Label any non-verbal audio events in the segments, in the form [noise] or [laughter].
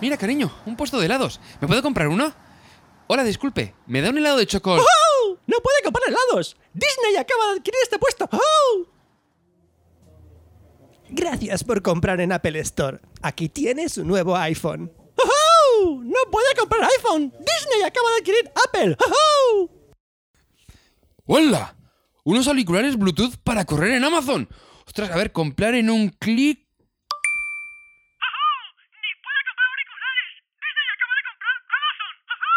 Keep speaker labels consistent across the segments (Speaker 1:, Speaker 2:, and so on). Speaker 1: Mira, cariño, un puesto de helados. ¿Me puedo comprar uno? Hola, disculpe. ¿Me da un helado de chocolate?
Speaker 2: ¡Oh! ¡No puede comprar helados! ¡Disney acaba de adquirir este puesto! ¡Oh! Gracias por comprar en Apple Store. Aquí tienes su nuevo iPhone. ¡Oh! ¡No puede comprar iPhone! ¡Disney acaba de adquirir Apple! ¡Oh!
Speaker 1: ¡Hola! Unos auriculares Bluetooth para correr en Amazon. Ostras, a ver, comprar en un clic.
Speaker 3: ¡Ni puede comprar auriculares! ¡Disney acaba de comprar Amazon! ¡Ajá!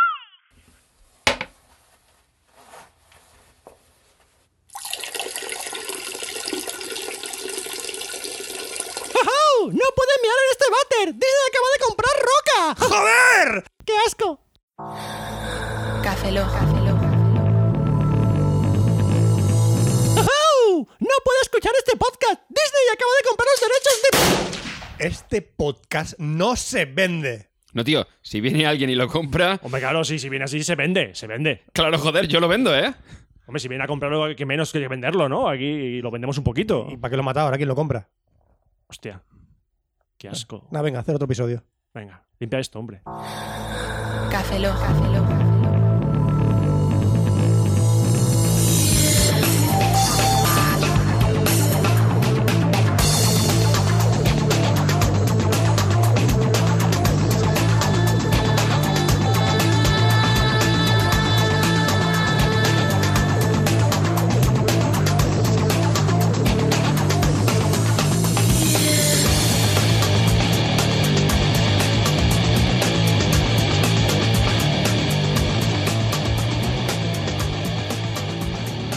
Speaker 2: ¡Oh! ¡No puede mirar en este váter! ¡Disney acaba de comprar roca! ¡Joder! ¡Qué asco!
Speaker 4: Café Lock.
Speaker 2: ¡Oh! ¡No puede escuchar este podcast! ¡Disney acaba de comprar los derechos de...
Speaker 5: Este podcast no se vende.
Speaker 1: No, tío, si viene alguien y lo compra.
Speaker 6: Hombre, claro, sí, si viene así, se vende, se vende.
Speaker 1: Claro, joder, yo lo vendo, ¿eh?
Speaker 6: Hombre, si viene a comprarlo, que menos que venderlo, ¿no? Aquí lo vendemos un poquito.
Speaker 5: ¿Y para qué lo mata ahora? ¿Quién lo compra?
Speaker 6: Hostia, qué asco.
Speaker 5: Nah, venga, hacer otro episodio.
Speaker 6: Venga, limpia esto, hombre.
Speaker 4: Café Lock.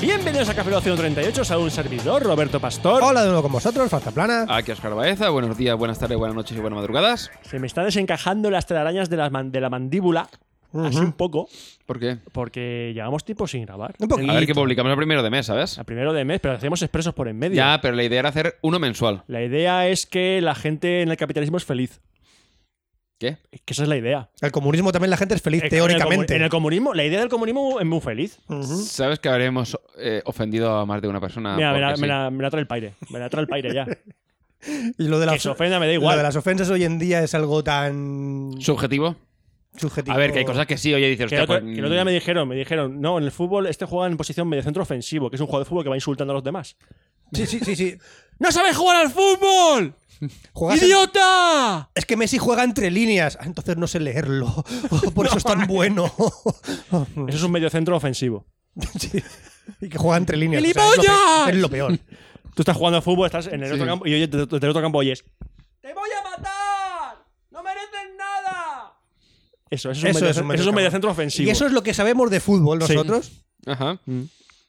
Speaker 6: Bienvenidos a Café Lock 138, a un servidor, Roberto Pastor.
Speaker 5: Hola de nuevo con vosotros, Falta Plana.
Speaker 6: Ah,
Speaker 1: Aquí Oscar Baeza, buenos días, buenas tardes, buenas noches y buenas madrugadas.
Speaker 6: Se me están desencajando las telarañas de la, man- de la mandíbula, así un poco,
Speaker 1: ¿Por qué?
Speaker 6: porque llevamos tiempo sin grabar.
Speaker 5: Un poquito.
Speaker 1: A ver que publicamos el primero de mes, ¿sabes?
Speaker 6: A primero de mes, pero hacemos expresos por en medio.
Speaker 1: Ya, pero la idea era hacer uno mensual.
Speaker 6: La idea es que la gente en el capitalismo es feliz.
Speaker 1: ¿Qué?
Speaker 6: Es que esa es la idea.
Speaker 5: El comunismo también la gente es feliz,
Speaker 6: En el comu-
Speaker 5: teóricamente.
Speaker 6: En el comunismo, la idea del comunismo es muy feliz.
Speaker 5: Ujú.
Speaker 1: ¿Sabes que habremos eh, ofendido a más de una persona?
Speaker 6: Mira, me la,
Speaker 1: Ah, Porque
Speaker 6: me
Speaker 1: sí.
Speaker 6: la- me la trae el paire. Me la trae el paire
Speaker 1: [laughs]
Speaker 6: ya.
Speaker 5: Y lo de,
Speaker 6: que se ofenda me da igual.
Speaker 5: lo de las ofensas hoy en día es algo tan
Speaker 1: ¿Subjetivo?
Speaker 5: subjetivo.
Speaker 1: A ver, que hay cosas que sí, oye, dices,
Speaker 6: Que
Speaker 1: hostia,
Speaker 6: el, otro,
Speaker 1: pues,
Speaker 6: que el otro día me dijeron, me dijeron, no, en el fútbol este juega en posición mediocentro ofensivo, que es un jugador de fútbol que va insultando a los demás.
Speaker 5: Sí, sí, sí,
Speaker 6: [laughs]
Speaker 5: sí.
Speaker 6: ¡No sabes jugar al fútbol!
Speaker 5: Juegas en-
Speaker 6: ¡Idiota!
Speaker 5: Es que Messi juega entre líneas. Ah, entonces no sé leerlo.
Speaker 6: [laughs]
Speaker 5: [laughs] Oh, por eso es tan bueno. [laughs]
Speaker 6: Eso es un mediocentro ofensivo.
Speaker 5: Sí. Y que juega entre líneas. O sea, es, lo
Speaker 6: ¡Gilipollas!
Speaker 5: pe- es lo peor.
Speaker 6: Tú estás jugando al fútbol, estás en el otro campo y oye, desde desde el otro campo oyes.
Speaker 2: ¡Te voy a matar! ¡No mereces nada!
Speaker 6: Eso, eso es un,
Speaker 5: Eso
Speaker 6: medio-
Speaker 5: es un
Speaker 6: eso es un
Speaker 5: mediocentro.
Speaker 6: mediocentro ofensivo.
Speaker 5: Y eso es lo que sabemos de fútbol
Speaker 6: Sí.
Speaker 5: nosotros.
Speaker 1: mm, Ajá.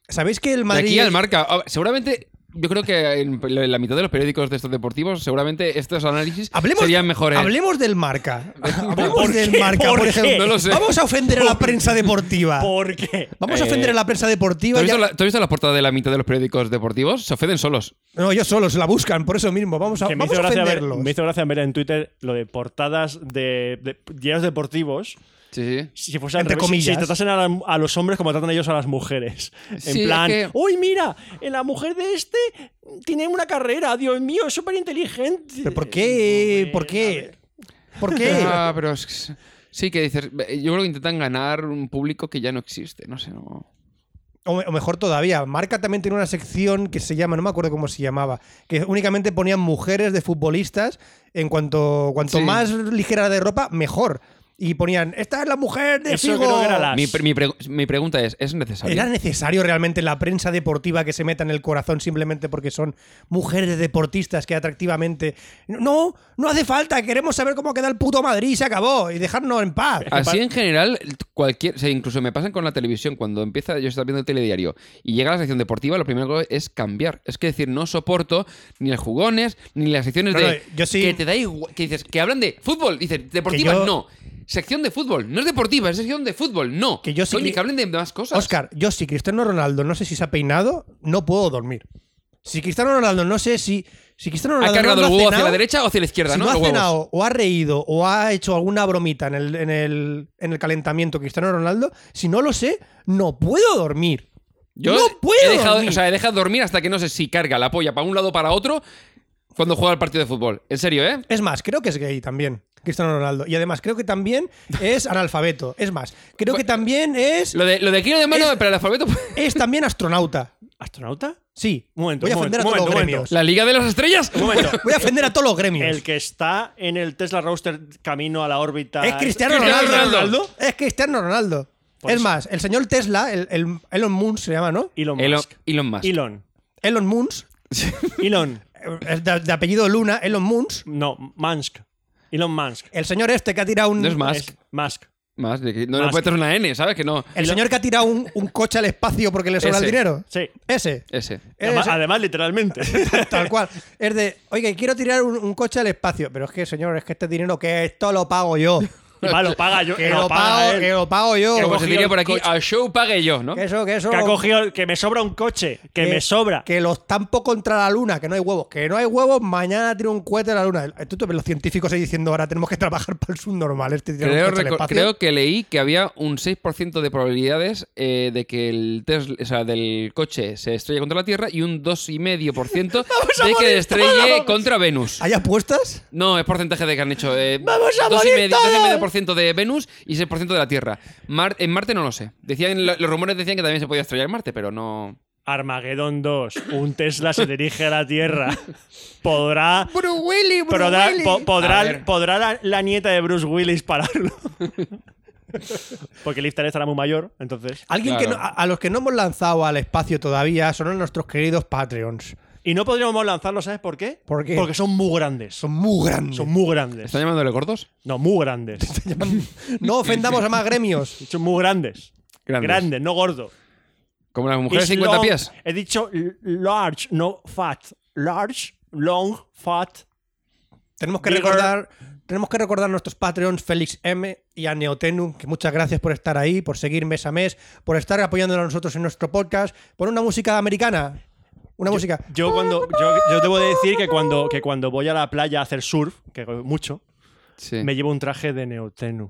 Speaker 5: ¿Sabéis que el
Speaker 1: De
Speaker 5: Madrid.
Speaker 1: aquí al marca. A ver, Seguramente, yo creo que en la mitad de los periódicos de estos deportivos, seguramente estos análisis
Speaker 5: Hablemos,
Speaker 1: serían mejores.
Speaker 5: hablemos del marca. Hablemos
Speaker 6: ¿Por
Speaker 5: del
Speaker 6: qué?
Speaker 5: marca,
Speaker 6: ¿Por
Speaker 5: por
Speaker 6: qué?
Speaker 5: ejemplo.
Speaker 1: No lo sé.
Speaker 5: Vamos a ofender a la prensa deportiva.
Speaker 6: ¿Por qué?
Speaker 5: [laughs] Vamos a ofender a la prensa
Speaker 1: ¿Tú
Speaker 5: deportiva.
Speaker 1: has, visto la,
Speaker 5: ya-
Speaker 1: tú has visto la portada de la mitad de los periódicos deportivos? Se ofenden solos.
Speaker 5: No, ellos solos la buscan, por eso mismo. Vamos a,
Speaker 6: Que me,
Speaker 5: vamos
Speaker 6: hizo
Speaker 5: a
Speaker 6: gracia ver,
Speaker 5: ofenderlos.
Speaker 6: me hizo gracia ver en Twitter lo de portadas de, de diarios deportivos.
Speaker 1: Sí, sí.
Speaker 6: Si fuese al
Speaker 5: Entre
Speaker 6: revés, si-
Speaker 5: comillas.
Speaker 6: Si tratasen a, la- a los hombres como tratan ellos a las mujeres. En
Speaker 1: Sí, es
Speaker 6: plan,
Speaker 1: que-
Speaker 6: uy, mira, eh, la mujer de este tiene una carrera, Dios mío, es súper inteligente.
Speaker 5: ¿Pero por qué?
Speaker 6: Hombre,
Speaker 5: ¿Por
Speaker 6: a ver.
Speaker 5: qué? ¿Por qué?
Speaker 1: Ah, pero es que- sí que dices, yo creo que intentan ganar un público que ya no existe, no sé, no.
Speaker 5: O, me- o mejor todavía, Marca también tiene una sección que se llama, no me acuerdo cómo se llamaba, que únicamente ponían mujeres de futbolistas. En cuanto, cuanto
Speaker 1: Sí.
Speaker 5: más ligera de ropa, mejor. Y ponían, esta es la mujer de
Speaker 6: Eso
Speaker 5: Figo".
Speaker 6: creo que era la-
Speaker 1: Mi, pre- mi pre- mi pregunta es, ¿es necesario?
Speaker 5: ¿Era necesario realmente la prensa deportiva que se meta en el corazón simplemente porque son mujeres deportistas que atractivamente... No, no hace falta, queremos saber cómo queda el puto Madrid y se acabó y dejarnos en paz.
Speaker 1: Así en general, cualquier, o sea, incluso me pasan con la televisión, cuando empieza yo estar viendo el telediario y llega la sección deportiva, lo primero que hago es cambiar. Es que decir, no soporto ni los jugones, ni las secciones
Speaker 5: No,
Speaker 1: de
Speaker 5: no, yo sí-
Speaker 1: que te da igual, que dices, que hablan de fútbol, dices, deportivas
Speaker 5: yo-
Speaker 1: no. Sección de fútbol, no es deportiva, es sección de fútbol, no.
Speaker 5: Que yo sí
Speaker 1: Coño,
Speaker 5: que-
Speaker 1: que hablen de más cosas.
Speaker 5: Oscar, yo si Cristiano Ronaldo no sé si se ha peinado, no puedo dormir. Si Cristiano Ronaldo no sé si... Si Cristiano
Speaker 1: ha
Speaker 5: Ronaldo
Speaker 1: cargado
Speaker 5: no
Speaker 1: el huevo
Speaker 5: ha
Speaker 1: hacia la
Speaker 5: cenado,
Speaker 1: derecha o hacia la izquierda,
Speaker 5: si
Speaker 1: ¿no?
Speaker 5: no ha
Speaker 1: Los huevos.
Speaker 5: cenado o ha reído o ha hecho alguna bromita en el, en el, en el calentamiento Cristiano Ronaldo, si no lo sé, no puedo dormir.
Speaker 1: Yo
Speaker 5: no puedo
Speaker 1: he dejado,
Speaker 5: dormir.
Speaker 1: o sea, he dejado dormir hasta que no sé si carga la polla para un lado o para otro cuando juega el partido de fútbol. En serio, ¿eh?
Speaker 5: Es más, creo que es gay también. Cristiano Ronaldo. Y además, creo que también
Speaker 6: [laughs]
Speaker 5: es analfabeto. Es más, creo que también es,
Speaker 1: Lo de, lo de kilo de mano
Speaker 5: Es-
Speaker 1: para el alfabeto.
Speaker 5: es también astronauta.
Speaker 6: ¿Astronauta?
Speaker 5: Sí.
Speaker 6: Un momento,
Speaker 5: Voy a
Speaker 6: un
Speaker 5: ofender a todos
Speaker 6: momento,
Speaker 5: los
Speaker 6: un
Speaker 5: gremios.
Speaker 1: ¿La Liga de las Estrellas?
Speaker 5: [laughs]
Speaker 6: Un momento.
Speaker 5: Voy a ofender a todos los gremios.
Speaker 6: El que está en el Tesla Roadster camino a la órbita.
Speaker 5: Es Cristiano
Speaker 1: ¿Cristiano
Speaker 5: Ronaldo.
Speaker 1: Ronaldo?
Speaker 5: Es Cristiano Ronaldo.
Speaker 6: Por
Speaker 5: es
Speaker 6: eso.
Speaker 5: más, el señor Tesla, el, el- Elon Musk se llama, ¿no?
Speaker 6: Elon
Speaker 1: Elon,
Speaker 6: Musk.
Speaker 1: Elon Musk.
Speaker 6: Elon.
Speaker 5: Elon Musk,
Speaker 6: Elon.
Speaker 5: eh, de, de apellido Luna, Elon Musk.
Speaker 6: No, Musk. Elon Musk.
Speaker 5: El señor este que ha tirado un.
Speaker 1: No es Musk.
Speaker 6: Es Musk.
Speaker 1: Musk, de que- No le
Speaker 6: Musk.
Speaker 1: puedes hacer una N, ¿sabes? Que no.
Speaker 5: El señor que ha tirado un, un coche al espacio porque le sobra
Speaker 1: Ese.
Speaker 5: el dinero.
Speaker 6: Sí.
Speaker 5: Ese.
Speaker 1: Ese.
Speaker 6: Además,
Speaker 5: Ese. [laughs]
Speaker 6: además, literalmente.
Speaker 5: Tal cual. Es de, oye, quiero tirar un, un coche al espacio. Pero es que, señor, es que este dinero que esto lo pago yo.
Speaker 6: Va, lo paga yo.
Speaker 5: Que
Speaker 6: lo
Speaker 5: lo
Speaker 6: paga
Speaker 5: pago,
Speaker 6: él.
Speaker 5: que lo pago yo.
Speaker 6: Que
Speaker 1: Como
Speaker 6: cogido
Speaker 1: se diría
Speaker 6: el
Speaker 1: por aquí,
Speaker 6: coche.
Speaker 1: a show pague yo, ¿no?
Speaker 5: Que eso, que eso.
Speaker 6: Que ha cogido. Que me sobra un coche. Que, me sobra.
Speaker 5: Que los estampo contra la luna, que no hay huevos. Que no hay huevos, mañana tiro un cohete a la luna. Tú te ves los científicos ahí diciendo ahora tenemos que trabajar para el subnormal. Este tirar un
Speaker 1: Creo,
Speaker 5: coche al
Speaker 1: reco-
Speaker 5: espacio.
Speaker 1: creo que leí que había un 6% de probabilidades eh, de que el Tesla, o sea, del coche se estrelle contra la Tierra y un
Speaker 5: [laughs]
Speaker 1: 2,5% de que estrelle contra Venus.
Speaker 5: ¿Hay apuestas?
Speaker 1: No, es porcentaje de que han hecho. eh,
Speaker 5: ¡Vamos a
Speaker 1: dos y
Speaker 5: morir
Speaker 1: medio-
Speaker 5: todos!
Speaker 1: dos y medio por ciento de Venus y 6% de la Tierra. Mar- en Marte no lo sé. Decían, lo- los rumores decían que también se podía estrellar en Marte, pero no.
Speaker 6: Armageddon 2. Un Tesla se dirige a la Tierra. Podrá.
Speaker 5: Bruce Willy,
Speaker 6: podrá po- podrá-
Speaker 1: A ver.
Speaker 6: podrá la, la nieta de Bruce Willis pararlo. [laughs] Porque Lifter estará muy mayor, entonces.
Speaker 5: Alguien que
Speaker 1: Claro.
Speaker 5: no- a, a los que no hemos lanzado al espacio todavía son nuestros queridos Patreons.
Speaker 6: Y no podríamos lanzarlo, ¿sabes por qué?
Speaker 5: ¿Por qué?
Speaker 6: Porque son muy grandes. Son,
Speaker 5: Son muy grandes.
Speaker 6: son muy grandes.
Speaker 1: ¿Están llamándole gordos?
Speaker 6: No, muy grandes.
Speaker 5: [laughs]
Speaker 1: [laughs]
Speaker 5: No ofendamos a más gremios.
Speaker 6: Son muy grandes.
Speaker 1: Grandes.
Speaker 6: Grandes, no gordo.
Speaker 1: Como las mujeres
Speaker 6: Is
Speaker 1: 50
Speaker 6: long-
Speaker 1: pies.
Speaker 6: He dicho l- large, no fat. Large, long, fat.
Speaker 5: Tenemos que
Speaker 6: Bigger.
Speaker 5: recordar. Tenemos que recordar a nuestros Patreons Félix M y a Neotenum, que muchas gracias por estar ahí, por seguir mes a mes, por estar apoyándonos a nosotros en nuestro podcast, por una música americana. Una música.
Speaker 6: Yo cuando yo, yo debo de decir que cuando, que cuando voy a la playa a hacer surf, que hago mucho,
Speaker 1: Sí.
Speaker 6: me llevo un traje de neotenu.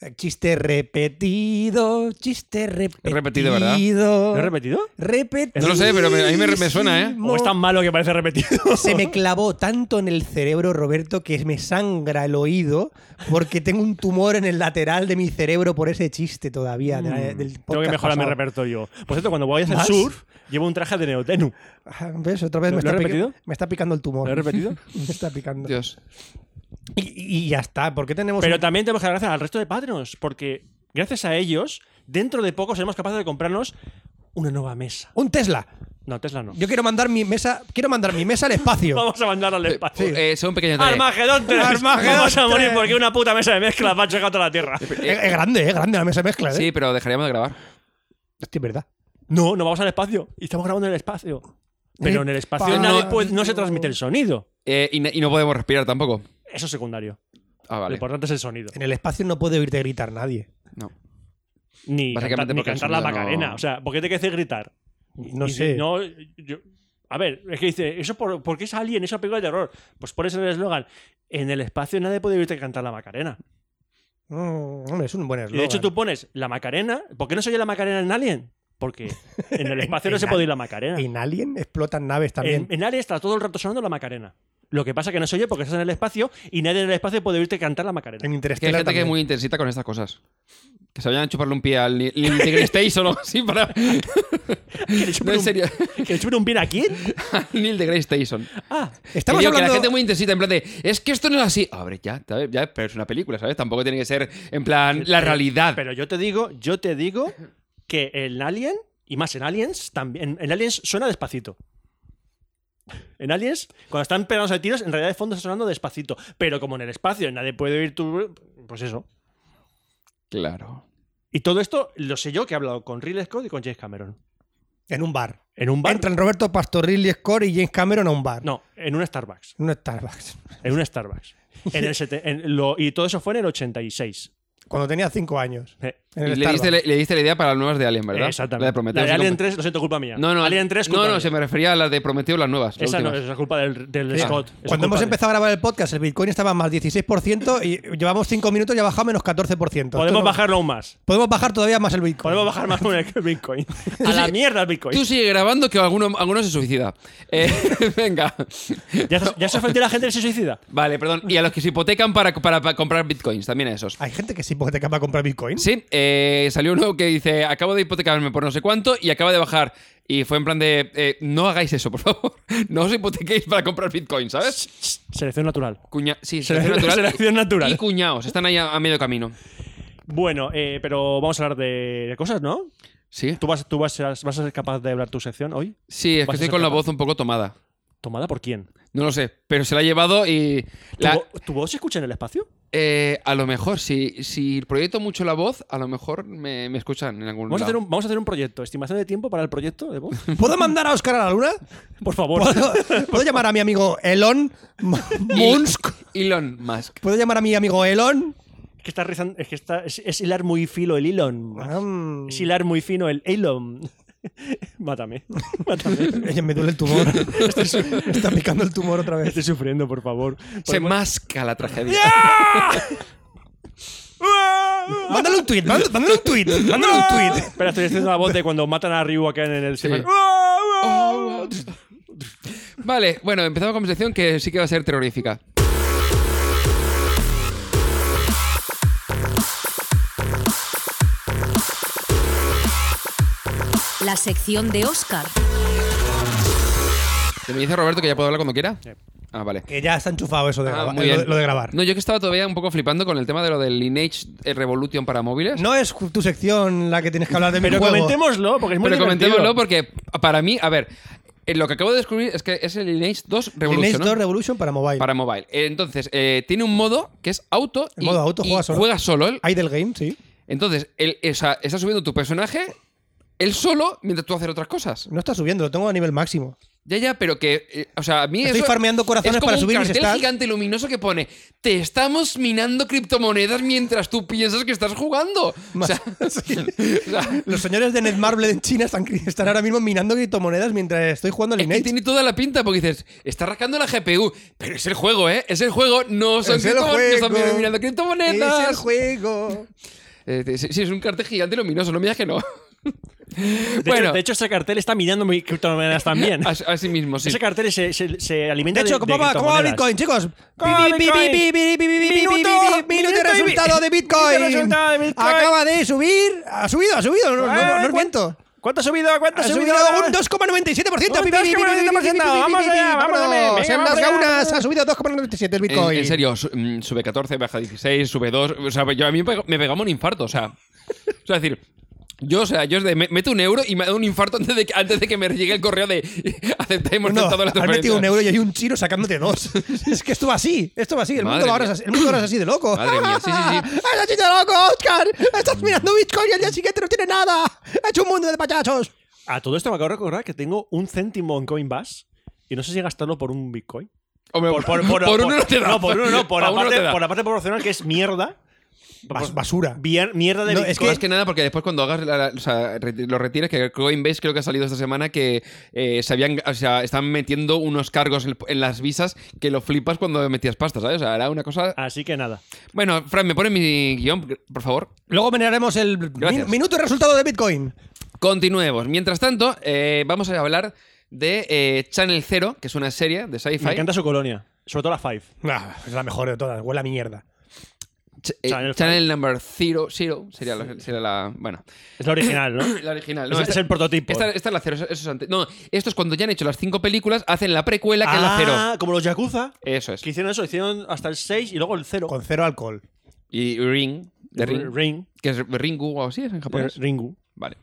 Speaker 5: eh, Chiste repetido, chiste repetido.
Speaker 1: repetido, ¿verdad?
Speaker 6: ¿Lo he repetido?
Speaker 5: Repetido.
Speaker 1: No lo sé, pero me- a mí me- me suena, ¿eh?
Speaker 6: ¿O es tan malo que parece repetido?
Speaker 5: [laughs] Se
Speaker 6: [laughs]
Speaker 5: me clavó tanto en el cerebro, Roberto, que me sangra el oído porque tengo un tumor en el lateral de mi cerebro por ese chiste todavía.
Speaker 1: Mm.
Speaker 5: de la- Eh, del
Speaker 6: Tengo que
Speaker 5: podcast
Speaker 6: mejorar mi
Speaker 5: pasado.
Speaker 6: repertorio. Por cierto, cuando voy a hacer
Speaker 5: ¿Más?
Speaker 6: surf, llevo un traje de neotenu.
Speaker 5: Ah, ¿Ves? Otra vez
Speaker 6: ¿Lo-
Speaker 5: me,
Speaker 6: lo
Speaker 5: está
Speaker 6: he
Speaker 5: pica-
Speaker 6: repetido?
Speaker 5: me está picando el tumor.
Speaker 6: ¿Lo he repetido?
Speaker 5: [laughs] me está picando.
Speaker 1: Dios.
Speaker 5: Y, y ya está. ¿Por qué tenemos.?
Speaker 6: Pero
Speaker 5: un-
Speaker 6: también tenemos que dar gracias al resto de Patreons, porque gracias a ellos, dentro de poco seremos capaces de comprarnos una nueva mesa.
Speaker 5: un Tesla.
Speaker 6: No, Tesla no.
Speaker 5: Yo quiero mandar mi mesa. Quiero mandar mi mesa al espacio.
Speaker 6: [laughs] Vamos a mandar al espacio.
Speaker 1: Eh, son
Speaker 6: Ah,
Speaker 1: pequeños detalles.
Speaker 6: Armagedón 3.
Speaker 5: Armagedón
Speaker 6: Vamos a morir
Speaker 5: 3.
Speaker 6: porque una puta mesa de mezclas va a chocar toda la tierra.
Speaker 5: Es, es grande, es grande la mesa de mezcla. ¿eh?
Speaker 1: Eh, Sí, pero dejaríamos de grabar.
Speaker 5: Hostia, es verdad.
Speaker 6: No, nos vamos al espacio. Y estamos grabando en el espacio.
Speaker 5: Eh,
Speaker 6: Pero en el espacio
Speaker 5: Espacio.
Speaker 6: nadie puede- no se transmite el sonido.
Speaker 1: Eh, y, no- y no podemos respirar tampoco.
Speaker 6: Eso es secundario.
Speaker 1: Ah,
Speaker 6: Lo
Speaker 1: vale.
Speaker 6: importante es el sonido.
Speaker 5: En el espacio no puede oírte gritar nadie.
Speaker 1: No.
Speaker 6: Ni cantar,
Speaker 1: Básicamente
Speaker 6: ni
Speaker 1: porque el
Speaker 6: cantar la
Speaker 1: sonido no-
Speaker 6: Macarena. O sea, ¿por qué te quieres gritar?
Speaker 5: No
Speaker 6: Y
Speaker 5: sé.
Speaker 6: si no, yo- a ver, es que dice, ¿eso por, ¿por qué es Alien? Esa película de terror. Pues pones en el eslogan, en el espacio nadie puede oírte cantar la Macarena.
Speaker 5: Mm, hombre, es un buen
Speaker 6: Y
Speaker 5: eslogan.
Speaker 6: de hecho tú pones la Macarena. ¿Por qué no se oye la Macarena en Alien? Porque
Speaker 5: [laughs]
Speaker 6: en el espacio no se puede oír la Macarena.
Speaker 5: En Alien explotan naves también.
Speaker 6: En, en Alien está todo el rato sonando la Macarena. Lo que pasa que no se oye porque estás en el espacio y nadie en el espacio puede oírte cantar la
Speaker 5: En
Speaker 6: Macarena.
Speaker 1: Es que hay
Speaker 5: Interestelar
Speaker 1: gente que es muy intensita con estas cosas. Que se vayan a chuparle un pie al Li- Lil Integrity Station o algo así para.
Speaker 6: ¿Que le chupen
Speaker 1: No, en
Speaker 6: un-
Speaker 1: serio.
Speaker 6: [laughs]
Speaker 1: [laughs]
Speaker 6: ¿Que le chupen un bien a quién?
Speaker 1: Neil de Grey Station.
Speaker 6: Ah,
Speaker 5: Estamos
Speaker 1: que digo que
Speaker 5: hablando...
Speaker 1: la gente es muy intensita, en plan de, es que esto no es así. A ver, ya, ¿sabes? ya, pero es una película, ¿sabes? Tampoco tiene que ser, en plan, la realidad.
Speaker 6: Pero yo te digo, yo te digo que en Alien, y más en Aliens, también. En Aliens suena despacito. En Aliens, cuando están pegados a tiros, en realidad de fondo está sonando despacito. Pero como en el espacio nadie puede oír tu. Pues eso.
Speaker 1: Claro.
Speaker 6: Y todo esto lo sé yo que he hablado con Ridley Scott y con James Cameron.
Speaker 5: En un bar.
Speaker 6: En un bar.
Speaker 5: Entran Roberto Pastoril, Score y James Cameron a un bar.
Speaker 6: No, en un Starbucks.
Speaker 5: En un Starbucks.
Speaker 6: En un Starbucks. En el sete- en lo- y todo eso fue en el 86.
Speaker 5: Cuando tenía cinco años.
Speaker 6: Eh,
Speaker 1: Y
Speaker 5: En el
Speaker 1: le diste,
Speaker 5: Starbucks.
Speaker 1: le, le diste la idea para las nuevas de Alien, ¿verdad?
Speaker 6: Exactamente.
Speaker 1: La de Prometeo. se
Speaker 6: Alien
Speaker 1: comp-
Speaker 6: 3, lo siento, culpa mía.
Speaker 1: No, no,
Speaker 6: Alien 3, culpa
Speaker 1: no, no,
Speaker 6: mía.
Speaker 1: se me refería a las de Prometeo, las nuevas. las
Speaker 6: Esa no,
Speaker 1: últimas.
Speaker 6: esa es culpa del,
Speaker 5: Sí.
Speaker 6: del Scott. esa es
Speaker 5: Ah. Cuando hemos
Speaker 6: culpa de-
Speaker 5: empezado a grabar el podcast, el Bitcoin estaba más 16% y llevamos 5 minutos y ha bajado menos 14%. Esto
Speaker 6: Podemos
Speaker 5: no-
Speaker 6: bajarlo aún más.
Speaker 5: Podemos bajar todavía más el Bitcoin.
Speaker 6: Podemos bajar más con el Bitcoin. A la mierda el Bitcoin.
Speaker 1: Tú sigue grabando que alguno, alguno se suicida. Eh, [laughs] venga.
Speaker 6: ¿Ya, se- ya se ofendió a la gente que se suicida?
Speaker 1: Vale, perdón. Y a los que se hipotecan para, para- para comprar bitcoins, también a esos.
Speaker 5: Hay gente que sí te acaba de comprar Bitcoin.
Speaker 1: Sí, eh, salió uno que dice, acabo de hipotecarme por no sé cuánto y acaba de bajar. Y fue en plan de, eh, no hagáis eso, por favor. [laughs] No os hipotequéis para comprar bitcoins, ¿sabes?
Speaker 6: Selección natural.
Speaker 1: Cuña sí,
Speaker 6: Se- selección natural.
Speaker 1: Y cuñados, están ahí a, a medio camino.
Speaker 6: Bueno, eh, pero vamos a hablar de, de cosas, ¿no?
Speaker 1: Sí,
Speaker 6: ¿Tú, vas, tú vas, a- vas a ser capaz de hablar tu sección hoy?
Speaker 1: sí, es que
Speaker 6: Vas a
Speaker 1: estoy
Speaker 6: ser
Speaker 1: con la
Speaker 6: capaz.
Speaker 1: voz un poco tomada.
Speaker 6: ¿Tomada por quién?
Speaker 1: No lo sé, pero se la ha llevado y...
Speaker 6: ¿Tu,
Speaker 1: la-
Speaker 6: vo- tu voz se escucha en el espacio?
Speaker 1: eh, a lo mejor, si, si proyecto mucho la voz, a lo mejor me, me escuchan en algún
Speaker 6: Vamos
Speaker 1: lado.
Speaker 6: a, hacer un, vamos a hacer un proyecto. ¿Estimación de tiempo para el proyecto de voz?
Speaker 1: [laughs]
Speaker 5: ¿Puedo mandar a Oscar a la luna?
Speaker 6: [laughs] Por favor.
Speaker 5: ¿Puedo, puedo llamar a mi amigo Elon [laughs] M- Musk?
Speaker 1: Elon Musk.
Speaker 5: ¿Puedo llamar a mi amigo Elon?
Speaker 6: Es que, está rizando- es, que está, es, es hilar muy filo el Elon.
Speaker 5: Mm.
Speaker 6: Es hilar muy fino el Elon. [laughs] Mátame.
Speaker 5: [laughs]
Speaker 6: Mátame.
Speaker 5: Oye, me duele el tumor.
Speaker 6: [laughs]
Speaker 5: Me está picando el tumor otra vez.
Speaker 6: Estoy sufriendo, por favor.
Speaker 1: Se masca la tragedia.
Speaker 5: Mándale un tweet, mándale, mándale un tweet, mándale un
Speaker 6: [laughs]
Speaker 5: tweet.
Speaker 6: ¡Ah! Espera, estoy haciendo la voz de cuando matan a Ryu acá en el cine.
Speaker 5: ¡Ah!
Speaker 1: Vale, bueno, empezamos con mi sección que sí que va a ser terrorífica.
Speaker 7: La sección de Oscar.
Speaker 1: ¿Que me dice Roberto que ya puedo hablar cuando quiera?
Speaker 6: Sí.
Speaker 1: Ah, vale.
Speaker 5: Que ya está enchufado eso de,
Speaker 1: Ah,
Speaker 5: grabar-
Speaker 1: muy
Speaker 5: eh, lo,
Speaker 1: bien.
Speaker 5: lo de grabar.
Speaker 1: No, yo que estaba todavía un poco flipando con el tema de lo del Lineage eh, Revolution para móviles.
Speaker 5: No es tu sección la que tienes que hablar de mi
Speaker 6: Pero
Speaker 5: juego.
Speaker 6: comentémoslo, porque es muy
Speaker 1: pero
Speaker 6: divertido.
Speaker 1: comentémoslo porque para mí, a ver, eh, lo que acabo de descubrir es que es el Lineage 2 Revolution.
Speaker 5: Lineage
Speaker 1: ¿no?
Speaker 5: 2 Revolution para mobile.
Speaker 1: Para mobile. Eh, Entonces, eh, tiene un modo que es auto.
Speaker 5: El modo auto,
Speaker 1: y
Speaker 5: juega solo.
Speaker 1: Juega solo él.
Speaker 5: Idle Game, sí.
Speaker 1: Entonces, él o sea, está subiendo tu personaje él solo mientras tú haces otras cosas.
Speaker 5: No está subiendo, lo tengo a nivel máximo.
Speaker 1: Ya, ya, pero que. eh, o sea, a mí
Speaker 5: Estoy
Speaker 1: eso
Speaker 5: farmeando corazones
Speaker 1: es como
Speaker 5: para
Speaker 1: un
Speaker 5: subir mis
Speaker 1: cartel
Speaker 5: stats.
Speaker 1: gigante luminoso que pone: Te estamos minando criptomonedas mientras tú piensas que estás jugando. [laughs] O
Speaker 5: [laughs]
Speaker 1: sea, o sea,
Speaker 5: Los señores de Netmarble en China están, están ahora mismo minando criptomonedas mientras estoy jugando al
Speaker 1: es que
Speaker 5: Lineage.
Speaker 1: tiene toda la pinta porque dices: Está rascando la GPU. Pero es el juego, ¿eh? Es el juego. No son
Speaker 5: Es el
Speaker 1: criptomonedas. No
Speaker 5: juego.
Speaker 1: están minando criptomonedas.
Speaker 5: Es el juego.
Speaker 1: Eh, sí, sí, es un cartel gigante luminoso. No me digas que no. [laughs]
Speaker 6: De, hecho-
Speaker 1: bueno,
Speaker 6: de hecho, ese cartel está mirando mis criptomonedas también.
Speaker 1: as- así mismo, sí.
Speaker 6: Ese cartel se, se- se alimenta
Speaker 5: Ah, De hecho,
Speaker 6: de,
Speaker 5: ¿cómo va, ¿cómo va
Speaker 6: criptomonedas.
Speaker 5: Bitcoin, chicos?
Speaker 6: ¿Cómo va Bitcoin? Minuto,
Speaker 5: Minuto de
Speaker 6: minuto y vi-
Speaker 5: resultado de
Speaker 6: minuto de
Speaker 5: Bitcoin.
Speaker 6: resultado de Bitcoin.
Speaker 5: Acaba de subir. Ha subido, ha subido. No, no, no, no
Speaker 6: Eh,
Speaker 5: os miento.
Speaker 6: ¿Cuánto ha subido? ¿Cuánto
Speaker 5: Ha
Speaker 6: ha subido?
Speaker 5: subido un 2,97%.
Speaker 6: Un 2,97%. Vamos allá, vamos allá. Venga,
Speaker 5: En
Speaker 6: vamos
Speaker 5: las
Speaker 6: allá.
Speaker 5: gaunas ha subido 2,97 el
Speaker 1: En,
Speaker 5: Bitcoin.
Speaker 1: en serio, su- mm, sube 14, baja 16, sube 2. O sea, yo a mí me pegó- me pegaba un infarto, o sea. O sea, es decir, yo, o sea, yo es de, me- meto un euro y me da un infarto antes de, que, antes de que me llegue el correo de [laughs] aceptar hemos
Speaker 5: No,
Speaker 1: aceptado la
Speaker 5: has metido un
Speaker 1: transferencia.
Speaker 5: euro y hay un chino
Speaker 1: [laughs]
Speaker 5: sacándote dos. es que esto va así, esto va así. El
Speaker 1: Madre
Speaker 5: mundo, ahora es
Speaker 1: mía.
Speaker 5: así, el mundo ahora es así de loco.
Speaker 1: Madre mía, sí, sí,
Speaker 5: [laughs]
Speaker 1: sí.
Speaker 5: ¡Estás así de loco, Oscar! ¡Estás mirando Bitcoin y al día siguiente no tiene nada! ¡Ha hecho un mundo de payachos!
Speaker 6: A Ah, todo esto me acabo de recordar que tengo un céntimo en Coinbase y no sé si gastarlo por un Bitcoin.
Speaker 1: Hombre, [laughs] por uno no te da.
Speaker 6: No, por uno no. Por
Speaker 1: Pa'
Speaker 6: la
Speaker 1: uno no
Speaker 6: parte,
Speaker 1: te da.
Speaker 6: por la parte proporcional que es mierda.
Speaker 5: Bas- basura.
Speaker 6: Bier- mierda de
Speaker 5: No,
Speaker 6: Bitcoin.
Speaker 5: es
Speaker 1: Más que nada porque después cuando hagas la- la- o sea, reti- lo retires, que Coinbase creo que ha salido esta semana que eh, se habían, o sea, están metiendo unos cargos en, en las visas que lo flipas cuando metías pasta, ¿sabes? O sea, era una cosa...
Speaker 6: Así que nada.
Speaker 1: Bueno, Fran, ¿me pones mi guión, por favor?
Speaker 5: Luego veneraremos el
Speaker 1: Gracias.
Speaker 5: min- minuto y resultado de Bitcoin.
Speaker 1: Continuemos. Mientras tanto, eh, vamos a hablar de eh, Channel Zero, que es una serie de
Speaker 6: Me
Speaker 1: sci-fi.
Speaker 6: encanta su colonia. Sobre todo la Five.
Speaker 5: es la mejor de todas, huele a mierda.
Speaker 1: Ch- eh,
Speaker 6: Channel
Speaker 1: Channel, Number Zero, Zero sería, la, sería la- Bueno,
Speaker 6: Es la original, ¿no?
Speaker 1: [coughs] la original.
Speaker 6: es, es el prototipo.
Speaker 1: Esta, esta es la cero. Eso, eso es antes. No, esto es cuando ya han hecho las cinco películas, hacen la precuela que es la cero.
Speaker 6: Ah, como los Yakuza.
Speaker 1: Eso es.
Speaker 6: Que hicieron eso, hicieron hasta el 6 y luego el 0.
Speaker 5: Con cero alcohol.
Speaker 1: Y Ring. de Ring.
Speaker 6: Ring.
Speaker 1: Que es Ringu o así, es en japonés.
Speaker 6: Eh, Ringu.
Speaker 1: Vale.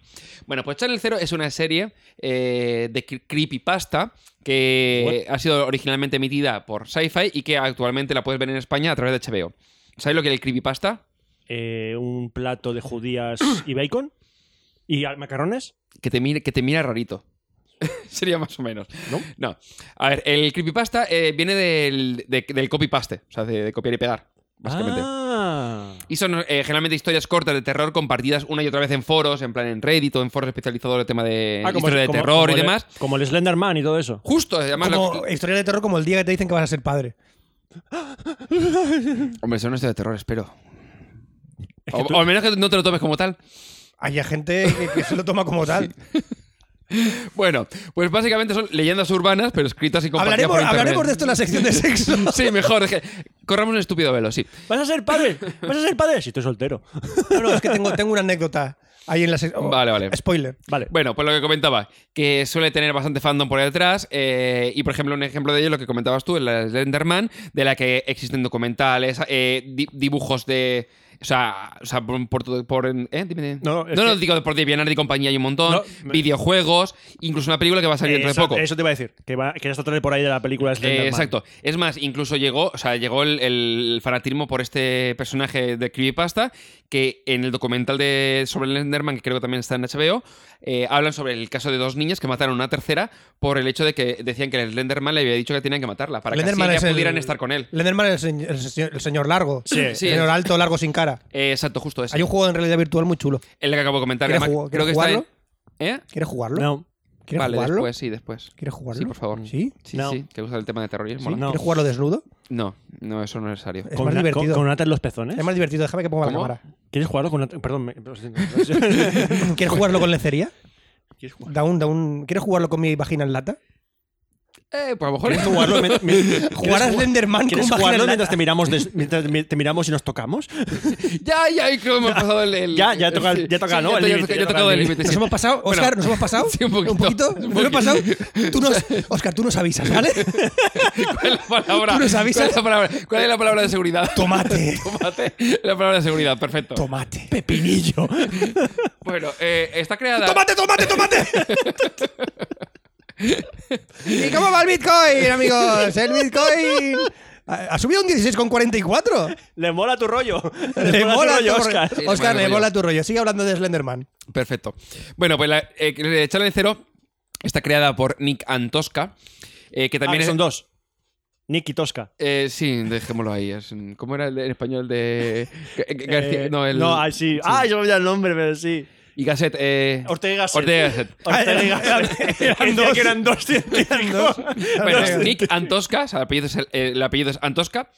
Speaker 1: Bueno, pues Channel Zero es una serie eh, de cre- creepypasta que ha sido originalmente emitida por Sci-Fi y que actualmente la puedes ver en España a través de HBO. ¿Sabes lo que es el creepypasta?
Speaker 6: Eh, un plato de judías y bacon. ¿Y a- macarrones?
Speaker 1: Que te, mire- que te mira rarito. [laughs] Sería más o menos.
Speaker 6: ¿No?
Speaker 1: A ver, el creepypasta eh, viene del, de- del copy-paste, o sea, de, de copiar y pegar, básicamente.
Speaker 6: Ah.
Speaker 1: Y son eh, generalmente historias cortas de terror compartidas una y otra vez en foros, en plan en Reddit o en foros especializados de tema de
Speaker 6: Ah, como-
Speaker 1: Eh, historia de
Speaker 6: como-
Speaker 1: terror
Speaker 6: como
Speaker 1: y
Speaker 6: el-
Speaker 1: demás.
Speaker 6: Como el Slenderman y todo eso.
Speaker 1: Justo, además. la-
Speaker 5: Como historia de terror como el día que te dicen que vas a ser padre.
Speaker 1: Hombre, son historias de terror, espero. [laughs] O, o al menos que no te lo tomes como tal.
Speaker 5: Hay gente que, que se lo
Speaker 1: [laughs]
Speaker 5: toma como tal.
Speaker 1: Bueno, pues básicamente son leyendas urbanas, pero escritas y compartidas
Speaker 5: hablaremos,
Speaker 1: por internet.
Speaker 5: hablaremos de esto en la sección de sexo.
Speaker 1: [laughs] Sí, mejor. es que corramos un estúpido velo, sí.
Speaker 6: ¿Vas a ser padre? ¿Vas a ser padre? Si estoy
Speaker 1: [laughs]
Speaker 6: soltero.
Speaker 5: No, no, es que tengo, tengo una anécdota ahí en la sección.
Speaker 1: Vale, vale.
Speaker 5: Spoiler.
Speaker 6: Vale.
Speaker 1: Bueno, pues lo que comentaba, que suele tener bastante fandom por detrás. eh, y por ejemplo, un ejemplo de ello, lo que comentabas tú, el Slenderman, de la que existen documentales, eh, di- dibujos de. O sea, o sea, por, por todo- por- ¿eh? Dime, dime.
Speaker 6: No, no, es
Speaker 1: no,
Speaker 6: que-
Speaker 1: digo por Divianar y compañía hay un montón.
Speaker 6: No, me-
Speaker 1: videojuegos, incluso una película que va a salir dentro
Speaker 6: eso,
Speaker 1: de poco.
Speaker 6: Eh, eso te iba a decir. Que, va, que ya está todo por ahí de la película de Slenderman.
Speaker 1: Eh, exacto. Es más, incluso llegó, o sea, llegó el, el fanatismo por este personaje de Creepypasta, que en el documental de, sobre el Enderman, que creo que también está en HBO, eh, hablan sobre el caso de dos niñas que mataron a una tercera por el hecho de que decían que el Slenderman le había dicho que tenían que matarla, para
Speaker 5: Slenderman
Speaker 1: que así
Speaker 5: es
Speaker 1: ya
Speaker 5: el-
Speaker 1: pudieran estar con él.
Speaker 5: Lenderman es el, el señor- el señor largo.
Speaker 6: Sí,
Speaker 5: el
Speaker 1: sí.
Speaker 5: señor alto, largo, sin cara.
Speaker 1: Eh, exacto, justo eso.
Speaker 5: Hay un juego en realidad virtual muy chulo.
Speaker 1: El que acabo de comentar.
Speaker 5: ¿Quieres
Speaker 1: que además
Speaker 5: jugar-
Speaker 1: creo que
Speaker 5: quieres
Speaker 1: está en... ¿Eh?
Speaker 5: ¿Quieres jugarlo?
Speaker 6: No.
Speaker 5: ¿Quieres
Speaker 1: vale,
Speaker 5: jugarlo?
Speaker 1: después, sí, después.
Speaker 5: ¿Quieres jugarlo?
Speaker 1: Sí, por favor.
Speaker 5: ¿Sí?
Speaker 1: Sí,
Speaker 6: No.
Speaker 1: sí, que gusta el tema de terrorismo.
Speaker 6: No.
Speaker 5: ¿Quieres jugarlo desnudo?
Speaker 1: No, no, eso no es necesario.
Speaker 5: Es
Speaker 6: con,
Speaker 5: más
Speaker 6: una, con,
Speaker 5: divertido.
Speaker 6: con una ata en los pezones.
Speaker 5: Es más divertido, déjame que ponga
Speaker 1: ¿Cómo?
Speaker 5: la cámara.
Speaker 6: ¿Quieres jugarlo con una ata- Perdón. me- [laughs]
Speaker 5: ¿Quieres jugarlo con lencería?
Speaker 6: ¿Quieres jugar-
Speaker 5: Da un, da un... ¿Quieres jugarlo con mi vagina en lata?
Speaker 1: Eh, pues a lo mejor...
Speaker 6: jugarlo [laughs] me- me- ¿Quieres
Speaker 5: ¿Jugar a
Speaker 6: ju-
Speaker 5: Slenderman con
Speaker 6: ¿Quieres
Speaker 5: vagina
Speaker 6: jugarlo
Speaker 5: en
Speaker 6: mientras
Speaker 5: lata?
Speaker 6: te, miramos des- mientras mi- te miramos y nos tocamos?
Speaker 1: Ya, ya, creo que hemos pasado el, el-
Speaker 6: Ya, ya toca-
Speaker 1: el-
Speaker 6: ya toca, ¿no?
Speaker 1: ya
Speaker 6: El
Speaker 1: to- ya
Speaker 6: límite,
Speaker 1: toca-
Speaker 6: ya
Speaker 1: ya
Speaker 6: toca
Speaker 1: toca
Speaker 6: el
Speaker 1: el límite,
Speaker 6: límite.
Speaker 5: ¿Nos
Speaker 1: sí. [laughs]
Speaker 5: hemos pasado?
Speaker 1: Bueno,
Speaker 5: Oscar, ¿nos hemos pasado?
Speaker 1: Sí, un poquito.
Speaker 5: ¿Un poquito?
Speaker 1: Un
Speaker 5: ¿Nos hemos pasado?
Speaker 1: poquito.
Speaker 5: Tú nos... Oscar, tú nos avisas,
Speaker 1: [laughs]
Speaker 5: ¿vale?
Speaker 1: ¿Cuál es la palabra?
Speaker 5: Tú nos avisas.
Speaker 1: ¿Cuál es la palabra, ¿Cuál es la palabra de seguridad?
Speaker 5: Tomate.
Speaker 1: Tomate. La palabra de seguridad, perfecto.
Speaker 5: Tomate. Pepinillo.
Speaker 1: bueno, eh, está creada.
Speaker 5: ¡Tomate, tomate, tomate! ¿Y cómo va el Bitcoin, amigos? El Bitcoin ha ha subido un 16,44.
Speaker 6: [laughs] Le mola tu rollo.
Speaker 5: Le mola
Speaker 6: tu rollo,
Speaker 5: tu
Speaker 6: Oscar.
Speaker 5: rollo.
Speaker 1: Sí,
Speaker 5: Oscar,
Speaker 1: le mola el
Speaker 5: le
Speaker 1: rollo.
Speaker 5: mola tu rollo. Sigue hablando de Slenderman.
Speaker 1: Perfecto. Bueno, pues la eh, eh, Challenge Zero está creada por Nick Antosca, eh, que también
Speaker 6: Ah,
Speaker 1: es-
Speaker 6: son dos. Nick y Tosca.
Speaker 1: Eh, sí, dejémoslo ahí. es un- ¿Cómo era el de- en español de Ga- Ga- García?
Speaker 6: Eh,
Speaker 1: no, el.
Speaker 6: no, ah, sí. Ah, yo me olvidé el nombre, pero sí.
Speaker 1: Y Gasset. Eh,
Speaker 6: Ortega y Gasset.
Speaker 1: Ortega y Gasset.
Speaker 6: Ortega y
Speaker 5: Ah,
Speaker 6: Gasset.
Speaker 5: eran- [laughs] eran
Speaker 6: [laughs] Decía
Speaker 5: dos.
Speaker 6: que eran dos científicos.
Speaker 1: [laughs]
Speaker 6: este,
Speaker 1: Bueno,
Speaker 5: Ortega.
Speaker 1: es Nick Antosca, o sea, el apellido es, el- eh, el apellido es Antosca,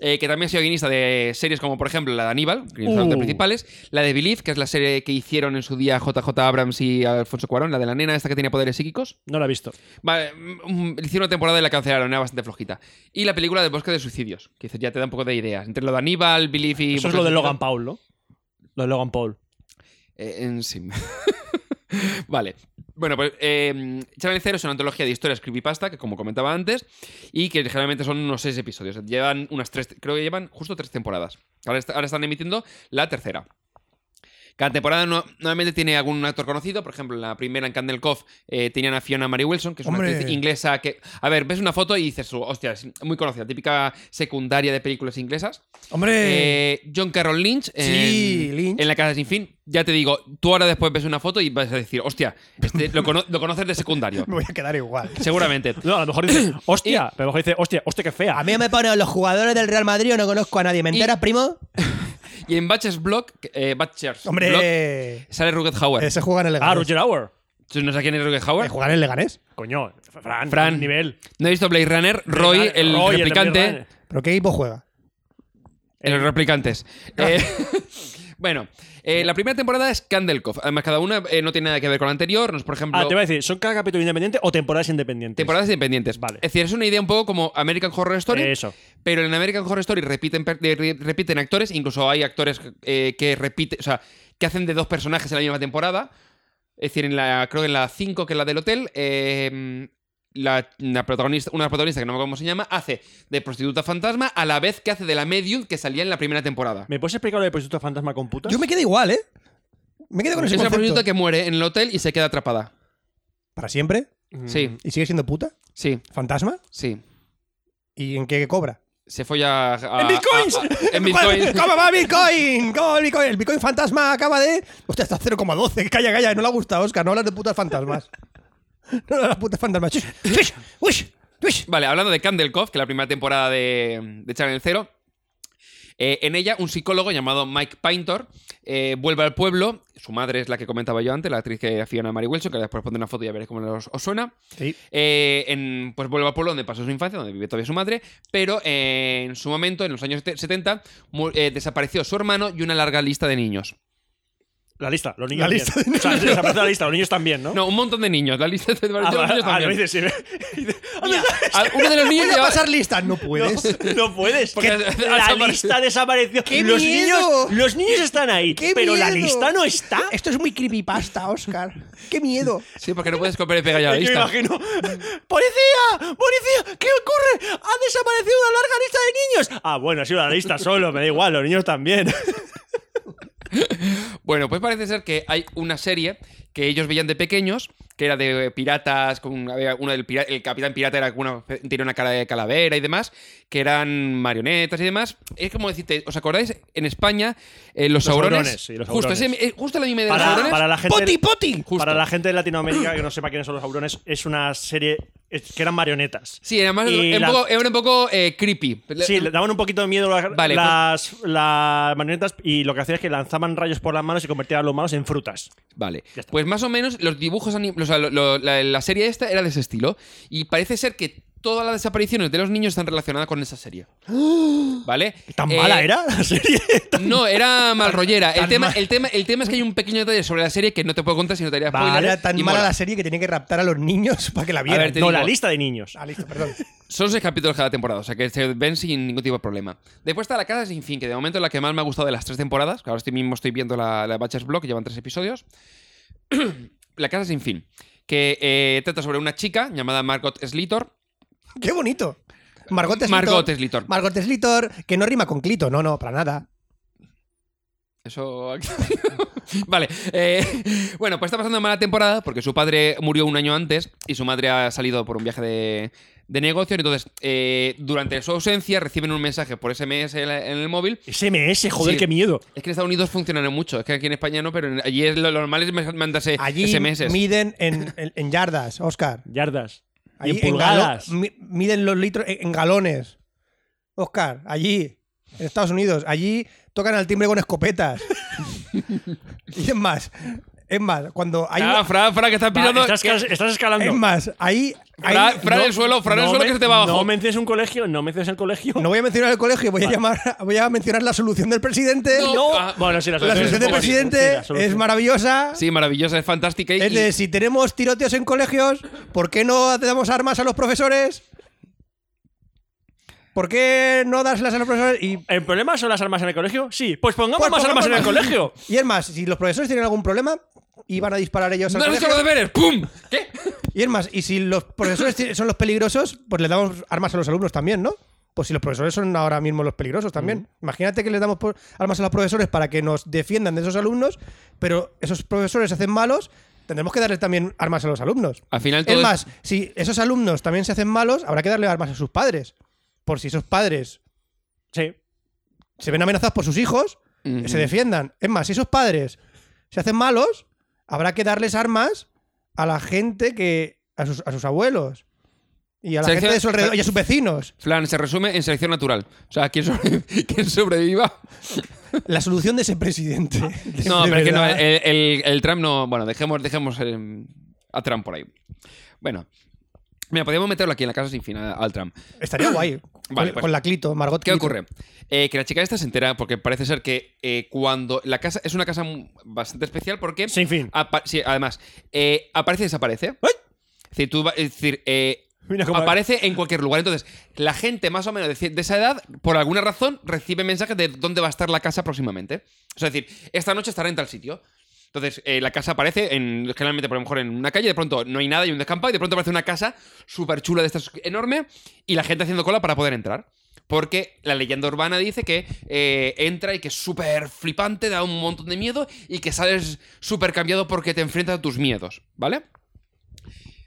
Speaker 1: eh, que también ha sido guionista de series como, por ejemplo, la de Aníbal, que es una de las
Speaker 6: Uh.
Speaker 1: principales, la de Believe, que es la serie que hicieron en su día JJ Abrams y Alfonso Cuarón, la de la nena esta que tenía poderes psíquicos.
Speaker 6: No la he visto.
Speaker 1: Vale, mm, mm, hicieron una temporada y la cancelaron, era bastante flojita. Y la película de Bosque de Suicidios, que dices, ya te da un poco de ideas. Entre lo de Aníbal, Believe y... pues
Speaker 6: Eso es
Speaker 1: Bosque
Speaker 6: lo de
Speaker 1: Suicidios.
Speaker 6: Logan Paul, ¿no? Lo de Logan Paul.
Speaker 1: Eh, en sí. [laughs] vale. Bueno, pues eh, Channel Zero es una antología de historias creepypasta, que como comentaba antes, y que generalmente son unos seis episodios. Llevan unas tres, creo que llevan justo tres temporadas. Ahora, est- ahora están emitiendo la tercera. Cada temporada no- normalmente tiene algún actor conocido. Por ejemplo, en la primera, en Candle Cove, eh, tenían a Fiona Mary Wilson, que es una
Speaker 5: Hombre.
Speaker 1: actriz inglesa que... A ver, ves una foto y dices, hostia, es muy conocida, típica secundaria de películas inglesas.
Speaker 5: Hombre.
Speaker 1: Eh, John Carroll Lynch,
Speaker 5: Sí,
Speaker 1: en,
Speaker 5: Lynch.
Speaker 1: en La Casa Sin Fin. Ya te digo, tú ahora después ves una foto y vas a decir, hostia, este lo, cono- lo conoces de
Speaker 6: [laughs]
Speaker 1: secundario.
Speaker 5: me voy a quedar igual.
Speaker 1: Seguramente.
Speaker 6: No, a lo
Speaker 1: [coughs]
Speaker 6: mejor dices, hostia. Pero a lo mejor dices, hostia, hostia, qué fea.
Speaker 5: A mí me ponen los jugadores del Real Madrid, yo no conozco a nadie. ¿Me
Speaker 1: Y-
Speaker 5: enteras, primo?
Speaker 1: Y en Batches Block, eh, Batchers Block,
Speaker 5: Hombre.
Speaker 1: sale Rugged Hauer.
Speaker 5: Ese juega en el
Speaker 6: Ah,
Speaker 5: Leganés.
Speaker 6: Roger Hour.
Speaker 1: Yo No sé quién es Rugged
Speaker 5: Eh,
Speaker 1: Hauer.
Speaker 5: ¿Jugar en el Leganés?
Speaker 6: Coño, Fran,
Speaker 1: Fran.
Speaker 6: un nivel.
Speaker 1: No he visto Blade Runner. Roy,
Speaker 6: Blade Runner,
Speaker 1: el
Speaker 6: Roy, el de
Speaker 1: replicante.
Speaker 6: Blade Runner.
Speaker 5: ¿Pero qué equipo juega?
Speaker 1: En los replicantes.
Speaker 6: Ah.
Speaker 1: Eh, [laughs] bueno, eh, la primera temporada es Candlecove. Además, cada una eh, no tiene nada que ver con la anterior. No es, por ejemplo,
Speaker 6: Ah, te voy a decir, ¿son cada capítulo independiente o temporadas independientes?
Speaker 1: temporadas independientes.
Speaker 6: Vale.
Speaker 1: Es decir, es una idea un poco como American Horror Story.
Speaker 6: Eso.
Speaker 1: Pero en American Horror Story repiten, per- de- re- repiten actores, incluso hay actores eh, que repiten, o sea, que hacen de dos personajes en la misma temporada. Es decir, en la, creo que en la 5, que es la del hotel, eh, la, la protagonista, una protagonista que no me acuerdo cómo se llama, hace de prostituta fantasma a la vez que hace de la medium que salía en la primera temporada.
Speaker 6: ¿Me puedes explicar lo de Prostituta Fantasma con putas?
Speaker 5: Yo me quedo igual, ¿eh? Me quedo con
Speaker 1: Es
Speaker 5: ese
Speaker 1: una
Speaker 5: concepto.
Speaker 1: prostituta que muere en el hotel y se queda atrapada.
Speaker 5: ¿Para siempre?
Speaker 1: Sí,
Speaker 5: ¿Y sigue siendo puta?
Speaker 1: sí,
Speaker 5: ¿Fantasma?
Speaker 1: sí.
Speaker 5: ¿Y en qué cobra?
Speaker 1: Se folla a- a-
Speaker 6: Ah,
Speaker 5: ¡En bitcoins!
Speaker 1: a-
Speaker 5: [laughs]
Speaker 1: a- en bitcoins.
Speaker 5: ¿Cómo va el bitcoin? ¿Cómo va el bitcoin? El bitcoin fantasma acaba de... Hostia, está a 0,12. Calla, calla. No le ha gustado, Oscar. No hablas de putas
Speaker 6: [laughs]
Speaker 5: fantasmas. No hablas de putas fantasmas. Shush, shush, uish, uish.
Speaker 1: Vale, hablando de Candlecove, que es la primera temporada de, de Channel Zero. Eh, en ella, un psicólogo llamado Mike Painter eh, vuelve al pueblo. Su madre es la que comentaba yo antes, la actriz que hacía Ana Mary Wilson, que después pondré una foto y ya veréis cómo os, os suena.
Speaker 5: Sí.
Speaker 1: Eh, en- pues vuelve al pueblo donde pasó su infancia, donde vive todavía su madre, pero eh, en su momento, en los años 70, mu- eh, desapareció su hermano y una larga lista de niños.
Speaker 6: La lista, los niños.
Speaker 5: La lista
Speaker 6: también.
Speaker 5: de
Speaker 6: O sea, desaparece la lista, los niños también, ¿no?
Speaker 1: No, un montón de niños. La lista de
Speaker 6: Ah,
Speaker 1: de los
Speaker 6: vale,
Speaker 1: niños
Speaker 6: ah,
Speaker 1: también.
Speaker 6: lo dices, sí. [laughs] Dices,
Speaker 1: Mira, a- uno de los niños
Speaker 5: Voy a
Speaker 1: llevaba-
Speaker 5: pasar lista. No puedes.
Speaker 6: No, no puedes.
Speaker 1: Porque
Speaker 6: que
Speaker 1: has- has
Speaker 6: la
Speaker 1: aparecido.
Speaker 6: lista desapareció.
Speaker 5: ¡Qué
Speaker 6: los,
Speaker 5: miedo!
Speaker 6: Niños, los niños están ahí,
Speaker 5: ¡Qué
Speaker 6: pero la
Speaker 5: miedo!
Speaker 6: lista no está.
Speaker 5: Esto es muy creepypasta, Oscar. ¡Qué miedo!
Speaker 1: Sí, porque no puedes copiar y pegar ya la
Speaker 6: Es que me
Speaker 1: lista.
Speaker 6: imagino. ¡Policía! ¡Policía! ¿Qué ocurre? ¡Ha desaparecido una larga lista de niños! Ah, bueno, ha sido la lista solo, me da igual, los
Speaker 5: [laughs]
Speaker 6: niños también.
Speaker 1: Bueno, pues parece ser que hay una serie que ellos veían de pequeños, que era de piratas, con había uno del pira- el capitán pirata era con una, tenía una cara de calavera y demás, que eran marionetas y demás. Es como decirte, ¿os acordáis? En España, eh, los, saurones,
Speaker 6: saurones, sí, los
Speaker 1: justo,
Speaker 6: saurones.
Speaker 1: ese- eh, justo la misma idea de los
Speaker 6: Para,
Speaker 1: saurones.
Speaker 6: para la gente.
Speaker 5: ¡Poti, poti!
Speaker 1: Justo.
Speaker 6: Para la gente de Latinoamérica que no sepa quiénes son los aurones, es una serie es- que eran marionetas.
Speaker 1: Sí, era, más-
Speaker 6: Y
Speaker 1: era
Speaker 6: la-
Speaker 1: un poco, era un poco, eh, creepy.
Speaker 6: Sí, le daban un poquito de miedo la-
Speaker 1: Vale, pues-
Speaker 6: las, las marionetas y lo que hacían es que lanzaban rayos por las manos y convertían a los malos en frutas.
Speaker 1: Vale.
Speaker 6: Ya está.
Speaker 1: Pues más o menos los dibujos, anim- o sea, lo- lo- la, la serie esta era de ese estilo. Y parece ser que todas las desapariciones de los niños están relacionadas con esa
Speaker 6: [gasps]
Speaker 1: serie. ¿Vale?
Speaker 6: ¿Tan
Speaker 1: Eh,
Speaker 6: mala era la serie?
Speaker 1: No,
Speaker 6: [laughs]
Speaker 1: era mal rollera. El
Speaker 5: tan
Speaker 1: tema,
Speaker 5: mal.
Speaker 1: el, tema, el tema es que hay un pequeño detalle sobre la serie que no te puedo contar si no te haría
Speaker 6: Vale,
Speaker 1: spoiler.
Speaker 5: Era tan
Speaker 1: y
Speaker 5: mala
Speaker 1: mola.
Speaker 5: la serie que tenía que raptar a los niños [laughs] para que la
Speaker 1: A
Speaker 5: vieran.
Speaker 1: ver, te
Speaker 6: no,
Speaker 1: digo-
Speaker 6: la lista de niños.
Speaker 5: Ah, listo, perdón.
Speaker 1: Son seis capítulos cada temporada, o sea que se ven sin ningún tipo de problema. Después está La Casa Sin Fin, que de momento es la que más me ha gustado de las tres temporadas. que Ahora estoy mismo estoy viendo la, la Batches Block, que llevan tres episodios. [clears throat] la Casa Sin Fin, que eh, trata sobre una chica llamada Margot Slitor.
Speaker 5: ¡Qué bonito! Margot Slitor.
Speaker 1: Margot Slitor.
Speaker 5: Margot Slitor, que no rima con Clito. No, no, para nada.
Speaker 1: Eso. [laughs] vale. eh, bueno, pues está pasando mala temporada porque su padre murió un año antes y su madre ha salido por un viaje de, de negocio. Entonces, eh, durante su ausencia reciben un mensaje por SMS en la- en el móvil
Speaker 6: SMS, joder,
Speaker 1: Sí.
Speaker 6: qué miedo.
Speaker 1: Es que en Estados Unidos funcionan mucho. Es que aquí en España no, pero en- allí es lo lo normal es mandarse
Speaker 5: Allí
Speaker 1: SMS.
Speaker 5: miden en, en- en yardas, Oscar.
Speaker 6: Yardas. Y
Speaker 5: Allí
Speaker 6: en pulgadas.
Speaker 5: galo- mi- miden los litros en, en galones. Oscar, allí, en Estados Unidos, allí tocan al timbre con escopetas. [laughs] y es más, es más, cuando hay...
Speaker 1: Ah,
Speaker 5: una-
Speaker 1: Fran, Fran, que estás
Speaker 6: Va,
Speaker 1: pisando.
Speaker 6: estás,
Speaker 1: que-
Speaker 6: esca- estás escalando.
Speaker 5: es más, ahí... ahí-
Speaker 1: Fran, Fran el suelo, Fran el suelo
Speaker 6: me-
Speaker 1: que se te va abajo.
Speaker 6: No menciones un colegio, no menciones el colegio. [laughs]
Speaker 5: no voy a mencionar el colegio, voy a, llamar, voy a mencionar la solución del presidente.
Speaker 1: No. Ah,
Speaker 6: Bueno, sí, la
Speaker 5: La
Speaker 6: solución,
Speaker 5: solución del
Speaker 1: Sí,
Speaker 5: presidente es maravillosa.
Speaker 1: Sí, maravillosa, es fantástica. Y,
Speaker 6: Eh,
Speaker 5: Es de, si tenemos tiroteos en colegios, ¿por qué no damos armas a los profesores? ¿Por qué no daslas a los profesores? Y,
Speaker 6: ¿El problema son las armas en el colegio? Sí, pues pongamos
Speaker 5: Pues
Speaker 6: más
Speaker 5: pongamos
Speaker 6: armas en el
Speaker 5: más-
Speaker 6: colegio.
Speaker 5: y es más, si los profesores tienen algún problema, iban a disparar ellos
Speaker 1: no
Speaker 5: al
Speaker 1: has hecho
Speaker 5: colegio.
Speaker 1: los deberes. ¡Pum! ¿Qué?
Speaker 5: Y es más, y si los profesores ti- son los peligrosos, pues les damos armas a los alumnos también, ¿no? Pues si los profesores son ahora mismo los peligrosos también.
Speaker 6: Mm.
Speaker 5: Imagínate que les damos por- armas a los profesores para que nos defiendan de esos alumnos, pero esos profesores se hacen malos, tendremos que darles también armas a los alumnos.
Speaker 1: Al final todo
Speaker 5: Es
Speaker 1: es-
Speaker 5: más, si esos alumnos también se hacen malos, habrá que darle armas a sus padres. Por si esos padres
Speaker 6: Sí.
Speaker 5: se ven amenazados por sus hijos, que se defiendan. Es más, si esos padres se hacen malos, habrá que darles armas a la gente que. a sus, a sus abuelos. Y a la
Speaker 1: Selección-
Speaker 5: gente de su alrededor. Y a sus vecinos.
Speaker 1: Flan se resume en selección natural. O sea, quien, sobre- [laughs] quien
Speaker 5: [laughs]
Speaker 1: sobreviva.
Speaker 5: La solución de ese presidente.
Speaker 1: No,
Speaker 5: De
Speaker 1: pero es que no,
Speaker 5: verdad.
Speaker 1: el, el, el Trump no. Bueno, dejemos, dejemos eh, a Trump por ahí. Bueno. Mira, podríamos meterlo aquí en la casa sin fin a- al Trump.
Speaker 5: Estaría guay.
Speaker 1: Vale,
Speaker 5: con,
Speaker 1: pues-
Speaker 5: con la Clito, Margot.
Speaker 1: ¿Qué
Speaker 5: Clito.
Speaker 1: ocurre? Eh, que la chica esta se entera porque parece ser que eh, cuando la casa es una casa mu- bastante especial porque
Speaker 6: Sin fin.
Speaker 1: apa- sí, además eh, aparece y desaparece. Es decir, tú va- es decir eh,
Speaker 6: [laughs] Mira cómo-
Speaker 1: aparece en cualquier lugar. Entonces, la gente más o menos de, ci- de esa edad, por alguna razón, recibe mensajes de dónde va a estar la casa próximamente. O sea, es decir, esta noche estará en tal sitio. Entonces, eh, la casa aparece en, generalmente, por lo mejor, en una calle, de pronto no hay nada, hay un descampado, y de pronto aparece una casa súper chula de estas enorme, y la gente haciendo cola para poder entrar. Porque la leyenda urbana dice que eh, entra y que es súper flipante, da un montón de miedo, y que sales súper cambiado porque te enfrentas a tus miedos, ¿vale?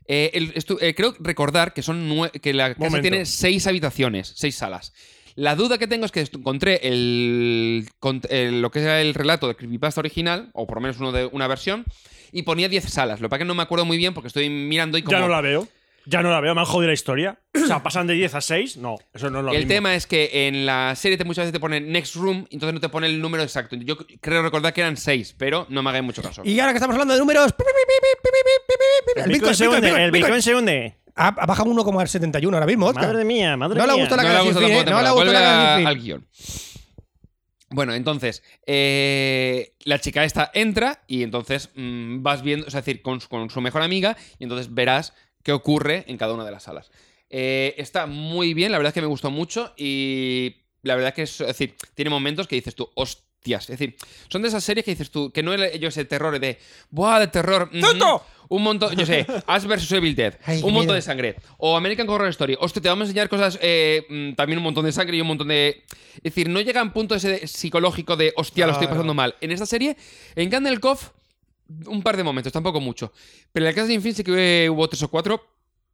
Speaker 1: Eh, el- estu- eh, creo recordar que son nue- que la casa
Speaker 6: Momento.
Speaker 1: tiene seis habitaciones, seis salas. La duda que tengo es que estu- encontré el, con- el- lo que era el relato de Creepypasta original, o por lo menos uno de, una versión, y ponía 10 salas. Lo que pasa que no me acuerdo muy bien porque estoy mirando y como...
Speaker 6: Ya no la veo. Ya no la veo, me han jodido la historia. O sea, pasan de 10 a 6. No, eso no es lo
Speaker 1: el
Speaker 6: mismo.
Speaker 1: tema es que en la serie te, muchas veces te ponen Next Room, entonces no te pone el número exacto. Yo creo recordar que eran seis, pero no me hagáis mucho caso.
Speaker 5: Y ahora que estamos hablando de números. pi, pi, pi, pi, pi, pi, pi, pi,
Speaker 6: El Bitcoin se hunde, el Bitcoin se hunde.
Speaker 5: Ha, ha bajado 1,71 ahora mismo, Óscar.
Speaker 6: Madre mía, madre
Speaker 5: No le
Speaker 6: mía.
Speaker 5: gusta la
Speaker 1: no le ha
Speaker 5: Galaxy
Speaker 1: gustado
Speaker 5: Fin, ¿eh?
Speaker 1: tampoco
Speaker 5: No
Speaker 1: la
Speaker 5: le ha
Speaker 1: temporada.
Speaker 5: gustado la
Speaker 1: Vuelve
Speaker 5: Galaxy
Speaker 1: a-
Speaker 5: Fin.
Speaker 1: al guión. Bueno, entonces, eh, la chica esta entra y entonces mm, vas viendo, o sea, es decir, con, su- con su mejor amiga y entonces verás qué ocurre en cada una de las salas. Eh, está muy bien, la verdad es que me gustó mucho y la verdad que es, es decir, tiene momentos que dices tú, hostias, es decir, son de esas series que dices tú, que no es yo sé, terror de, ¡buah, de terror! mm,
Speaker 5: ¡Tonto!
Speaker 1: Un montón, yo
Speaker 5: [laughs]
Speaker 1: sé, Ash vs Evil Dead,
Speaker 5: Ay,
Speaker 1: un montón
Speaker 5: mira.
Speaker 1: de sangre. O American Horror Story. Hostia, te vamos a enseñar cosas. eh, mm, también un montón de sangre y un montón de. Es decir, no llega a un punto ese de- psicológico de hostia, lo estoy
Speaker 5: Claro.
Speaker 1: pasando mal. En esta serie, en Candle Cove, un par de momentos, tampoco mucho. Pero en la casa de Infin sí que eh, hubo tres o cuatro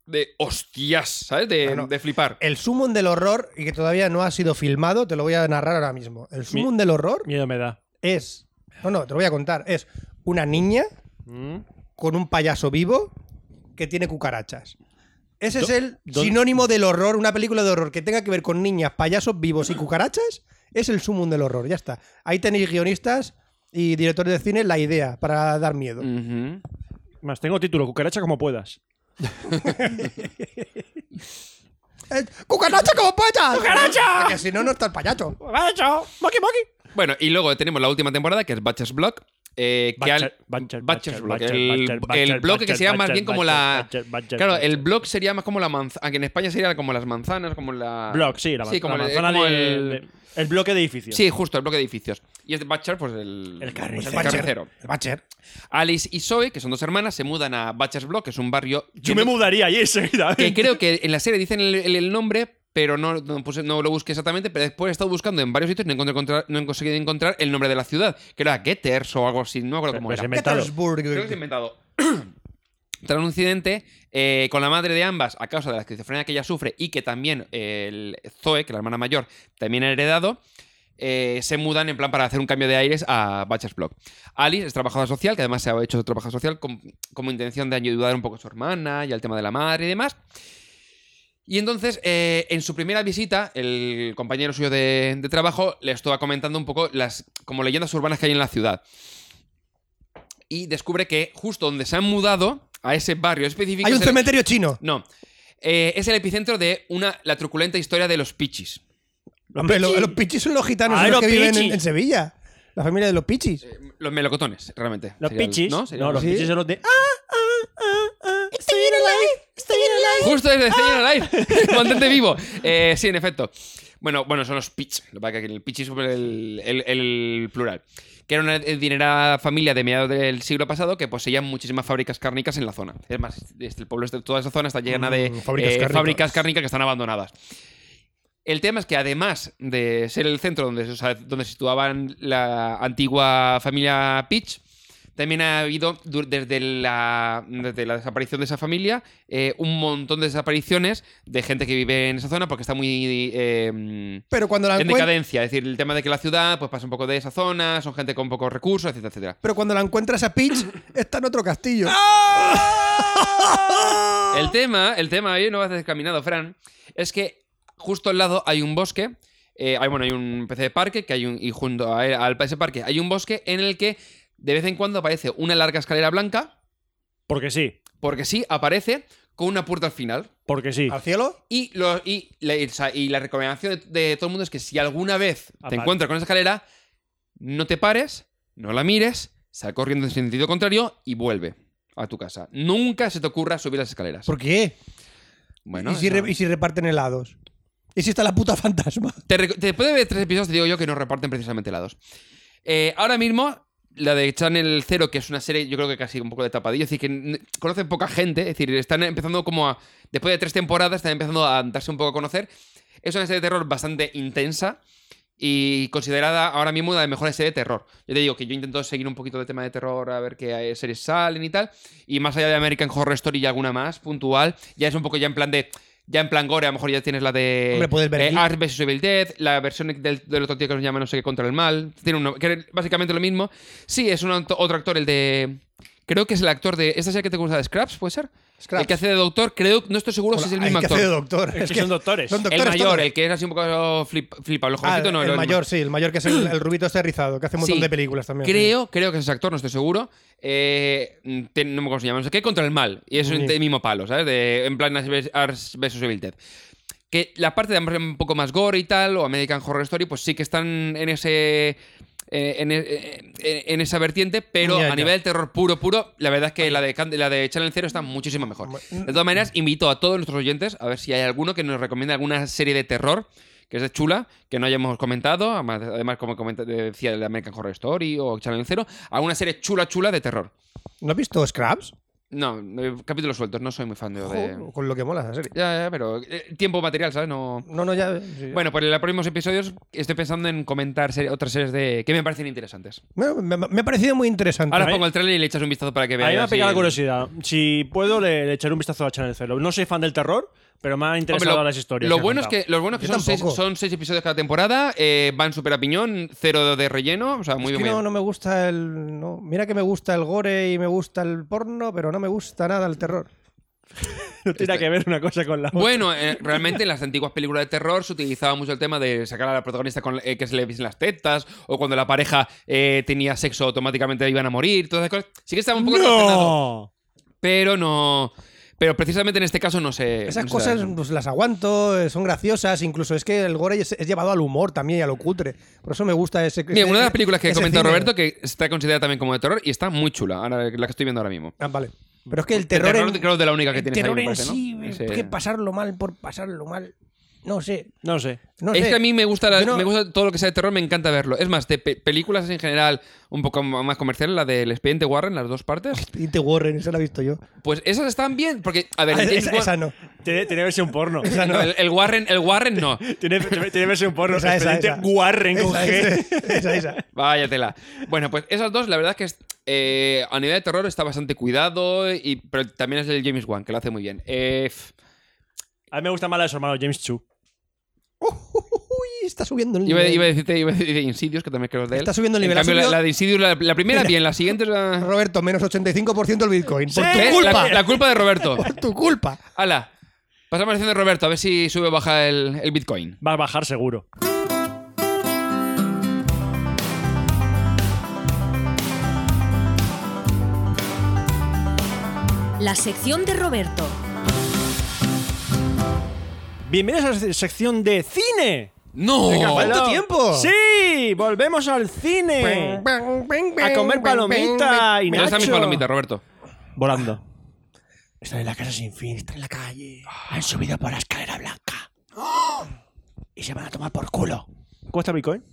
Speaker 1: de hostias, ¿sabes? De,
Speaker 5: Bueno,
Speaker 1: de flipar.
Speaker 5: El sumum del horror, y que todavía no ha sido filmado, te lo voy a narrar ahora mismo. El sumum del horror
Speaker 6: Miedo me da.
Speaker 5: es. No, no, te lo voy a contar. Es una niña
Speaker 6: Mm.
Speaker 5: con un payaso vivo que tiene cucarachas. Ese es el
Speaker 6: do-
Speaker 5: sinónimo del horror, una película de horror que tenga que ver con niñas, payasos vivos y cucarachas, es el sumum del horror, ya está. Ahí tenéis guionistas y directores de cine la idea para dar miedo.
Speaker 6: Mm.
Speaker 1: Ujú.
Speaker 6: Más, tengo título, cucaracha como puedas.
Speaker 5: Eh, ¡Cucaracha como payas! ¡Cucaracha! Que si no, no está el payaso.
Speaker 6: ¡Cucaracha! ¡Moki, moki!
Speaker 1: Bueno, y luego tenemos la última temporada, que es Batches Block. eh, que
Speaker 6: Batcher,
Speaker 1: al-
Speaker 6: Batcher,
Speaker 1: Batcher's
Speaker 6: Batcher,
Speaker 1: Block,
Speaker 6: Batcher,
Speaker 1: el-
Speaker 6: Batcher,
Speaker 1: el
Speaker 6: Batcher,
Speaker 1: bloque que
Speaker 6: Batcher,
Speaker 1: se llama más
Speaker 6: Batcher,
Speaker 1: bien como
Speaker 6: Batcher,
Speaker 1: la
Speaker 6: Batcher, Batcher,
Speaker 1: claro
Speaker 6: Batcher.
Speaker 1: el blog sería más como la manzana aunque en España sería como las manzanas como la
Speaker 6: Block, sí, la,
Speaker 1: Ah. como
Speaker 6: la
Speaker 1: el-
Speaker 6: manzana
Speaker 1: como
Speaker 6: de-
Speaker 1: el-
Speaker 6: de- el bloque de edificios.
Speaker 1: sí justo el bloque de edificios y es de Batcher pues el pues,
Speaker 6: carnicero.
Speaker 1: el carnicero.
Speaker 5: El Batcher.
Speaker 1: Alice y Zoe que son dos hermanas se mudan a Batcher's Block que es un barrio
Speaker 6: Yo me
Speaker 1: lleno-
Speaker 6: mudaría ahí [laughs] enseguida.
Speaker 1: que creo que en la serie dicen el, el- el nombre, pero no, no, puse- no lo busqué exactamente. Pero después he estado buscando en varios sitios y no, encontré- encontrar- no he conseguido encontrar el nombre de la ciudad, que era Getters o algo así, no me acuerdo cómo
Speaker 6: Pero se
Speaker 1: era.
Speaker 6: me- Inventado.
Speaker 5: Gettysburg.
Speaker 1: Creo que se ha inventado. [clears throat] Tras un incidente eh, con la madre de ambas a causa de la esquizofrenia que ella sufre y que también eh, el Zoe, que la hermana mayor, también ha heredado, eh, se mudan en plan para hacer un cambio de aires a Batcher's Block. Alice es trabajadora social, que además se ha hecho trabajadora social con- como intención de ayudar un poco a su hermana y al tema de la madre y demás. Y entonces, eh, en su primera visita, el compañero suyo de, de trabajo le estaba comentando un poco las como leyendas urbanas que hay en la ciudad. Y descubre que justo donde se han mudado, a ese barrio específico...
Speaker 5: Hay un
Speaker 1: es el-
Speaker 5: cementerio chino.
Speaker 1: No. Eh, es el epicentro de una, la truculenta historia de los pichis.
Speaker 5: Hombre, lo- los pichis son los gitanos
Speaker 6: Ah,
Speaker 5: son los
Speaker 6: los
Speaker 5: que viven en,
Speaker 6: pichis.
Speaker 5: en Sevilla. La familia de los pichis.
Speaker 1: Los melocotones, realmente.
Speaker 6: Los
Speaker 1: Sería el-
Speaker 6: pichis.
Speaker 1: ¿no?
Speaker 6: No,
Speaker 1: Sería-
Speaker 6: los
Speaker 5: Sí.
Speaker 6: pichis son los de. ¡Ah!
Speaker 1: Justo desde Staying [laughs] Alive. Mantente vivo. Eh, sí, en efecto. Bueno, bueno, son los Pitch. Lo que pasa es que el Pitch es el, el- el plural. Que era una dinerada familia de mediados del siglo pasado que poseían muchísimas fábricas cárnicas en la zona. Es más, este- el pueblo, este- toda esa zona está llena de
Speaker 5: Mm, fábricas
Speaker 1: eh,
Speaker 5: cárnicas.
Speaker 1: fábricas cárnicas que están abandonadas. El tema es que además de ser el centro donde, se- o sea, donde se situaban la antigua familia Peach, también ha habido du- desde la, desde la desaparición de esa familia eh, un montón de desapariciones de gente que vive en esa zona porque está muy eh,
Speaker 5: Pero cuando la
Speaker 1: en
Speaker 5: encuentran.
Speaker 1: decadencia. Es decir, el tema de que la ciudad pues pasa un poco de esa zona, son gente con pocos recursos, etcétera, etcétera.
Speaker 5: Pero cuando la encuentras
Speaker 1: [laughs]
Speaker 5: a Peach, está en otro castillo.
Speaker 1: Ah. El tema, el tema, ahí no vas descaminado, Fran, es que justo al lado hay un bosque. eh, hay, bueno, hay un PC de parque que hay un, y junto a él- al PC parque hay un bosque en el que de vez en cuando aparece una larga escalera blanca,
Speaker 6: Porque sí,
Speaker 1: porque sí, aparece con una puerta al final.
Speaker 6: porque sí.
Speaker 5: ¿Al cielo?
Speaker 1: Y, lo- y, la, o sea, y la recomendación de, de todo el mundo es que si alguna vez te
Speaker 6: Aparte.
Speaker 1: encuentras con esa escalera, no te pares, no la mires, sal corriendo en sentido contrario y vuelve a tu casa. Nunca se te ocurra subir las escaleras.
Speaker 5: ¿Por qué?
Speaker 1: Bueno,
Speaker 5: ¿Y, si
Speaker 1: eso-
Speaker 5: re- y si reparten helados? ¿Y si está la puta fantasma?
Speaker 1: Te reco- después de ver tres episodios, te digo yo que nos reparten precisamente helados. Eh, ahora mismo, la de Channel Zero, que es una serie, yo creo que casi un poco de tapadillo, es decir, que n- conocen poca gente, es decir, están empezando como a. Después de tres temporadas, están empezando a darse un poco a conocer. Es una serie de terror bastante intensa y considerada ahora mismo una de las mejores series de terror. Yo te digo que yo intento seguir un poquito de tema de terror, a ver qué eh, series salen y tal. Y más allá de American Horror Story y alguna más, puntual, ya es un poco ya en plan de. Ya en plan gore, a lo mejor ya tienes la de.
Speaker 5: Hombre, puedes ver
Speaker 1: eh,
Speaker 5: Glee.
Speaker 1: Art vs Evil Dead, la versión del, del otro tío que nos llama no sé qué contra el mal. Tiene uno. Que es básicamente lo mismo. Sí, es un, aut- otro actor, el de. creo que es el actor de. ¿Esta serie que te gusta de Scraps, puede ser?
Speaker 5: Scraps.
Speaker 1: El que hace de doctor, creo, no estoy seguro si Pues es el
Speaker 5: Hay
Speaker 1: mismo
Speaker 5: que
Speaker 1: actor.
Speaker 5: hacer de doctor.
Speaker 6: Es que son doctores.
Speaker 5: son
Speaker 6: El
Speaker 1: el
Speaker 5: doctores
Speaker 1: mayor,
Speaker 5: todos.
Speaker 1: el que es así un poco flip, flipa, el
Speaker 5: Ah,
Speaker 1: jovencito no.
Speaker 5: el
Speaker 1: no,
Speaker 5: mayor, sí, el mayor que es
Speaker 1: [laughs]
Speaker 5: el, el rubito este rizado, que hace un montón
Speaker 1: Sí.
Speaker 5: de películas también.
Speaker 1: Creo, creo que es ese actor, no estoy seguro. Eh, te- no me acuerdo cómo se llama, no sé qué, contra el mal. Y es un el mismo palo, ¿sabes? De, en plan Ash vs- Ash vs Evil Dead. Que la parte de un poco más gore y tal, o American Horror Story, pues sí que están en ese. eh, En, eh, en esa vertiente, pero
Speaker 5: Ya,
Speaker 1: a
Speaker 5: ya.
Speaker 1: nivel terror puro, puro, la verdad es que la de, Can- la de Channel Zero está muchísimo mejor. De todas maneras, invito a todos nuestros oyentes a ver si hay alguno que nos recomiende alguna serie de terror que es de chula, que no hayamos comentado, además, además, como comenta- decía el American Horror Story o Channel Zero, alguna serie chula, chula de terror.
Speaker 5: ¿No has visto Scraps?
Speaker 1: No, eh, capítulos sueltos, no soy muy fan de... de-
Speaker 5: Jo, con lo que mola esa serie.
Speaker 1: Ya, ya, pero eh, tiempo material, ¿sabes? No...
Speaker 5: No, no, ya. sí.
Speaker 1: Bueno, pues en los próximos episodios estoy pensando en comentar serie- otras series de que me parecen interesantes.
Speaker 5: Bueno, me, me ha parecido muy interesante.
Speaker 1: Ahora pongo el trailer y le echas un vistazo para que
Speaker 6: A
Speaker 1: veas.
Speaker 6: mí me ha
Speaker 1: si-
Speaker 6: pegado la curiosidad. Si puedo, le, le echaré un vistazo a Channel Zero. No soy fan del terror, pero me han
Speaker 1: Hombre,
Speaker 6: interesado las historias.
Speaker 1: Lo
Speaker 6: han
Speaker 1: bueno es
Speaker 6: contado.
Speaker 1: que, los buenos que
Speaker 5: Yo
Speaker 1: son, seis,
Speaker 5: tampoco.
Speaker 1: son seis episodios cada temporada, eh, van súper a piñón, cero de relleno, o sea, muy
Speaker 5: Es que
Speaker 1: bien.
Speaker 5: no, no me gusta el. no. Mira que me gusta el gore y me gusta el porno, pero no me gusta nada el terror.
Speaker 1: Eh,
Speaker 6: No [laughs]
Speaker 1: este-
Speaker 6: tiene que ver una cosa con la otra.
Speaker 1: Bueno, eh, realmente en las antiguas películas de terror se utilizaba mucho el tema de sacar a la protagonista con, eh, que se le viesen las tetas, o cuando la pareja eh, tenía sexo automáticamente iban a morir, todas esas cosas. Sí que estaba un poco relacionado,
Speaker 6: ¡No!
Speaker 1: pero no... Pero precisamente en este caso no sé...
Speaker 5: Esas
Speaker 1: no sé
Speaker 5: cosas
Speaker 1: eso.
Speaker 5: pues, las aguanto, eh, son graciosas, incluso es que el gore es, es llevado al humor también y a lo cutre. Por eso me gusta ese.
Speaker 1: Mira,
Speaker 5: ese-
Speaker 1: una de las películas que ha
Speaker 5: ese
Speaker 1: comentado
Speaker 5: cine.
Speaker 1: Roberto que está considerada también como de terror y está muy chula, ahora, la que estoy viendo ahora mismo.
Speaker 5: Ah, vale. Pero es que el
Speaker 1: El
Speaker 5: terror. en-
Speaker 1: creo que es de la única que
Speaker 5: el
Speaker 1: tienes
Speaker 5: terror
Speaker 1: ahí, me
Speaker 5: en
Speaker 1: parece, ¿no?
Speaker 5: sí,
Speaker 1: Ese-
Speaker 5: que pasarlo mal por pasarlo mal. No sé.
Speaker 6: No sé.
Speaker 5: No
Speaker 1: es
Speaker 5: sé.
Speaker 1: que a mí me gusta, la-
Speaker 5: Yo no-
Speaker 1: me gusta todo lo que sea de terror, me encanta verlo. Es más, de pe- películas en general un poco más comerciales, la del expediente Warren, las dos partes,
Speaker 5: Y te Warren, esa la he visto yo.
Speaker 1: pues esas están bien, porque, a ver,
Speaker 5: Ah,
Speaker 1: el, James
Speaker 5: esa,
Speaker 1: Wa-
Speaker 5: esa no.
Speaker 6: Tiene, tiene versión
Speaker 1: [laughs]
Speaker 6: porno.
Speaker 1: no, el- el Warren, el Warren no.
Speaker 6: Tiene, tiene versión porno.
Speaker 5: Esa, esa,
Speaker 6: Expediente
Speaker 5: esa.
Speaker 6: Warren con
Speaker 5: Esa,
Speaker 6: G.
Speaker 5: esa, esa, esa. [laughs]
Speaker 1: Vaya tela. Bueno, pues esas dos, la verdad es que es- eh, a nivel de terror está bastante cuidado, y, pero también es el James Wan, que lo hace muy bien. Eh, f-
Speaker 6: A mí me gusta más la de su hermano James Chu.
Speaker 5: Uy, está subiendo el
Speaker 1: iba,
Speaker 5: nivel.
Speaker 1: iba a decirte, iba a decir de Insidious, que también creo que es de él.
Speaker 5: Está subiendo el nivel,
Speaker 1: En
Speaker 5: ha
Speaker 1: cambio, la-
Speaker 5: subido-
Speaker 1: la, de Insidious, la, la primera, bien, la siguiente es la...
Speaker 5: Roberto, menos 85% el Bitcoin. Por
Speaker 6: Sí.
Speaker 5: tu
Speaker 1: ¿Ves?
Speaker 5: culpa.
Speaker 1: La, la culpa de Roberto.
Speaker 5: Por tu culpa.
Speaker 1: Hala. Pasamos a la sección de Roberto, a ver si sube o baja el, el Bitcoin.
Speaker 6: Va a bajar seguro.
Speaker 7: La sección de Roberto.
Speaker 6: Bienvenidos a la se- sección de cine.
Speaker 1: ¡No!
Speaker 5: ¿Cuánto
Speaker 6: Hola.
Speaker 5: tiempo?
Speaker 6: ¡Sí! ¡Volvemos al cine! A comer palomita y
Speaker 1: ¿Dónde están mis
Speaker 6: nacho.
Speaker 1: palomitas, Roberto?
Speaker 6: Volando. Está en la casa sin fin, está en la calle. Han subido por la escalera blanca. Y se van a tomar por culo. ¿Cómo está Bitcoin?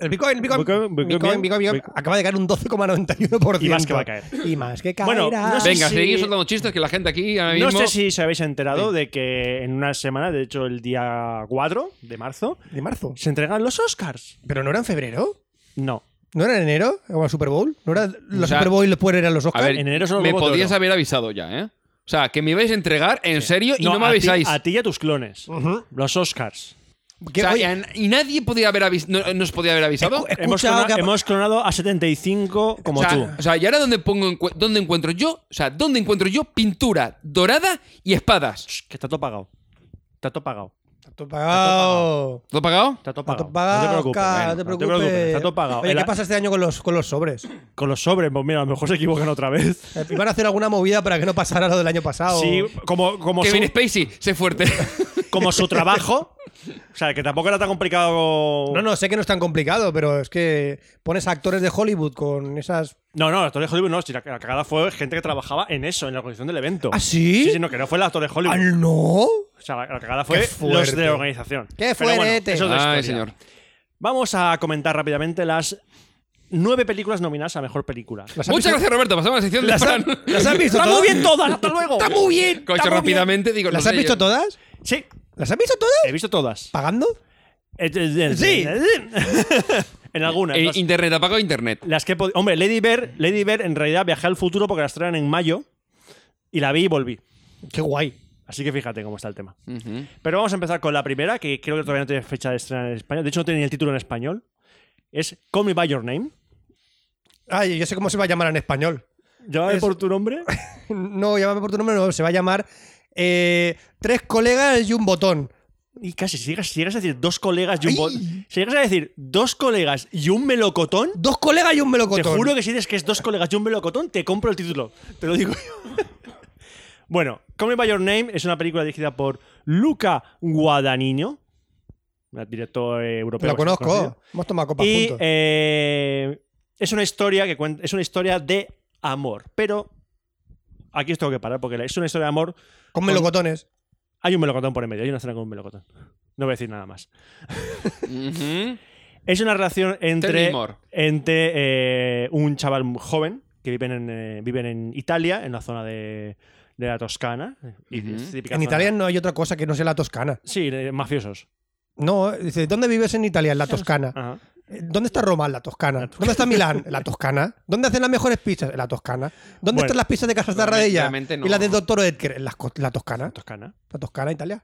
Speaker 5: El Bitcoin, el Bitcoin.
Speaker 6: Bitcoin, Bitcoin,
Speaker 5: Bitcoin,
Speaker 6: bien.
Speaker 5: Bitcoin, Bitcoin.
Speaker 6: Bitcoin.
Speaker 5: Acaba de caer un 12,91%.
Speaker 6: Y más que va a caer.
Speaker 5: Y más que caerá.
Speaker 6: Bueno, no sé
Speaker 1: Venga,
Speaker 6: Sí.
Speaker 1: seguís soltando chistes que la gente aquí ahora mismo...
Speaker 6: No sé si se habéis enterado de que en una semana, de hecho el día 4 de marzo,
Speaker 5: De marzo.
Speaker 6: se entregan los Oscars.
Speaker 5: ¿Pero no era en febrero?
Speaker 6: No.
Speaker 5: ¿No era en enero? ¿O el Super Bowl? ¿No era los
Speaker 1: sea,
Speaker 5: Super Bowl después eran los
Speaker 1: A
Speaker 5: Oscars?
Speaker 1: ver,
Speaker 6: En enero son los
Speaker 1: me
Speaker 6: Globos de
Speaker 1: podías
Speaker 6: Oro.
Speaker 1: haber avisado ya, ¿eh? O sea, que me ibais a entregar en serio y no, me
Speaker 6: a ti-
Speaker 1: avisáis.
Speaker 6: A ti y a tus clones.
Speaker 5: Ujú.
Speaker 6: Los Oscars.
Speaker 1: O
Speaker 5: Que,
Speaker 1: sea,
Speaker 5: oye,
Speaker 1: y a- y nadie podía haber avis- no- nos podía haber avisado.
Speaker 5: Escu- He
Speaker 6: Hemos,
Speaker 5: escuchado
Speaker 6: clona-
Speaker 5: que-
Speaker 6: hemos clonado a 75 como
Speaker 1: o sea,
Speaker 6: tú.
Speaker 1: o sea, y ahora dónde pongo encu- dónde encuentro yo, o sea, dónde encuentro yo pintura dorada y espadas.
Speaker 6: Shh, Que está todo pagado. Está todo pagado.
Speaker 5: Está pagado.
Speaker 1: ¿Todo pagado?
Speaker 6: Está todo
Speaker 5: Está
Speaker 6: pagado.
Speaker 5: todo pagado,
Speaker 6: no te preocupes.
Speaker 5: Oscar,
Speaker 6: bueno,
Speaker 5: no te
Speaker 6: preocupes.
Speaker 5: preocupes.
Speaker 6: Está todo pagado.
Speaker 5: Oye,
Speaker 6: El-
Speaker 5: ¿qué pasa este año con los, con los sobres?
Speaker 6: Con los sobres, pues mira, a lo mejor se equivocan otra vez.
Speaker 5: Eh, ¿Iban a hacer alguna movida para que no pasara lo del año pasado?
Speaker 6: Sí, como, como,
Speaker 1: Kevin
Speaker 6: su,
Speaker 1: Spacey, sé [laughs] fuerte.
Speaker 6: como su trabajo. O sea, que tampoco era tan complicado.
Speaker 5: No, no, sé que no es tan complicado, pero es que pones a actores de Hollywood con esas.
Speaker 6: No, no, el actor de Hollywood no. si la, la cagada fue gente que trabajaba en eso, en la organización del evento.
Speaker 5: ¿Ah, sí?
Speaker 6: Sí, sí, no, que no fue el actor de Hollywood.
Speaker 5: ¡Ah, no!
Speaker 6: O sea, la, la cagada
Speaker 5: Qué
Speaker 6: fue
Speaker 5: fuerte.
Speaker 6: los de la organización.
Speaker 5: Qué
Speaker 6: Pero bueno,
Speaker 5: fuerete.
Speaker 6: eso es otra
Speaker 1: Ay,
Speaker 6: historia.
Speaker 1: señor.
Speaker 6: Vamos a comentar rápidamente las nueve películas nominadas a mejor película.
Speaker 5: ¿Las has
Speaker 1: Muchas
Speaker 5: visto-
Speaker 1: gracias, Roberto. Pasamos a la sección de
Speaker 5: ¿Las,
Speaker 1: Fran.
Speaker 5: has-
Speaker 1: [laughs]
Speaker 5: las has visto
Speaker 6: ¡Está
Speaker 5: todas?
Speaker 6: muy bien todas! ¡Hasta luego!
Speaker 5: ¡Está muy bien!
Speaker 1: Coche,
Speaker 5: está muy bien!
Speaker 1: rápidamente digo. no
Speaker 5: ¿Las
Speaker 1: sé,
Speaker 5: has visto
Speaker 1: yo-
Speaker 5: todas?
Speaker 6: Sí,
Speaker 5: ¿Las has visto todas?
Speaker 6: he visto todas.
Speaker 5: ¿Pagando?
Speaker 6: Sí. [laughs] en algunas.
Speaker 1: Eh,
Speaker 6: las-
Speaker 1: internet, apago internet.
Speaker 6: Las que he pod- Hombre, Lady Bird, Lady Bird, en realidad viajé al futuro porque las traen en mayo y la vi y volví.
Speaker 5: ¡Qué guay!
Speaker 6: Así que fíjate cómo está el tema.
Speaker 1: Ujú.
Speaker 6: Pero vamos a empezar con la primera, que creo que todavía no tiene fecha de estreno en España. De hecho, no tiene ni el título en español. Es Call Me By Your Name.
Speaker 5: Ay, yo sé cómo se va a llamar en español.
Speaker 6: Llámame
Speaker 5: Es-
Speaker 6: por tu nombre.
Speaker 5: No, llámame por tu nombre, no, se va a llamar eh, Tres colegas y un botón.
Speaker 6: Y casi, si llegas, si llegas a decir dos colegas y un bot- Si llegas a decir dos colegas y un melocotón,
Speaker 5: Dos colegas y un melocotón.
Speaker 6: te juro que si dices que es dos colegas y un melocotón, te compro el título. Te lo digo yo. [laughs] bueno, Call Me By Your Name es una película dirigida por Luca Guadagnino, un director eh,
Speaker 5: Lo
Speaker 6: europeo. bastante
Speaker 5: conozco.
Speaker 6: conocido.
Speaker 5: Hemos tomado copas
Speaker 6: y
Speaker 5: juntos.
Speaker 6: eh, es una historia que cuen- es una historia de amor, pero aquí os tengo que parar porque es una historia de amor
Speaker 5: con melocotones.
Speaker 6: hay un melocotón por en medio, hay una escena con un melocotón. No voy a decir nada más.
Speaker 1: Ujú.
Speaker 6: Es una relación entre,
Speaker 1: Moore.
Speaker 6: entre eh, un chaval muy joven que viven en, eh, viven en Italia, en la zona de, de la Toscana. Y
Speaker 1: Ujú.
Speaker 6: es típica
Speaker 5: En
Speaker 6: zona-
Speaker 5: Italia no hay otra cosa que no sea la toscana.
Speaker 6: Sí, eh, mafiosos.
Speaker 5: No, dice, ¿dónde vives en Italia? En la toscana.
Speaker 6: Ajá.
Speaker 5: Eh, ¿Dónde está Roma? En la Toscana. ¿Dónde está Milán? En la Toscana. ¿Dónde hacen las mejores pizzas? En la Toscana. ¿Dónde
Speaker 6: Bueno.
Speaker 5: están las pizzas de Casa Tarradella?
Speaker 1: Realmente no.
Speaker 5: Y las de Doctor Edgar. En las co- la, Toscana.
Speaker 6: Toscana.
Speaker 5: La Toscana, Italia.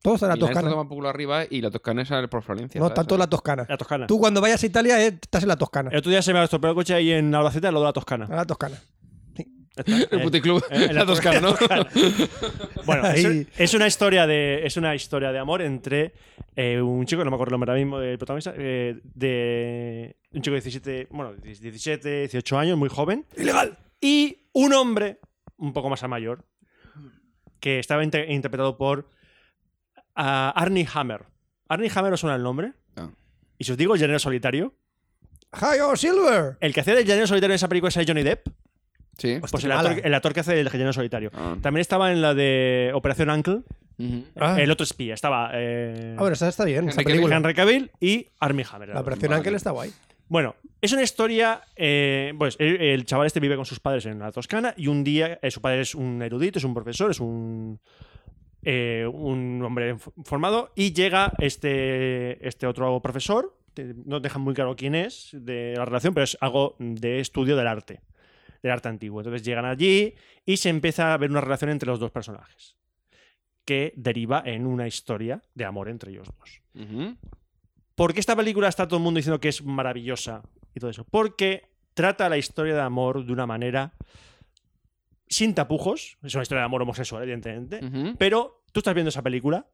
Speaker 5: Todo está en la
Speaker 1: Milán está
Speaker 5: Toscana.
Speaker 1: tomando un poco arriba y la Toscana es por Florencia.
Speaker 5: No,
Speaker 1: ¿sabes?
Speaker 5: está todo en la Toscana.
Speaker 6: La Toscana.
Speaker 5: Tú cuando vayas a Italia eh, estás en la Toscana.
Speaker 6: El otro día se me ha estropeado el coche ahí en Albacete, al lado de la
Speaker 5: En [laughs]
Speaker 6: Toscana.
Speaker 5: la Toscana.
Speaker 1: El puticlub.
Speaker 6: Eh, en
Speaker 1: la Toscana, ¿no?
Speaker 6: Bueno, es,
Speaker 5: Ahí.
Speaker 6: es una historia de es una historia de amor entre eh, un chico, no me acuerdo el nombre ahora mismo del protagonista, eh, de un chico de 17, bueno, 17, 18 años, muy joven. ¡Ilegal! Y un hombre un poco más a mayor que estaba inter- interpretado por ah, Arnie Hammer. Arnie Hammer os suena el nombre?
Speaker 1: No.
Speaker 6: Y si os digo el llanero solitario,
Speaker 5: ¡Hayo Silver!
Speaker 6: el que hacía del llanero solitario en esa película es el Johnny Depp,
Speaker 1: [laughs] Sí.
Speaker 6: pues el
Speaker 5: qué mala.
Speaker 6: actor, el actor que hace el llanero solitario.
Speaker 1: Ah.
Speaker 6: También estaba en la de Operación Uncle.
Speaker 1: Ujú.
Speaker 5: Ah.
Speaker 6: El otro espía estaba eh,
Speaker 5: Ah, bueno, esa está bien. esa
Speaker 1: Henry
Speaker 5: película.
Speaker 6: Henry Cavill y Armie Hammer.
Speaker 5: La operación
Speaker 1: Vale.
Speaker 5: Ángel está guay.
Speaker 6: Bueno, es una historia. eh, pues el, el chaval este vive con sus padres en la Toscana y un día eh, su padre es un erudito, es un profesor, es un eh, un hombre f- formado y llega este este otro profesor. te- No dejan muy claro quién es de la relación, pero es algo de estudio del arte, del arte antiguo. Entonces llegan allí y se empieza a ver una relación entre los dos personajes que deriva en una historia de amor entre ellos dos.
Speaker 1: Ujú.
Speaker 6: ¿Por qué esta película está todo el mundo diciendo que es maravillosa y todo eso? Porque trata la historia de amor de una manera sin tapujos. Es una historia de amor homosexual, evidentemente.
Speaker 1: Ujú.
Speaker 6: Pero tú estás viendo esa película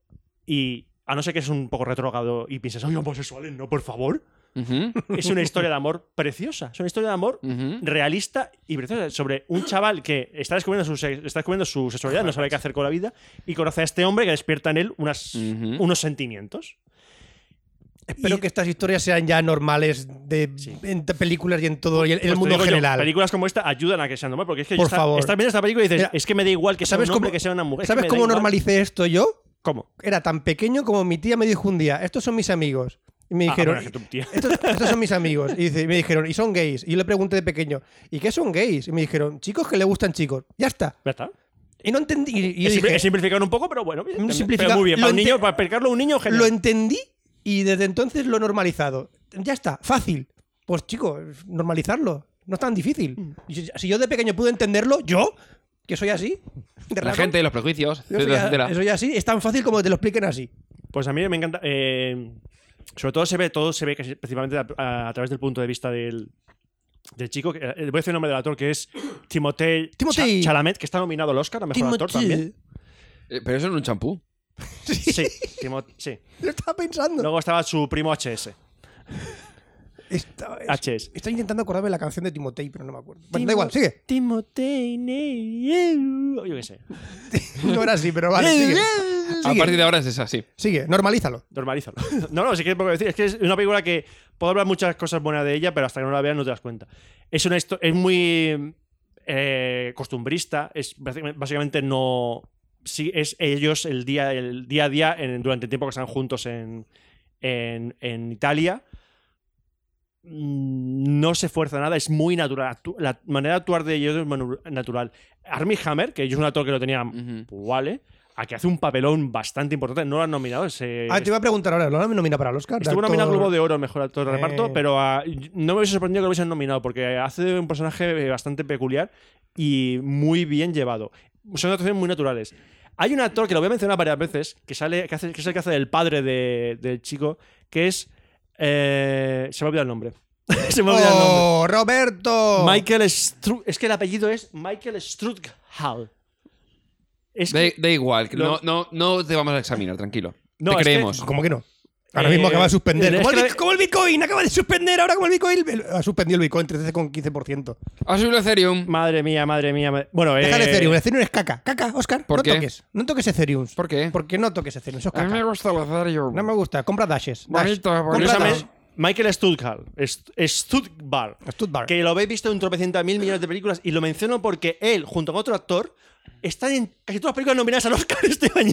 Speaker 6: y a no ser que es un poco retrógrado y piensas, ¡ay, homosexuales, no, por favor!
Speaker 1: Ujú.
Speaker 6: Es una historia de amor preciosa. Es una historia de amor
Speaker 1: Ujú.
Speaker 6: realista y preciosa sobre un chaval que está descubriendo su, sex- está descubriendo su sexualidad, no sabe qué hacer con la vida y conoce a este hombre que despierta en él unas,
Speaker 1: Ujú.
Speaker 6: unos sentimientos.
Speaker 5: Espero
Speaker 6: Y-
Speaker 5: que estas historias sean ya normales de,
Speaker 6: Sí.
Speaker 5: en t- películas y en todo y en en el
Speaker 6: Pues te
Speaker 5: mundo
Speaker 6: digo yo,
Speaker 5: general.
Speaker 6: películas como esta ayudan a que sean normales, porque es que yo
Speaker 5: Por
Speaker 6: está-
Speaker 5: favor.
Speaker 6: estás viendo esta película y dices,
Speaker 5: Mira,
Speaker 6: es que me da igual que sea
Speaker 5: ¿sabes
Speaker 6: un hombre,
Speaker 5: cómo-
Speaker 6: que sea una mujer. es que
Speaker 5: ¿Sabes
Speaker 6: me da
Speaker 5: cómo
Speaker 6: igual". Ah,
Speaker 5: normalicé esto yo?
Speaker 6: ¿Cómo?
Speaker 5: Era tan pequeño como mi tía me dijo un día, estos son mis amigos. Y me
Speaker 6: Ah,
Speaker 5: dijeron,
Speaker 6: bueno, es que tú, tío.
Speaker 5: estos, estos son mis amigos. Y dice- y me dijeron, y son gays. Y yo le pregunté de pequeño, ¿y qué son gays? Y me dijeron, chicos que le gustan chicos. Ya está.
Speaker 6: Ya está.
Speaker 5: Y no entendí. Y, y
Speaker 6: Es,
Speaker 5: yo
Speaker 6: simpli-
Speaker 5: dije,
Speaker 6: es simplificar un poco, pero bueno. bien,
Speaker 5: simplifica-
Speaker 6: pero muy bien.
Speaker 5: lo
Speaker 6: Para, un niño,
Speaker 5: ente-
Speaker 6: para explicarlo a un niño,
Speaker 5: lo
Speaker 6: genial.
Speaker 5: entendí y desde entonces lo he normalizado. Ya está, fácil. Pues chicos, normalizarlo. No es tan
Speaker 6: Mm.
Speaker 5: difícil. Y Si si yo de pequeño pude entenderlo, yo, que soy así, de
Speaker 1: La
Speaker 5: raro,
Speaker 1: gente, los prejuicios,
Speaker 5: yo soy,
Speaker 1: etcétera, etcétera.
Speaker 5: soy así, es tan fácil como te lo expliquen así.
Speaker 6: Pues a mí me encanta. eh, sobre todo se ve, todo se ve casi- principalmente a, a través del punto de vista del, del chico. que- eh, voy a decir el nombre del actor, que es Timothée
Speaker 5: Timothée.
Speaker 6: Cha- Chalamet, que está nominado al Oscar a mejor
Speaker 5: [laughs]
Speaker 6: actor también.
Speaker 1: Eh, Pero eso es un champú.
Speaker 6: Sí, Timo- sí.
Speaker 5: Lo estaba pensando.
Speaker 6: Luego estaba su primo HS.
Speaker 5: Estaba- es-
Speaker 6: HS.
Speaker 5: estoy intentando acordarme de la canción de Timotei, pero no me acuerdo. Bueno, da igual, sigue.
Speaker 6: Timotei Neu- Yo qué sé.
Speaker 5: [laughs] No era así,
Speaker 1: [laughs]
Speaker 5: pero vale, sigue.
Speaker 1: A
Speaker 5: Sigue,
Speaker 1: partir de ahora es así.
Speaker 5: sigue, normalízalo.
Speaker 6: Normalízalo. [laughs] No, no, sí que es poco que decir. Es que es una película que puedo hablar muchas cosas buenas de ella, pero hasta que no la veas no te das cuenta. Es una histo- es muy eh, costumbrista. Es básicamente- básicamente no. Sí, es ellos el día, el día a día en- durante el tiempo que están juntos en, en, en Italia. Mm, No se fuerza nada, es muy natural. Actu- La manera de actuar de ellos es manu- natural. Armie Hammer, que yo es un actor que lo tenía
Speaker 1: Ujú.
Speaker 6: Wale, a que hace un papelón bastante importante. No lo han nominado. Se,
Speaker 5: Ah, te iba a preguntar ahora, ¿lo han nominado para el Oscar? de
Speaker 6: estuvo nominado al
Speaker 5: actor?
Speaker 6: Globo de Oro, mejor actor de
Speaker 5: Eh.
Speaker 6: reparto, pero ah, no me hubiese sorprendido que lo hubiesen nominado, porque hace un personaje eh, bastante peculiar y muy bien llevado. Son actuaciones muy naturales. Hay un actor que lo voy a mencionar varias veces, que sale, que, hace- que es el que hace del padre de- del chico, que es. eh, se me ha olvidado el nombre. [laughs] Se me ha olvidado el nombre.
Speaker 5: ¡Oh, Roberto!
Speaker 6: Michael Stru- Es que el apellido es Michael Struthal. Es que-
Speaker 1: Da, da igual, que no,
Speaker 6: Lo-
Speaker 1: no, no te vamos a examinar, tranquilo.
Speaker 6: No,
Speaker 1: te
Speaker 6: es que-
Speaker 1: creemos.
Speaker 5: ¿Cómo que no? Ahora
Speaker 6: Eh,
Speaker 5: mismo acaba de suspender.
Speaker 6: es
Speaker 5: Como el,
Speaker 6: que
Speaker 5: Bit-
Speaker 6: la-
Speaker 5: como el Bitcoin, acaba de suspender ahora como el Bitcoin. el- Ha suspendido el Bitcoin 13,15%.
Speaker 1: Ha subido Ethereum.
Speaker 6: Madre mía, madre mía. madre- Bueno,
Speaker 5: Deja el
Speaker 6: eh,
Speaker 5: Ethereum. El Ethereum es caca. Caca, Oscar.
Speaker 1: ¿Por
Speaker 5: no
Speaker 1: qué?
Speaker 5: toques. No toques Ethereum.
Speaker 1: ¿Por qué?
Speaker 5: Porque no toques Ethereum. Eso es
Speaker 1: A mí
Speaker 5: caca.
Speaker 1: me gusta el Ethereum.
Speaker 5: No me gusta. Compra dashes. Dash.
Speaker 1: Bonito, bonito.
Speaker 5: Compra
Speaker 6: Curiosamente,
Speaker 5: dash.
Speaker 1: Cuéntanos.
Speaker 6: Michael Stuthal, Est- Stuthbar,
Speaker 5: Stuthbar.
Speaker 6: que lo habéis visto en tropecientas mil millones de películas y lo menciono porque él, junto con otro actor, están en casi todas las películas nominadas al Oscar este año.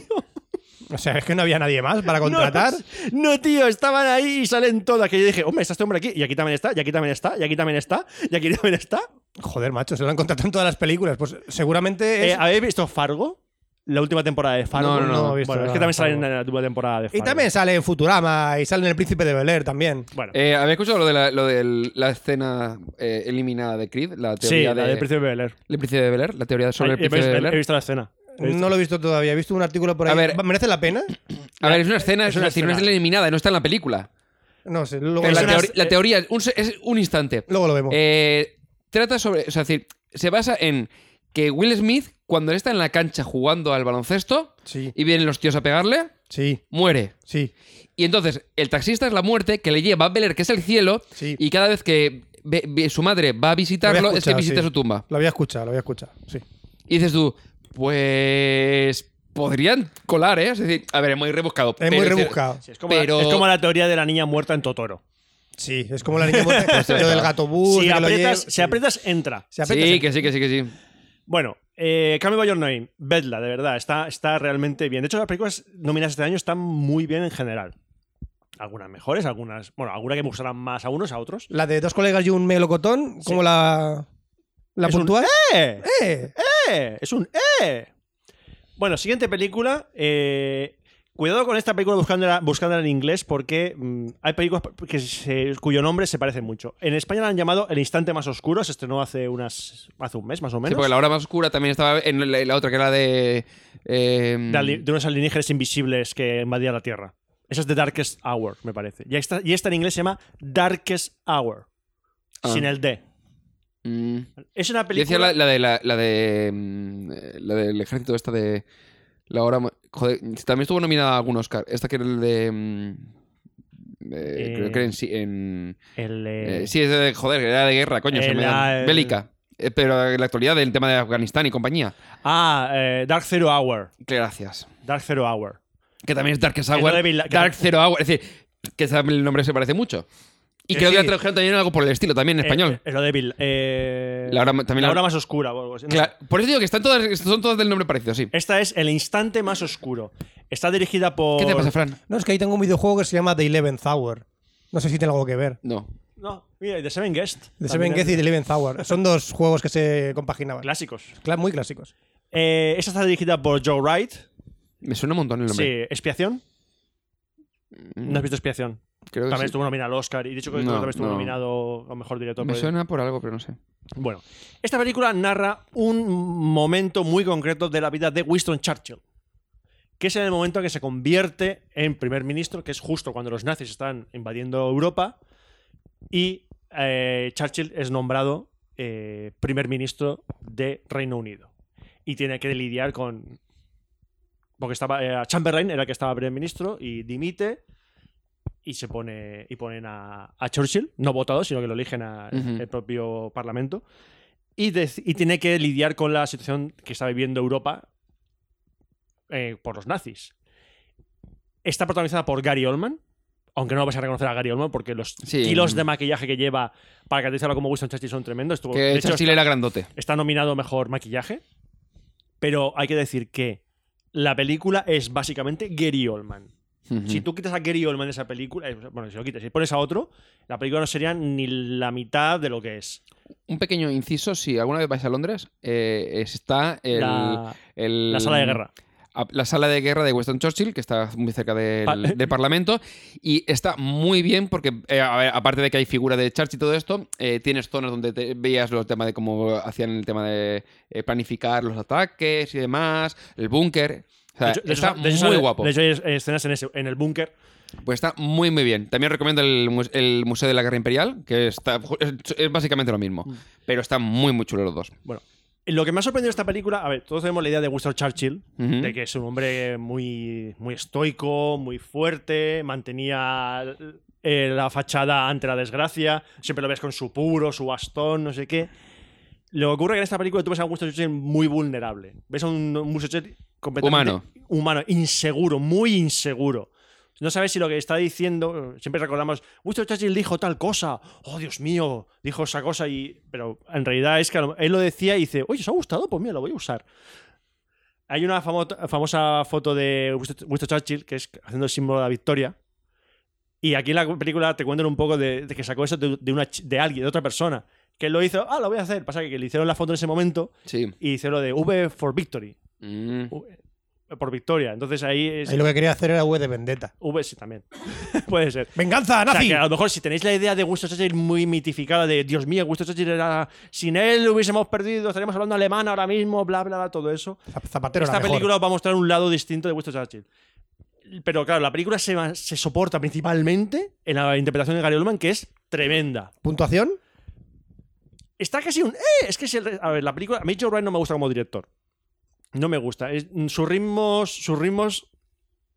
Speaker 5: O sea, es que no había nadie más para
Speaker 6: pues-
Speaker 5: contratar.
Speaker 6: No, no, tío, estaban ahí y salen todas. Que yo dije, hombre, está este hombre aquí, y aquí también está, y aquí también está, y aquí también está, y aquí también está.
Speaker 5: Joder, macho, se lo han contratado en todas las películas. Pues seguramente es...
Speaker 6: Eh, ¿Habéis visto Fargo? La última temporada de Fargo.
Speaker 1: No, no, no.
Speaker 5: No he visto
Speaker 6: bueno, es
Speaker 5: nada
Speaker 6: que
Speaker 5: de
Speaker 6: también sale en
Speaker 5: Fargo.
Speaker 6: la última temporada de
Speaker 5: y
Speaker 6: Fargo.
Speaker 5: también sale en Futurama y sale en El Príncipe de Bel Air también.
Speaker 6: Bueno,
Speaker 1: Eh, ¿Habéis escuchado lo de la, lo del- la escena eh, eliminada de Creed? La
Speaker 6: sí,
Speaker 1: teoría
Speaker 6: la
Speaker 1: de,
Speaker 6: del príncipe de Bel Air.
Speaker 1: ¿El príncipe de Bel Air? ¿La teoría sobre el
Speaker 6: He- he-
Speaker 1: príncipe de Bel
Speaker 6: he, he
Speaker 1: Air?
Speaker 6: visto la escena. He visto-
Speaker 5: No lo he visto todavía. He visto un artículo por ahí.
Speaker 1: A ver.
Speaker 5: ¿Va- ¿Merece la pena?
Speaker 1: A ver, es una escena, es
Speaker 6: una
Speaker 1: una, decir, una
Speaker 6: escena.
Speaker 1: escena eliminada, no está en la película.
Speaker 5: No sé. Luego,
Speaker 1: Pero
Speaker 5: la
Speaker 1: la,
Speaker 5: teoría-
Speaker 1: teori- la teoría es un, se- es un instante.
Speaker 5: luego lo vemos.
Speaker 1: Eh, trata sobre. O sea, es decir, se basa en que Will Smith, cuando él está en la cancha jugando al baloncesto
Speaker 5: sí,
Speaker 1: y vienen los tíos a pegarle,
Speaker 5: sí,
Speaker 1: muere.
Speaker 5: sí.
Speaker 1: Y entonces, el taxista es la muerte que le lleva a Beler, que es el cielo,
Speaker 5: Sí.
Speaker 1: y cada vez que ve- ve- su madre va a
Speaker 5: Lo
Speaker 1: visitarlo,
Speaker 5: había
Speaker 1: es que
Speaker 5: escuchado,
Speaker 1: visita
Speaker 5: sí.
Speaker 1: su tumba.
Speaker 5: Lo había escuchado, lo había escuchado. Sí.
Speaker 1: Y dices tú, pues. Podrían colar, ¿eh? Es decir, a ver, es muy rebuscado.
Speaker 5: Es
Speaker 1: pero
Speaker 5: muy
Speaker 1: decir,
Speaker 5: rebuscado.
Speaker 6: Sí, es, como
Speaker 1: Pero-
Speaker 6: la, es como la teoría de la niña muerta en Totoro.
Speaker 5: Sí, es como la niña muerta. lo del gato bus.
Speaker 6: si,
Speaker 5: Uh, que lo
Speaker 6: aprietas,
Speaker 5: lleva-
Speaker 6: si aprietas, entra.
Speaker 5: Si aprietas,
Speaker 1: Sí, que sí, que sí, que sí.
Speaker 6: Bueno, eh, Call Me By Your Name, vedla, de verdad, está, está realmente bien. De hecho, las películas nominadas este año están muy bien en general. Algunas mejores, algunas. Bueno, algunas que me gustarán más a unos, a otros.
Speaker 5: La de dos colegas y un melocotón, como la. La
Speaker 6: Es un-
Speaker 5: puntual.
Speaker 6: ¡Eh!
Speaker 5: ¡Eh!
Speaker 6: ¡Eh! Es un ¡eh! Bueno, siguiente película. eh, cuidado con esta película buscándola, buscándola en inglés porque mm, hay películas que se- cuyo nombre se parece mucho. En España la han llamado El Instante Más Oscuro. Se estrenó hace, unas, hace un mes, más o menos.
Speaker 1: Sí, porque la hora más oscura también estaba en la, la otra que era de. eh,
Speaker 6: de, ali- de unos alienígenas invisibles que invadían la Tierra. Esa es The Darkest Hour, me parece. Y esta, y esta en inglés se llama Darkest Hour.
Speaker 1: Ah.
Speaker 6: Sin el D.
Speaker 1: mm,
Speaker 6: Es una
Speaker 1: yo decía la,
Speaker 6: película.
Speaker 1: la de la, la de. mm, eh, La del ejército esta de. La hora. ma- Joder, también estuvo nominada a algún Oscar. Esta que era el de. mm, eh,
Speaker 6: Eh,
Speaker 1: creo que en. sí- en-
Speaker 6: el, eh,
Speaker 1: eh, sí, es de, joder, era de guerra, coño. se
Speaker 6: el-
Speaker 1: me da-
Speaker 6: el-
Speaker 1: Bélica. Eh, pero en la actualidad del tema de Afganistán y compañía.
Speaker 6: Ah, eh, Dark Zero Hour.
Speaker 1: Que gracias.
Speaker 6: Dark Zero Hour.
Speaker 1: Que también es Darkest
Speaker 6: Que no
Speaker 1: Hour.
Speaker 6: debe- que-
Speaker 1: Dark Zero Hour. Es decir, que también el nombre se parece mucho. Y
Speaker 6: Eh,
Speaker 1: creo que
Speaker 6: sí.
Speaker 1: la tradujeron también algo por el estilo, también en español.
Speaker 6: Eh, eh, lo débil. Eh,
Speaker 1: La hora ma- también
Speaker 6: La
Speaker 1: la-
Speaker 6: hora más oscura. o algo así, no
Speaker 1: Cla-
Speaker 6: sé.
Speaker 1: por eso digo que están todas, son todas del nombre parecido, sí.
Speaker 6: Esta es El Instante Más Oscuro. Está dirigida por.
Speaker 1: ¿Qué te pasa, Fran?
Speaker 5: No, es que ahí tengo un videojuego que se llama The Eleventh Hour. No sé si tiene algo que ver.
Speaker 1: No.
Speaker 6: No, mira, y The Seven Guest.
Speaker 5: The
Speaker 6: También
Speaker 5: Seven Guest y
Speaker 6: es-
Speaker 5: The Eleventh Hour. Son dos juegos que se compaginaban.
Speaker 6: Clásicos.
Speaker 5: Cla- Muy clásicos.
Speaker 6: Eh, esta está dirigida por Joe Wright.
Speaker 1: Me suena un montón el nombre. Mm,
Speaker 6: Sí, Expiación. No has visto Expiación.
Speaker 1: Creo que
Speaker 6: También
Speaker 1: sí.
Speaker 6: estuvo nominado al Oscar y dicho que
Speaker 1: No,
Speaker 6: también estuvo
Speaker 1: no.
Speaker 6: nominado a mejor director.
Speaker 1: Me
Speaker 6: por-
Speaker 1: suena por algo, pero no sé.
Speaker 6: Bueno, esta película narra un momento muy concreto de la vida de Winston Churchill, que es en el momento en que se convierte en primer ministro, que es justo cuando los nazis están invadiendo Europa y eh, Churchill es nombrado eh, primer ministro de Reino Unido y tiene que lidiar con porque estaba eh, Chamberlain era el que estaba primer ministro y dimite y se pone y ponen a, a Churchill no votado sino que lo eligen a-
Speaker 1: Ujú.
Speaker 6: el propio parlamento y, dec- y tiene que lidiar con la situación que está viviendo Europa eh, por los nazis está protagonizada por Gary Oldman aunque no vais a reconocer a Gary Oldman porque los
Speaker 1: Sí.
Speaker 6: kilos de maquillaje que lleva para caracterizarlo como Winston Churchill son tremendos Estuvo- de
Speaker 1: Que
Speaker 6: hecho,
Speaker 1: Churchill era grandote.
Speaker 6: está nominado a mejor maquillaje, pero hay que decir que la película es básicamente Gary Oldman.
Speaker 1: Ujú.
Speaker 6: Si tú quitas a Gary Oldman de esa película, eh, bueno, si lo quitas y pones a otro, la película no sería ni la mitad de lo que es.
Speaker 1: Un pequeño inciso, si alguna vez vais a Londres, eh, está el,
Speaker 6: la,
Speaker 1: el-
Speaker 6: la sala de guerra.
Speaker 1: a- la sala de guerra de Winston Churchill, que está muy cerca del,
Speaker 6: Pa- [laughs]
Speaker 1: del Parlamento, y está muy bien porque, eh, a ver, aparte de que hay figura de Churchill y todo esto, eh, tienes zonas donde te- veías los temas de cómo hacían el tema de eh, planificar los ataques y demás, el búnker. O sea,
Speaker 6: De hecho- de hecho-
Speaker 1: está
Speaker 6: de hecho
Speaker 1: muy
Speaker 6: sale-
Speaker 1: guapo.
Speaker 6: De hecho, hay es- escenas en, ese- en el búnker.
Speaker 1: Pues está muy, muy bien. También recomiendo el, mu- el Museo de la Guerra Imperial, que está es, es básicamente lo mismo.
Speaker 6: Mm.
Speaker 1: Pero están muy, muy chulos los dos.
Speaker 6: Bueno, lo que me ha sorprendido de esta película, a ver, todos tenemos la idea de Winston Churchill,
Speaker 1: Ujú.
Speaker 6: de que es un hombre muy, muy estoico, muy fuerte, mantenía eh, la fachada ante la desgracia, siempre lo ves con su puro, su bastón, no sé qué. Lo que ocurre es que en esta película tú ves a Winston Churchill muy vulnerable. Ves a un, un Winston Churchill completamente
Speaker 1: Humano.
Speaker 6: humano, inseguro, muy inseguro. No sabes si lo que está diciendo, siempre recordamos, Winston Churchill dijo tal cosa, oh Dios mío, dijo esa cosa, y pero en realidad es que a lo- él lo decía y dice, oye, ¿os ha gustado? Pues mira, lo voy a usar. Hay una famo- famosa foto de Winston Winston Churchill que es haciendo el símbolo de la victoria. Y aquí en la película te cuentan un poco de, de que sacó eso de, de una, ch- de alguien, de otra persona. Que él lo hizo, ah, lo voy a hacer. Pasa que le hicieron la foto en ese momento
Speaker 1: Sí.
Speaker 6: y hicieron lo de V for Victory.
Speaker 1: Mm.
Speaker 6: V- eh, por victoria. Entonces ahí es.
Speaker 5: Y lo que quería hacer era V de Vendetta.
Speaker 6: V sí también. [laughs] Puede ser.
Speaker 5: ¡Venganza,
Speaker 6: O sea,
Speaker 5: nazi!
Speaker 6: que a lo mejor si tenéis la idea de Winston Churchill muy mitificada de Dios mío, Winston Churchill era. Sin él hubiésemos perdido, estaríamos hablando alemán ahora mismo, bla, bla, bla, todo eso.
Speaker 5: Zap- Zapatero
Speaker 6: Esta
Speaker 5: era mejor.
Speaker 6: película os va a mostrar un lado distinto de Winston Churchill. Pero claro, la película se, va- se soporta principalmente en la interpretación de Gary Oldman, que es tremenda.
Speaker 5: ¿Puntuación?
Speaker 6: Está casi un. ¡Eh! Es que si el- a ver, la película. A mí Joe Wright no me gusta como director. No me gusta. Es- sus ritmos. Sus ritmos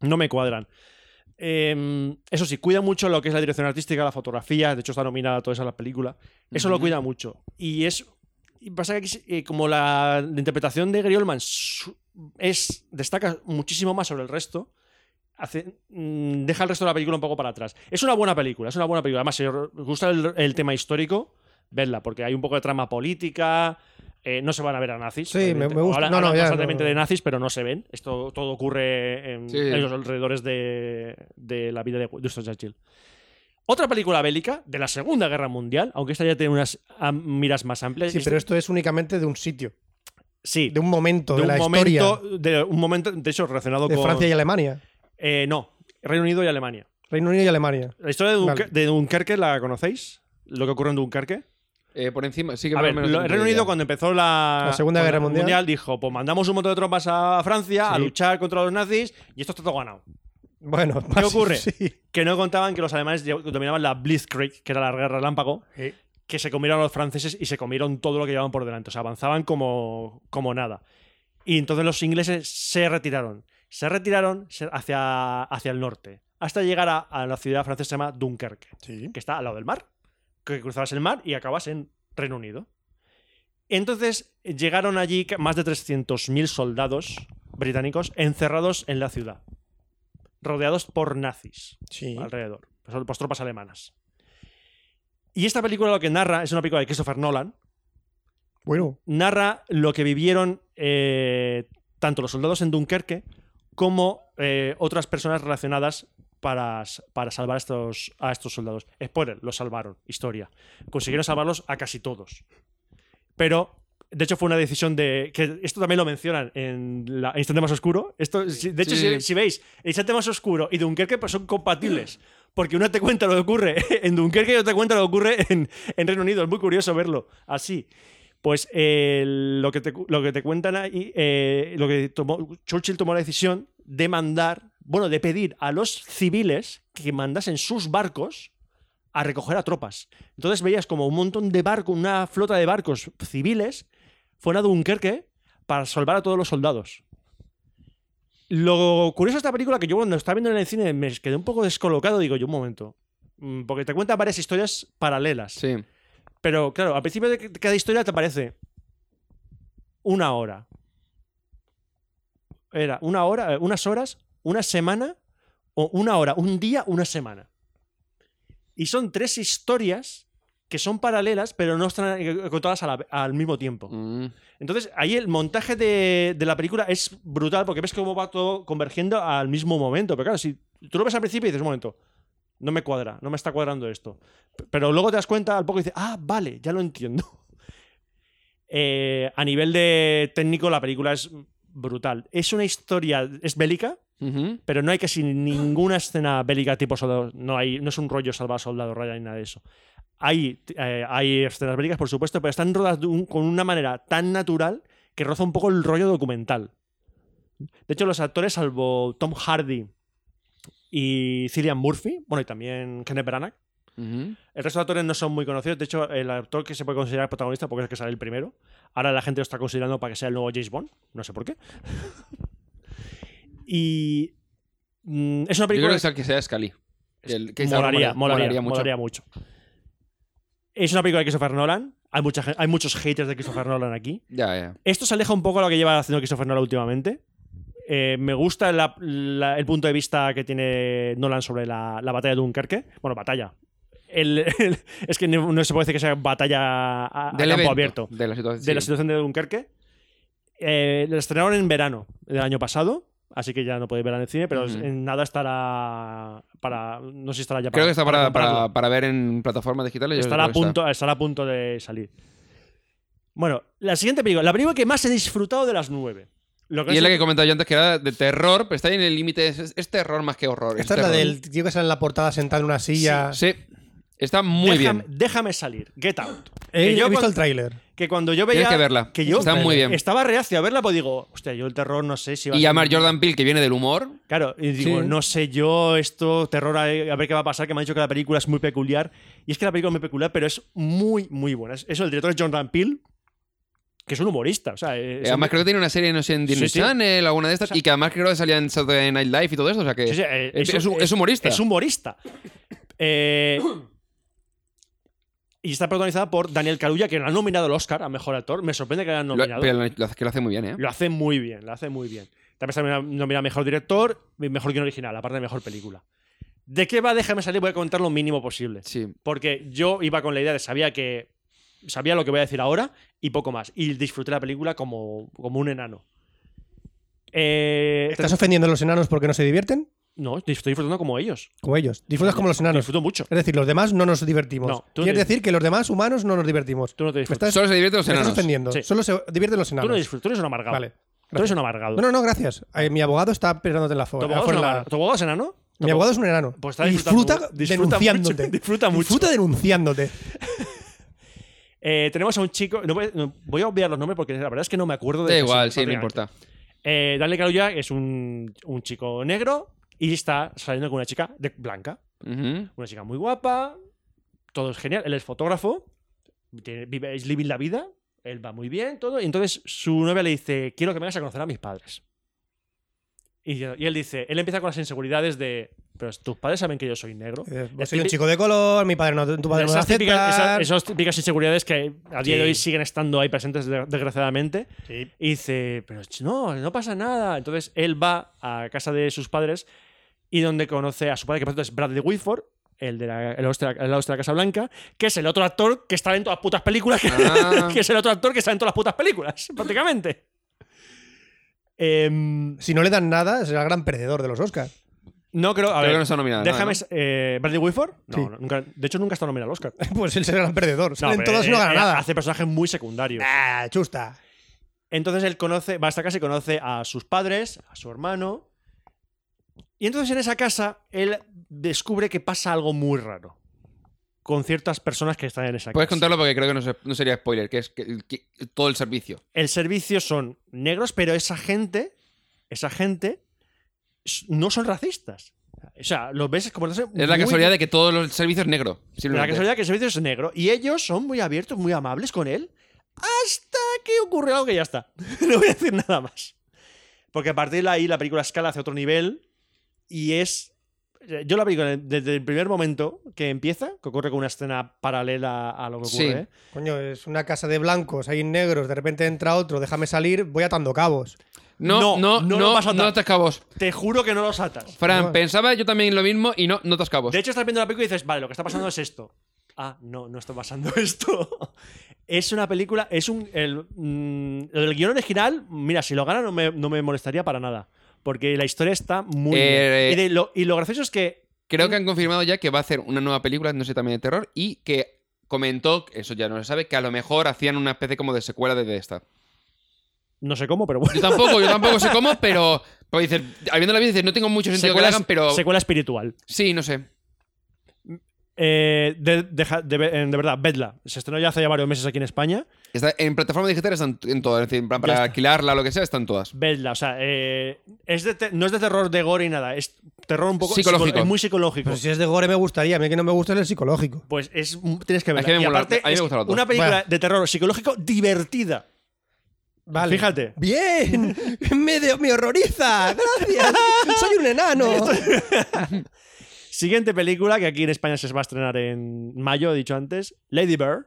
Speaker 6: no me cuadran. Eh, eso sí, cuida mucho lo que es la dirección artística, la fotografía. De hecho, está nominada a todas esas las películas. Eso lo cuida mucho. Y es. y pasa que aquí, eh, como la, la interpretación de Gary Oldman su- es, destaca muchísimo más sobre el resto, hace- mm, deja el resto de la película un poco para atrás. Es una buena película, es una buena película. Además, si os gusta el, el tema histórico, verla, porque hay un poco de trama política. eh, no se van a ver a nazis.
Speaker 5: Sí, me-
Speaker 6: obviamente.
Speaker 5: me gusta.
Speaker 6: Hablan-
Speaker 5: No, no,
Speaker 6: hablan
Speaker 5: ya,
Speaker 6: constantemente
Speaker 5: no, no.
Speaker 6: de nazis, pero no se ven. Esto todo ocurre en,
Speaker 1: Sí.
Speaker 6: en los alrededores de, de la vida de Winston Churchill. Otra película bélica de la Segunda Guerra Mundial, aunque esta ya tiene unas am- miras más amplias.
Speaker 5: Sí, pero esto es únicamente de un sitio,
Speaker 6: Sí,
Speaker 5: de un momento de,
Speaker 6: de un
Speaker 5: la
Speaker 6: momento,
Speaker 5: historia
Speaker 6: de un momento, de hecho, relacionado
Speaker 5: de
Speaker 6: con
Speaker 5: Francia y Alemania.
Speaker 6: Eh, no, Reino Unido y Alemania.
Speaker 5: Reino Unido y Alemania.
Speaker 6: La historia de, Dunker-
Speaker 5: Vale.
Speaker 6: de Dunkerque, ¿la conocéis? Lo que ocurre en Dunkerque.
Speaker 1: Eh, por encima, sí que
Speaker 6: A
Speaker 1: más o
Speaker 6: ver,
Speaker 1: menos
Speaker 6: lo-
Speaker 1: tengo
Speaker 6: el Reino
Speaker 1: idea.
Speaker 6: Unido cuando empezó la,
Speaker 5: La Segunda
Speaker 6: con
Speaker 5: Guerra Mundial.
Speaker 6: dijo, pues mandamos un montón de tropas a Francia a
Speaker 5: Sí.
Speaker 6: luchar contra los nazis y esto está todo ganado.
Speaker 5: Bueno,
Speaker 6: ¿Qué ocurre?
Speaker 5: [laughs] sí.
Speaker 6: Que no contaban que los alemanes lle- dominaban la Blitzkrieg, que era la guerra relámpago, que se comieron a los franceses y se comieron todo lo que llevaban por delante. O sea, avanzaban como, como nada. Y entonces los ingleses se retiraron. Se retiraron se- hacia, hacia el norte, hasta llegar a, a la ciudad francesa que se llama Dunkerque, que está al lado del mar. Que cruzabas el mar y acabas en Reino Unido. Entonces llegaron allí ca- más de 300.000 soldados británicos encerrados en la ciudad, rodeados por nazis
Speaker 5: Sí.
Speaker 6: alrededor, por por tropas alemanas. Y esta película lo que narra es una película de Christopher Nolan,
Speaker 5: Bueno,
Speaker 6: narra lo que vivieron eh, tanto los soldados en Dunkerque como eh, otras personas relacionadas para, s- para salvar a estos, a estos soldados. Spoiler, los salvaron, historia. Consiguieron salvarlos a casi todos. Pero, de hecho, fue una decisión de. que Esto también lo mencionan en la en Instante Más Oscuro. Esto, si- de hecho,
Speaker 1: Sí.
Speaker 6: si, si veis, Instante Más Oscuro y Dunkerque pues, son compatibles. Porque uno te cuenta lo que ocurre [laughs] en Dunkerque y otro te cuenta lo que ocurre en, en Reino Unido. Es muy curioso verlo así. Pues eh, lo, que te, cu- lo que te cuentan ahí, eh, lo que tomó, Churchill tomó la decisión de mandar, bueno, de pedir a los civiles que mandasen sus barcos a recoger a tropas. Entonces veías como un montón de barcos, una flota de barcos civiles fuera de Dunkerque para salvar a todos los soldados. Lo curioso de esta película que yo cuando estaba viendo en el cine me quedé un poco descolocado, digo yo, un momento. Mm, Porque te cuenta varias historias paralelas.
Speaker 1: Sí.
Speaker 6: Pero claro, al principio de cada historia te aparece una hora. Era una hora, eh, unas horas, una semana, o una hora, un día, una semana. Y son tres historias que son paralelas, pero no están eh, contadas a la- al mismo tiempo.
Speaker 1: Mm.
Speaker 6: Entonces, ahí el montaje de, de la película es brutal porque ves cómo va todo convergiendo al mismo momento. Pero claro, si tú lo ves al principio y dices, un momento, no me cuadra, no me está cuadrando esto. P- Pero luego te das cuenta al poco y dices, ah, vale, ya lo entiendo. [laughs] Eh, a nivel de técnico, la película es brutal. Es una historia, es bélica,
Speaker 1: Ujú.
Speaker 6: pero no hay casi ninguna escena bélica tipo soldado. No, hay, no es un rollo salvar soldado Ryan ni nada de eso. Hay, eh, hay escenas bélicas, por supuesto, pero están rodadas de un- con una manera tan natural que roza un poco el rollo documental. De hecho, los actores, salvo Tom Hardy y Cillian Murphy, bueno, y también Kenneth Branagh,
Speaker 1: Ujú.
Speaker 6: el resto de actores no son muy conocidos. De hecho, el actor que se puede considerar protagonista, porque es el que sale el primero, ahora la gente lo está considerando para que sea el nuevo James Bond, no sé por qué. [laughs] y mm, es
Speaker 1: Yo
Speaker 6: una
Speaker 1: creo
Speaker 6: película
Speaker 1: que es el que sea Scali. El que molaría-
Speaker 6: molaría, molaría,
Speaker 1: molaría mucho.
Speaker 6: molaría mucho. Es una película de Christopher Nolan. Hay, mucha, gen- hay muchos haters de Christopher Nolan aquí.
Speaker 1: Ya, ya.
Speaker 6: Esto se aleja un poco de lo que lleva haciendo Christopher Nolan últimamente. Eh, me gusta la- la- el punto de vista que tiene Nolan sobre la, la batalla de Dunkerque. Bueno, batalla. El- el- es que no, no se puede decir que sea batalla a, a
Speaker 1: Del
Speaker 6: campo
Speaker 1: evento,
Speaker 6: abierto.
Speaker 1: De la situación.
Speaker 6: De la situación de Dunkerque. Eh, la estrenaron en verano del año pasado. Así que ya no podéis verla en el cine, pero
Speaker 1: Ujú.
Speaker 6: en nada estará para. No sé si estará ya para.
Speaker 1: Creo que está para,
Speaker 6: comprarlo.
Speaker 1: para, para ver en plataformas digitales. yo
Speaker 6: Estará a,
Speaker 1: creo que está.
Speaker 6: punto, estará a punto de salir. Bueno, la siguiente película. La película que más he disfrutado de las nueve. Lo
Speaker 1: Y es
Speaker 6: no
Speaker 1: la
Speaker 6: sé-
Speaker 1: que he comentado yo antes, que era de terror, pero está ahí en el límite. Es, es terror más que horror.
Speaker 5: Esta es la
Speaker 1: terror.
Speaker 5: del tío que sale en la portada sentado en una silla.
Speaker 1: Sí. Está muy
Speaker 6: déjame,
Speaker 1: bien.
Speaker 6: déjame salir. Get out.
Speaker 5: He,
Speaker 6: que,
Speaker 5: Eh, he
Speaker 6: yo
Speaker 5: visto
Speaker 6: cuan-
Speaker 5: el tráiler.
Speaker 6: que cuando yo veía.
Speaker 1: Tienes que verla.
Speaker 6: yo
Speaker 1: Está muy bien.
Speaker 6: Estaba reacio a verla, pues digo, hostia, yo el terror no sé si va
Speaker 1: Y
Speaker 6: a ser-
Speaker 1: llamar Jordan Peele, que viene del humor. Eh,
Speaker 6: Claro, y digo,
Speaker 5: Sí.
Speaker 6: no sé yo, esto, terror, a a ver qué va a pasar, que me han dicho que la película es muy peculiar. Y es que la película es muy peculiar, pero es muy, muy buena. Es- Eso, el director es Jordan Peele, que es un humorista. O sea, es-
Speaker 1: Eh, además, creo que tiene una serie, no sé, en Disney
Speaker 6: Sí, sí.
Speaker 1: Channel, alguna de estas. y que además creo que salía en Saturday Night Live y todo esto. O sea que.
Speaker 6: Sí, sí, eh,
Speaker 1: es, es un- es humorista.
Speaker 6: Es humorista. Eh, y está protagonizada por Daniel Carulla, que lo han nominado al Oscar a Mejor Actor. Me sorprende que lo hayan
Speaker 1: Lo-
Speaker 6: nominado.
Speaker 1: pero lo, lo hace- que lo hace muy bien, ¿eh?
Speaker 6: Lo hace muy bien, lo hace muy bien. También está nominado a Mejor Director, Mejor Guion Original, aparte de Mejor Película. ¿De qué va? Déjame salir, voy a contar lo mínimo posible.
Speaker 1: Sí.
Speaker 6: Porque yo iba con la idea de sabía que sabía lo que voy a decir ahora y poco más. Y disfruté la película como, como un enano. Eh,
Speaker 5: ¿Estás ofendiendo a los enanos porque no se divierten?
Speaker 6: no, estoy disfrutando como ellos.
Speaker 5: Como ellos. Disfrutas como los enanos.
Speaker 6: Disfruto mucho.
Speaker 5: Es decir, los demás no nos divertimos.
Speaker 6: No, tú
Speaker 5: Quieres
Speaker 6: te-
Speaker 5: decir que los demás humanos no nos divertimos.
Speaker 6: Tú no te
Speaker 5: Me
Speaker 6: disfrutas.
Speaker 5: estás,
Speaker 1: Solo se divierten los
Speaker 5: me estás
Speaker 1: enanos.
Speaker 5: ofendiendo.
Speaker 6: Sí.
Speaker 5: Solo se divierten los enanos.
Speaker 6: Tú no disfrutas. Tú eres un amargado.
Speaker 5: Vale.
Speaker 6: Tú eres un amargado.
Speaker 5: No, no, no, gracias. Eh, mi abogado está esperándote en la
Speaker 6: ¿Tu
Speaker 5: foto.
Speaker 6: abogado, es un amar- ¿Tu abogado es enano?
Speaker 5: Mi abogado es un enano.
Speaker 6: Pues está
Speaker 5: Y disfruta
Speaker 6: disfrutando mu- disfruta
Speaker 5: denunciándote.
Speaker 6: mucho, [laughs] disfruta mucho.
Speaker 5: Disfruta denunciándote.
Speaker 6: Eh, tenemos a un chico. no voy, no- voy a obviar los nombres porque la verdad es que no me acuerdo de.
Speaker 1: Da
Speaker 6: casi
Speaker 1: igual, sí, no
Speaker 6: prácticamente.
Speaker 1: importa.
Speaker 6: Eh, Daniel Carulla es un, un chico negro y está saliendo con una chica de blanca.
Speaker 1: Ujú.
Speaker 6: Una chica muy guapa. Todo es genial. Él es fotógrafo. tiene- vive, es living la vida. Él va muy bien, todo. Y entonces su novia le dice: Quiero que me hagas a conocer a mis padres. Y, yo- y él dice: Él empieza con las inseguridades de. Pero tus padres saben que yo soy negro.
Speaker 5: Eh,
Speaker 6: Es
Speaker 5: pues soy un
Speaker 6: típico-
Speaker 5: chico de color, mi padre no, tu padre no me
Speaker 6: esas típicas,
Speaker 5: acepta.
Speaker 6: esas- esas típicas inseguridades que a día de hoy siguen estando ahí presentes, de- desgraciadamente. Y dice, pero ch- no, no pasa nada. Entonces él va a casa de sus padres y donde conoce a su padre, que por cierto es Bradley Whitford, el de la, el hostia- el hostia de la Casa Blanca, que es el otro actor que está en todas las putas películas, que,
Speaker 1: Ah.
Speaker 6: [laughs] que es el otro actor que está en todas las putas películas, [laughs] prácticamente. Em,
Speaker 5: Si no le dan nada, será el gran perdedor de los Oscars. [laughs]
Speaker 6: no creo. A
Speaker 1: Creo
Speaker 6: ver,
Speaker 1: que no está nominado, nada,
Speaker 6: Déjame.
Speaker 1: ¿no?
Speaker 6: s- eh, ¿Bradley Whitford? No,
Speaker 5: Sí.
Speaker 6: no, nunca, de hecho, nunca está nominado al Oscar.
Speaker 5: Pues él será el gran perdedor.
Speaker 6: No,
Speaker 5: Salen
Speaker 6: pero,
Speaker 5: todas y no
Speaker 6: eh,
Speaker 5: gana
Speaker 6: eh,
Speaker 5: nada.
Speaker 6: Hace personajes muy secundarios.
Speaker 5: Ah, chusta.
Speaker 6: Entonces él conoce, va a esta casa y conoce a sus padres, a su hermano. Y entonces en esa casa él descubre que pasa algo muy raro con ciertas personas que están en esa
Speaker 1: Puedes
Speaker 6: casa.
Speaker 1: contarlo porque creo que no, se- no sería spoiler, que es que- que- todo el servicio.
Speaker 6: El servicio son negros, pero esa gente, esa gente s- no son racistas. O sea, los ves como es
Speaker 1: Es la casualidad de que todos los servicios es negro.
Speaker 6: La
Speaker 1: simplemente.
Speaker 6: casualidad que el servicio es negro. Y ellos son muy abiertos, muy amables con él. Hasta que ocurre algo que ya está. [laughs] no voy a decir nada más. Porque a partir de ahí la película escala hacia otro nivel. Y es. Yo la película, desde el primer momento que empieza, que ocurre con una escena paralela a lo que
Speaker 1: Sí.
Speaker 6: ocurre.
Speaker 5: Coño, es una casa de blancos, hay negros, de repente entra otro, déjame salir, voy atando cabos.
Speaker 1: No, no, no,
Speaker 6: lo
Speaker 1: no,
Speaker 6: vas a atar.
Speaker 1: te acabos.
Speaker 6: Te juro que no los atas.
Speaker 1: Fran,
Speaker 5: No.
Speaker 1: pensaba yo también lo mismo y no, no te acabos.
Speaker 6: De hecho, estás viendo la película y dices, vale, lo que está pasando es esto. Ah, no, no está pasando [laughs] esto. es una película, es un. El, mm, lo del guión original, mira, si lo gana no me, no me molestaría para nada. Porque la historia está muy.
Speaker 1: Eh,
Speaker 6: bien. Y, de lo, y lo gracioso es que.
Speaker 1: Creo que han confirmado ya que va a hacer una nueva película, no sé también de terror, y que comentó, eso ya no se sabe, que a lo mejor hacían una especie como de secuela de de esta.
Speaker 6: No sé cómo, pero [laughs] bueno.
Speaker 1: Yo tampoco, yo tampoco sé cómo, pero. Pero dices, habiéndola bien, dices, no tengo mucho sentido que la hagan, pero.
Speaker 6: secuela espiritual.
Speaker 1: Sí, no sé.
Speaker 6: Eh, de, deja- de ve- eh, de verdad, vedla. Se estrenó ya hace ya varios meses aquí en España.
Speaker 1: Está en plataformas digitales están en todas. en fin, para- para
Speaker 6: Ya está.
Speaker 1: alquilarla, lo que sea, están todas.
Speaker 6: Vedla, o sea, eh, es de te- no es de terror de gore y nada, es terror un poco
Speaker 1: Psicológico.
Speaker 6: psico- Es muy psicológico.
Speaker 5: Pero si es de gore me gustaría, a mí que no me gusta es el psicológico.
Speaker 6: Pues es tienes que verla.
Speaker 1: que me
Speaker 6: y
Speaker 1: mola,
Speaker 6: aparte,
Speaker 1: a mí me
Speaker 6: es
Speaker 1: gusta la otra.
Speaker 6: una película
Speaker 5: Vale.
Speaker 6: de terror psicológico divertida.
Speaker 5: Vale.
Speaker 6: Fíjate.
Speaker 5: ¡Bien! [laughs] me, de- me horroriza! ¡Gracias! ¡Soy un [laughs] enano!
Speaker 6: Siguiente película que aquí en España se va a estrenar en mayo, he dicho antes, Lady Bird,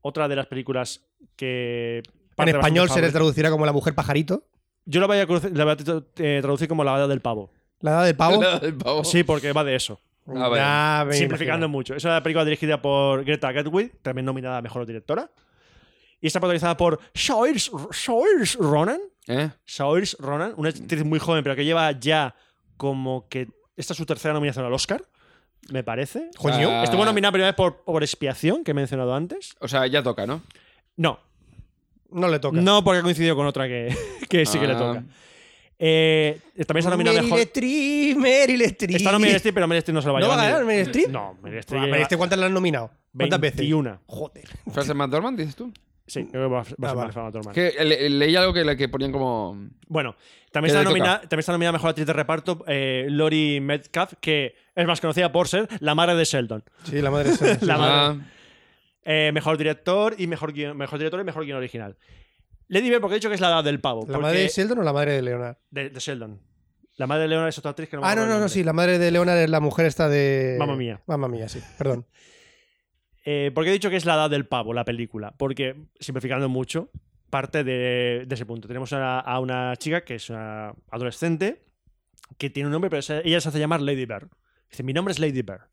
Speaker 6: otra de las películas que
Speaker 5: en
Speaker 6: parte
Speaker 5: español se
Speaker 6: bastante
Speaker 5: le traducirá como la mujer pajarito.
Speaker 6: Yo la voy a, cruce- la voy a tra- eh, traducir como la edad del pavo.
Speaker 5: La edad del
Speaker 6: [laughs]
Speaker 5: pavo.
Speaker 1: [laughs]
Speaker 6: Ah,
Speaker 1: El pavo.
Speaker 6: Sí, porque va de eso.
Speaker 1: Ah, vale.
Speaker 5: Ya Oh. me
Speaker 6: Simplificando
Speaker 5: imagino.
Speaker 6: mucho. Es una película dirigida por Greta Gerwig, también nominada a Mejor Directora. Y está protagonizada por Saoirse Saoirse Ronan.
Speaker 1: ¿Eh?
Speaker 6: Saoirse Ronan, una actriz muy joven, pero que lleva ya como que... Esta es su tercera nominación al Oscar, me parece.
Speaker 5: Coño.
Speaker 1: Ah,
Speaker 6: Estuvo nominada primera vez por, por Expiación, que he mencionado antes.
Speaker 1: O sea, ya toca, ¿no?
Speaker 6: No,
Speaker 5: No le toca.
Speaker 6: no porque coincidió con otra que, [laughs] que sí que le
Speaker 1: Ah.
Speaker 6: toca. Eh, también está nominada a
Speaker 5: Meryl
Speaker 6: Mejor...
Speaker 5: Streep, Meryl Streep.
Speaker 6: Está nominada Meryl Streep, pero Meryl Streep no se lo va a
Speaker 5: ¿No va
Speaker 6: llevar.
Speaker 5: a ganar
Speaker 6: ni-
Speaker 5: Meryl Streep?
Speaker 6: No, Meryl
Speaker 5: Ah,
Speaker 6: Streep
Speaker 5: Meryl
Speaker 6: lleva
Speaker 5: Streep, ¿eh? ¿Cuántas la han nominado? ¿Cuántas veces?
Speaker 6: 21.
Speaker 5: Joder.
Speaker 1: Frances McDormand, dices tú.
Speaker 6: Sí, creo que va a va a
Speaker 5: Ah,
Speaker 6: ser
Speaker 5: vale.
Speaker 6: más fan autor, man.
Speaker 1: Que le- leí algo que, que ponían como.
Speaker 6: Bueno, también
Speaker 1: Que
Speaker 6: está,
Speaker 1: le toca.
Speaker 6: nominada, también está nominada Mejor Actriz de Reparto eh, Lori Metcalf, que es más conocida por ser la madre de Sheldon.
Speaker 5: Sí, la madre es
Speaker 6: [laughs] La madre.
Speaker 1: Ah,
Speaker 6: Eh, mejor director y mejor, guion- mejor director y mejor guion original. Lady Bird, porque he dicho que es la edad del pavo.
Speaker 5: ¿La
Speaker 6: porque-
Speaker 5: madre de Sheldon o la madre de Leonard?
Speaker 6: de, de Sheldon. La madre de Leona es otra actriz que no me
Speaker 5: Ah, no,
Speaker 6: acuerdo
Speaker 5: no,
Speaker 6: el
Speaker 5: no,
Speaker 6: nombre.
Speaker 5: sí. La madre de Leonard es la mujer esta de.
Speaker 6: Mamma Mía.
Speaker 5: Mamma mía, sí. Perdón.
Speaker 6: Eh, ¿Por qué he dicho que es la edad del pavo la película? Porque, simplificando mucho, parte de, de ese punto. Tenemos a, a una chica que es una adolescente que tiene un nombre, pero se- ella se hace llamar Lady Bear. Dice, mi nombre es Lady Bear.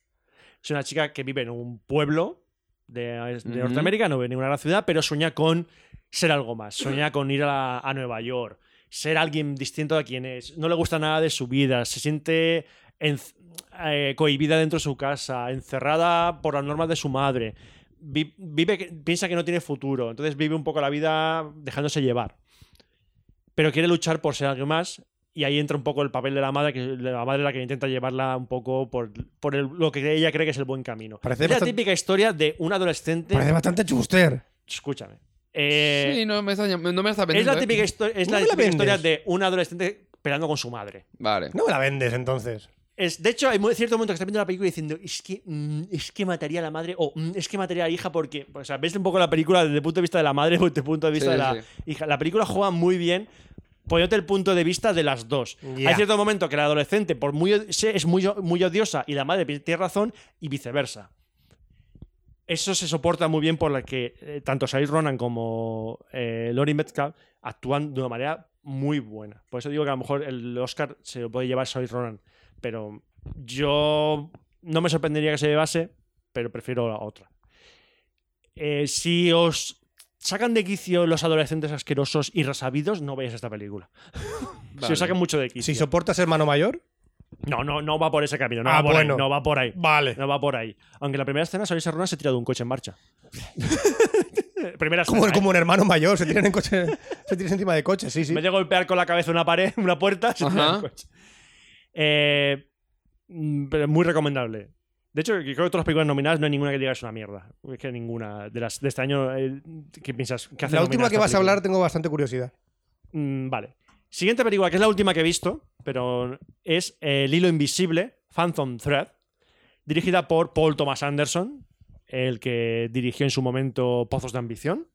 Speaker 6: Es una chica que vive en un pueblo de, de
Speaker 1: Ujú.
Speaker 6: Norteamérica, no vive en ninguna gran ciudad, pero sueña con ser algo más. Sueña con ir a, a Nueva York, ser alguien distinto a quien es. No le gusta nada de su vida, se siente en- eh, cohibida dentro de su casa, encerrada por las normas de su madre. Vi- Vive, que- piensa que no tiene futuro, entonces vive un poco la vida dejándose llevar. Pero quiere luchar por ser alguien más y ahí entra un poco el papel de la madre, que de la madre la que intenta llevarla un poco por, por el- lo que ella cree que es el buen camino.
Speaker 5: Parece
Speaker 6: es la
Speaker 5: bastante-
Speaker 6: típica historia de un adolescente.
Speaker 5: Parece bastante chuster.
Speaker 6: Escúchame. Eh,
Speaker 1: sí, no me está, no me está
Speaker 6: es
Speaker 1: vendiendo.
Speaker 6: la típica,
Speaker 1: ¿eh?
Speaker 6: histo- es
Speaker 5: ¿No
Speaker 6: la
Speaker 5: me la
Speaker 6: típica historia
Speaker 5: vendes?
Speaker 6: de un adolescente peleando con su madre.
Speaker 1: Vale.
Speaker 5: No me la vendes entonces.
Speaker 6: Es, de hecho, hay muy- cierto momento que estás viendo la película diciendo es que, mm, es que mataría a la madre o mm, es que mataría a la hija porque... Pues, O sea, ves un poco la película desde el punto de vista de la madre [laughs] o desde el punto de vista
Speaker 1: Sí,
Speaker 6: de la
Speaker 1: sí.
Speaker 6: hija. La película juega muy bien poniéndote el punto de vista de las dos.
Speaker 5: Ya.
Speaker 6: Hay cierto momento que la adolescente por muy, od- se- es muy, o- muy odiosa y la madre tiene razón y viceversa. Eso se soporta muy bien por la que eh, tanto Saoirse Ronan como eh, Lori Metcalf actúan de una manera muy buena. Por eso digo que a lo mejor el Oscar se lo puede llevar Saoirse Ronan, pero yo no me sorprendería que se llevase, pero prefiero la otra. Eh, si os sacan de quicio los adolescentes asquerosos y resabidos, no veáis esta película. [laughs] Si
Speaker 1: Vale.
Speaker 6: os sacan mucho de quicio.
Speaker 5: Si soportas hermano mayor,
Speaker 6: No, no, no va por ese camino. No,
Speaker 5: Ah,
Speaker 6: va, por
Speaker 5: bueno.
Speaker 6: ahí, no va por ahí.
Speaker 5: vale.
Speaker 6: No va por ahí. Aunque en la primera escena Saoirse Ronan se tira de un coche
Speaker 5: [laughs]
Speaker 6: en marcha. primera escena.
Speaker 5: Como,
Speaker 6: ¿eh?
Speaker 5: como un hermano mayor, se tiran en coche, [laughs] se tiran encima de coches, sí, sí.
Speaker 6: En vez de golpear con la cabeza una pared, [laughs] una puerta, se tira
Speaker 1: Ajá.
Speaker 6: el coche. Eh, mm, pero es muy recomendable. De hecho, creo que todas las películas nominadas no hay ninguna que diga es una mierda. Es que ninguna de las de este año eh, ¿qué piensas que hace
Speaker 5: La
Speaker 6: nominada
Speaker 5: última que
Speaker 6: esta
Speaker 5: vas a hablar
Speaker 6: película?
Speaker 5: tengo bastante curiosidad.
Speaker 6: Mm, vale. Siguiente película, que es la última que he visto, pero es eh, El hilo invisible, Phantom Thread, dirigida por Paul Thomas Anderson, el que dirigió en su momento Pozos de Ambición.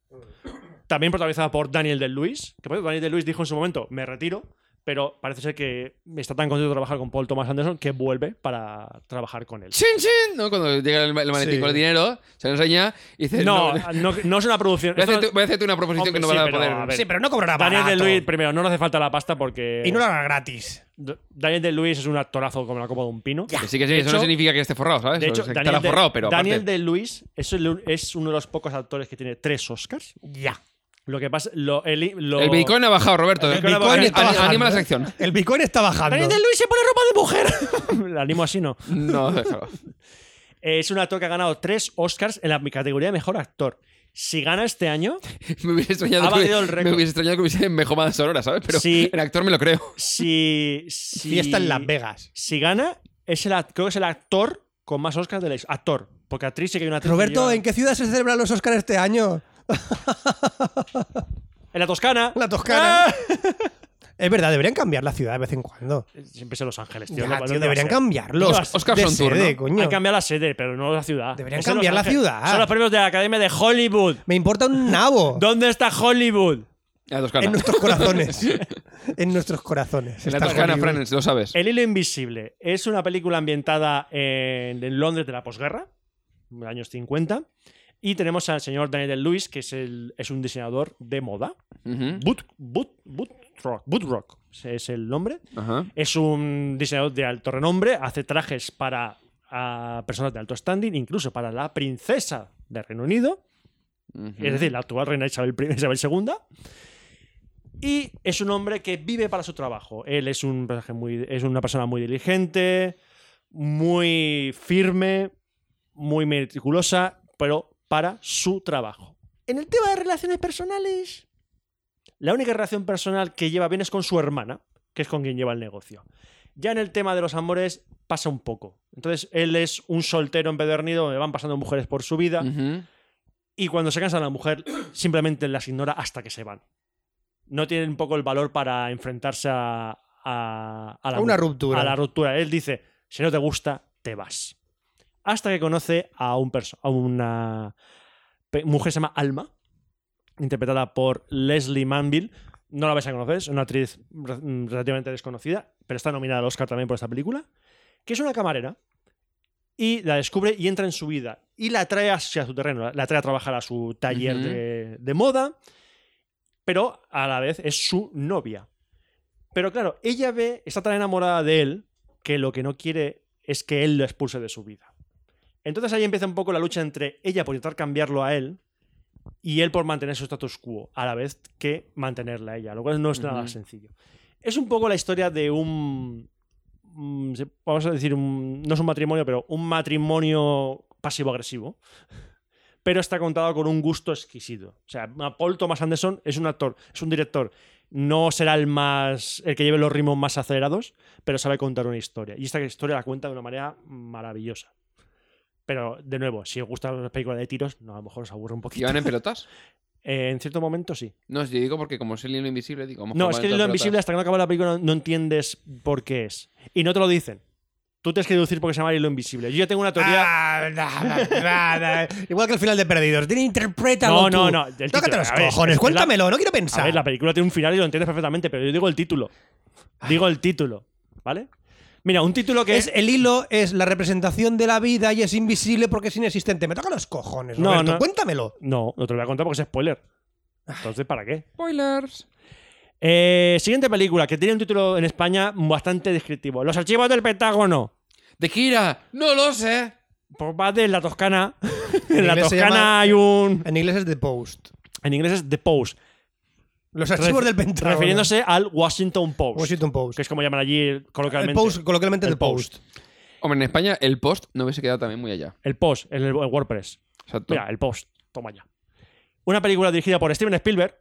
Speaker 6: También protagonizada por Daniel de Luis, que por cierto, Daniel de Luis dijo en su momento, me retiro, pero parece ser que está tan contento de trabajar con Paul Thomas Anderson que vuelve para trabajar con él.
Speaker 1: ¡Chin, chin! ¿no? Cuando llega el, ma- el maletín
Speaker 5: Sí.
Speaker 1: con el dinero, se lo enseña y dice:
Speaker 6: No,
Speaker 1: no,
Speaker 6: no, no es una producción.
Speaker 1: voy, a
Speaker 6: esto-
Speaker 1: hacerte, voy a hacerte una proposición
Speaker 6: Hombre,
Speaker 1: que no
Speaker 6: sí,
Speaker 1: vas a
Speaker 6: pero,
Speaker 1: poder.
Speaker 6: a ver,
Speaker 5: Sí, pero no cobrará
Speaker 6: Daniel de
Speaker 5: barato.
Speaker 6: Luis, primero, no le hace falta la pasta porque...
Speaker 5: Y no lo hará gratis.
Speaker 6: D- Daniel de Luis es un actorazo como la copa de un pino.
Speaker 1: Que sí, que sí,
Speaker 6: De
Speaker 1: eso
Speaker 6: hecho-
Speaker 1: no significa que esté forrado, ¿sabes?
Speaker 6: De hecho,
Speaker 1: O sea, que
Speaker 6: Daniel,
Speaker 1: estará forrado,
Speaker 6: de,
Speaker 1: pero.
Speaker 6: Daniel
Speaker 1: aparte-
Speaker 6: de Luis es, el- es uno de los pocos actores que tiene tres Oscars.
Speaker 5: Ya.
Speaker 6: Lo que pasa, lo, el, lo-
Speaker 1: El Bitcoin ha bajado, Roberto.
Speaker 6: El Bitcoin ha
Speaker 1: Ani-
Speaker 6: bajado.
Speaker 1: ani- Anima la sección.
Speaker 5: ¿eh? El Bitcoin está bajando.
Speaker 6: Daniel de Luis se pone ropa de mujer. [laughs] La animo así, no. Eh,
Speaker 1: No, déjalo.
Speaker 6: Es un actor que ha ganado tres Oscars en la categoría de mejor actor. Si gana este año,
Speaker 1: Me hubiese
Speaker 6: Ha
Speaker 1: extrañado, que,
Speaker 6: batido el
Speaker 1: hubiese- me
Speaker 6: récord.
Speaker 1: hubiese extrañado que hubiese mejor más horas, ¿sabes? Pero
Speaker 6: Sí.
Speaker 1: el actor me lo creo.
Speaker 6: si. si
Speaker 5: Fiesta en Las Vegas.
Speaker 6: Si gana, es el, act- creo que es el actor con más Oscars de la his- Actor. Porque actriz sí que hay una actriz. que
Speaker 5: Roberto,
Speaker 6: lleva-
Speaker 5: ¿en qué ciudad se celebran los Oscars este año?
Speaker 6: En la Toscana. ¡Ah!
Speaker 5: La Toscana. Es verdad, deberían cambiar la ciudad de vez en cuando.
Speaker 6: Siempre es en Los Ángeles, tío.
Speaker 5: Ya,
Speaker 6: ¿no? ¿Dónde
Speaker 5: tío,
Speaker 6: va a
Speaker 5: deberían
Speaker 6: ser?
Speaker 5: cambiarlo.
Speaker 6: Tío,
Speaker 1: Oscar
Speaker 5: de
Speaker 1: Frontur,
Speaker 5: sede,
Speaker 1: ¿no?
Speaker 5: coño.
Speaker 6: Han cambiado la sede, pero no la ciudad.
Speaker 5: Deberían
Speaker 6: Es en Los
Speaker 5: cambiar la
Speaker 6: Ángeles.
Speaker 5: ciudad.
Speaker 6: Son los premios de la Academia de Hollywood.
Speaker 5: Me importa un
Speaker 6: [laughs]
Speaker 5: nabo.
Speaker 6: ¿Dónde está Hollywood?
Speaker 1: La Toscana.
Speaker 6: [laughs]
Speaker 5: En nuestros corazones. en nuestros corazones.
Speaker 1: En la
Speaker 5: Está
Speaker 1: Toscana,
Speaker 5: Hollywood.
Speaker 1: Franes, lo sabes.
Speaker 6: El hilo invisible es una película ambientada en, en Londres de la posguerra, en los años 50. Y tenemos al señor Daniel Lewis, que es, el, es un diseñador de moda.
Speaker 1: Ujú.
Speaker 6: Boot, boot, boot rock, Mm. boot rock es el nombre.
Speaker 1: Ajá.
Speaker 6: Es un diseñador de alto renombre, hace trajes para ah, personas de alto standing, incluso para la princesa de Reino Unido,
Speaker 1: Ujú.
Speaker 6: es decir, la actual reina Isabel, I, Isabel II. Y es un hombre que vive para su trabajo. Él es, un personaje muy, es una persona muy diligente, muy firme, muy meticulosa, pero para su trabajo. En el tema de relaciones personales, la única relación personal que lleva bien es con su hermana, que es con quien lleva el negocio. Ya en el tema de los amores pasa un poco. Entonces, él es un soltero empedernido donde van pasando mujeres por su vida
Speaker 1: Ujú.
Speaker 6: y cuando se cansa la mujer simplemente las ignora hasta que se van. No tienen un poco el valor para enfrentarse a, a- a la,
Speaker 5: A una
Speaker 6: mu-
Speaker 5: ruptura.
Speaker 6: a la ruptura. Él dice, si no te gusta, te vas. Hasta que conoce a, un perso- a una pe- mujer que se llama Alma, interpretada por Leslie Manville. No la vais a conocer, es una actriz re- mm, relativamente desconocida, pero está nominada al Oscar también por esta película, que es una camarera y la descubre y entra en su vida y la trae hacia su terreno, la trae a trabajar a su taller
Speaker 1: Ujú.
Speaker 6: de, de moda, pero a la vez es su novia. Pero claro, ella ve, está tan enamorada de él que lo que no quiere es que él lo expulse de su vida. Entonces ahí empieza un poco la lucha entre ella por intentar cambiarlo a él y él por mantener su status quo, a la vez que mantenerla a ella, lo cual no es nada
Speaker 1: Ujú.
Speaker 6: sencillo. Es un poco la historia de un, mm, se- vamos a decir, un- no es un matrimonio, pero un matrimonio pasivo-agresivo, pero está contado con un gusto exquisito. O sea, a Paul Thomas Anderson es un actor, es un director. No será el más el que lleve los ritmos más acelerados, pero sabe contar una historia. Y esta historia la cuenta de una manera maravillosa. Pero, de nuevo, si os gustan las películas de tiros, no, a lo mejor os aburre un
Speaker 1: ¿Y
Speaker 6: poquito.
Speaker 1: van en pelotas?
Speaker 6: Eh, en cierto momento, sí.
Speaker 1: No, yo digo porque como es el hilo invisible, digo. a lo mejor
Speaker 6: No,
Speaker 1: van
Speaker 6: es que
Speaker 1: en
Speaker 6: lo
Speaker 1: pelotas.
Speaker 6: invisible hasta que no acaba la película no, no entiendes por qué es. Y no te lo dicen. Tú tienes que deducir por qué se llama hilo invisible. Yo ya tengo una teoría.
Speaker 5: Ah, na, na, na, na. Igual que el final de Perdidos. Tiene interprétalo.
Speaker 6: No, no,
Speaker 5: tú.
Speaker 6: no, el título,
Speaker 5: Tócate los
Speaker 6: a ver,
Speaker 5: cojones.
Speaker 6: es que la-
Speaker 5: Cuéntamelo. No quiero
Speaker 6: a
Speaker 5: pensar.
Speaker 6: ver, la película tiene un final y lo entiendes perfectamente, pero yo digo el título. Digo el título, ¿vale? Mira, un título que
Speaker 5: es el hilo es la representación de la vida y es invisible porque es inexistente. Me toca los cojones,
Speaker 6: No,
Speaker 5: Roberto.
Speaker 6: no.
Speaker 5: Cuéntamelo.
Speaker 6: No, no te lo voy a contar porque es spoiler. Entonces, ¿para qué?
Speaker 1: Spoilers.
Speaker 6: Eh, siguiente película, que tiene un título en España bastante descriptivo. Los archivos del Pentágono.
Speaker 1: ¿De Kira? No lo sé.
Speaker 6: Por parte de la Toscana. [laughs] en la
Speaker 5: inglés se
Speaker 6: Toscana
Speaker 5: llama-
Speaker 6: hay un...
Speaker 5: En inglés es The Post.
Speaker 6: En inglés es The Post.
Speaker 5: Los archivos
Speaker 6: Ref-
Speaker 5: del Pentágono.
Speaker 6: Refiriéndose al Washington Post.
Speaker 5: Washington Post.
Speaker 6: Que es como llaman allí
Speaker 5: el
Speaker 6: coloquialmente.
Speaker 5: Post, coloquialmente
Speaker 6: El
Speaker 5: The Post.
Speaker 1: Hombre, en España el post no hubiese quedado también muy allá.
Speaker 6: El Post, el, el WordPress.
Speaker 1: Exacto.
Speaker 6: Mira, el Post. Toma ya. Una película dirigida por Steven Spielberg.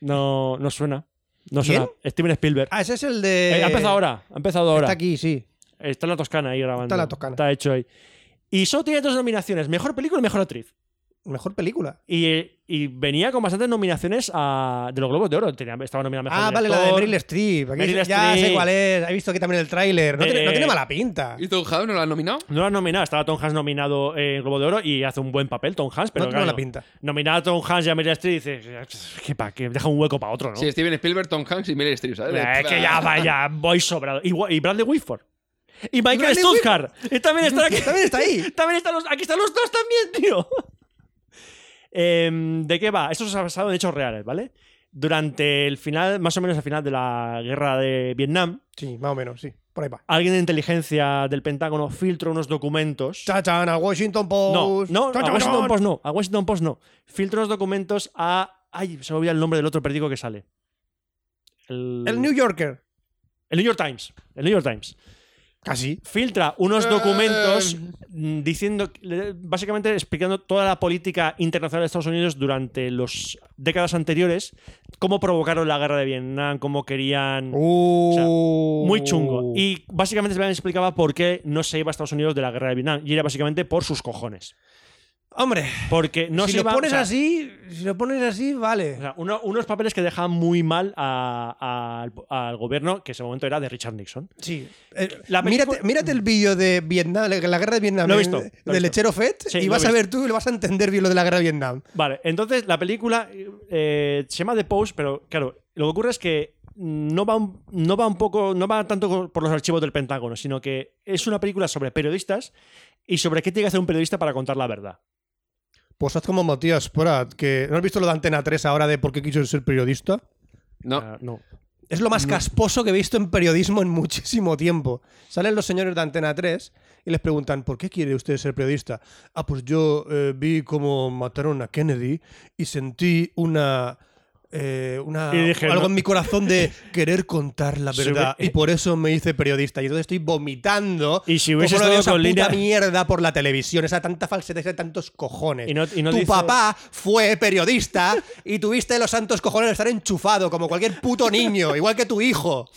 Speaker 6: No, no suena. No suena. Steven Spielberg.
Speaker 5: Ah, ese es el de.
Speaker 6: Eh, ha empezado ahora. Ha empezado ahora.
Speaker 5: Está aquí, sí.
Speaker 6: Está en la Toscana ahí grabando.
Speaker 5: Está en la Toscana.
Speaker 6: Está hecho ahí. Y solo tiene dos nominaciones: mejor película y mejor actriz.
Speaker 5: Mejor película.
Speaker 6: Y, eh, y venía con bastantes nominaciones a- de los Globos de Oro. Tenía- estaba nominada a mejor
Speaker 5: Ah, vale, la de
Speaker 6: director.
Speaker 5: Meryl Streep. Aquí
Speaker 6: Meryl
Speaker 5: ya
Speaker 6: Streep.
Speaker 5: sé cuál es. He visto aquí también el tráiler. No,
Speaker 6: Eh,
Speaker 5: tiene- no tiene mala pinta.
Speaker 1: ¿Y Tom Hanks no lo han nominado?
Speaker 6: No la han nominado, estaba Tom Hanks nominado eh, en Globo de Oro y hace un buen papel Tom Hanks, pero
Speaker 5: no tiene
Speaker 6: claro,
Speaker 5: mala pinta.
Speaker 6: nominado a Tom Hanks y a Meryl Streep dice, que pa, que deja un hueco para otro, ¿no?
Speaker 1: Sí, Steven Spielberg, Tom Hanks y Meryl Streep, ¿sabes?
Speaker 6: Eh, que ya vaya, voy sobrado. Y, Wa- y Bradley Whitford. Y Michael
Speaker 5: Bradley
Speaker 6: Stuttgart. Y también está aquí.
Speaker 5: También está ahí.
Speaker 6: [laughs] También están los, aquí están los dos también, tío. Em, ¿De qué va? Esto se ha basado en hechos reales, ¿vale? Durante el final, más o menos al final de la guerra de Vietnam,
Speaker 5: Sí, más o menos, sí. Por ahí va.
Speaker 6: alguien de inteligencia del Pentágono filtra unos documentos.
Speaker 5: Chachan al Washington
Speaker 6: No,
Speaker 5: Post. Chan,
Speaker 6: no, a
Speaker 5: chan,
Speaker 6: Washington
Speaker 5: chan.
Speaker 6: Post no. A Washington Post no. Filtra unos documentos a. Ay, se me olvida el nombre del otro periódico que sale. El,
Speaker 5: El New Yorker.
Speaker 6: el New York Times. El New York Times.
Speaker 5: Casi.
Speaker 6: Filtra unos documentos
Speaker 1: Eh.
Speaker 6: mm, diciendo. le- Básicamente explicando toda la política internacional de Estados Unidos durante las décadas anteriores. Cómo provocaron la guerra de Vietnam, cómo querían. Mm.
Speaker 5: Uh.
Speaker 6: Muy chungo. Y básicamente se explicaba por qué no se iba a Estados Unidos de la guerra de Vietnam. Y era básicamente por sus cojones.
Speaker 5: Hombre,
Speaker 6: Porque no
Speaker 5: si
Speaker 6: se
Speaker 5: lo
Speaker 6: iba- o
Speaker 5: pones
Speaker 6: sea,
Speaker 5: así, si lo pones así, vale.
Speaker 6: o sea, uno- unos papeles que dejaban muy mal a- a- al, al gobierno, que en ese momento era de Richard Nixon.
Speaker 5: Sí. Eh,
Speaker 6: La película-
Speaker 5: mírate, mírate el vídeo de Vietnam, la, la guerra de Vietnam.
Speaker 6: Lo he visto,
Speaker 5: eh,
Speaker 6: lo he
Speaker 5: de
Speaker 6: visto.
Speaker 5: Lechero Fed.
Speaker 6: Sí,
Speaker 5: y
Speaker 6: lo he
Speaker 5: vas a
Speaker 6: visto.
Speaker 5: ver tú y lo vas a entender bien lo de la guerra de Vietnam.
Speaker 6: Vale, entonces la película eh, se llama The Post, pero claro, lo que ocurre es que no va, un, no va un poco, no va tanto por los archivos del Pentágono, sino que es una película sobre periodistas y sobre qué tiene que hacer un periodista para contar la verdad.
Speaker 5: Pues haz como Matías Prat, que ¿no has visto lo de Antena 3 ahora de por qué quiso ser periodista?
Speaker 1: No,
Speaker 6: Ah, no.
Speaker 5: Es
Speaker 6: Mm.
Speaker 5: lo más casposo que he visto en periodismo en muchísimo tiempo. Salen los señores de Antena 3 y les preguntan, ¿por qué quiere usted ser periodista? Ah, pues yo eh, vi cómo mataron a Kennedy y sentí una... eh, una-
Speaker 6: Y dije,
Speaker 5: algo
Speaker 6: no.
Speaker 5: en mi corazón de querer contar
Speaker 6: [laughs]
Speaker 5: la
Speaker 6: Si
Speaker 5: verdad
Speaker 6: hubie-
Speaker 5: y por eso me hice periodista y entonces estoy vomitando
Speaker 6: Y si hubiese
Speaker 5: como no veo
Speaker 6: estado
Speaker 5: esa
Speaker 6: con
Speaker 5: puta
Speaker 6: Lina-
Speaker 5: mierda por la televisión esa tanta falsedad esa tantos cojones
Speaker 6: Y no- y no
Speaker 5: tu
Speaker 6: dice-
Speaker 5: papá fue periodista y tuviste los santos cojones de estar enchufado como cualquier puto niño igual que tu hijo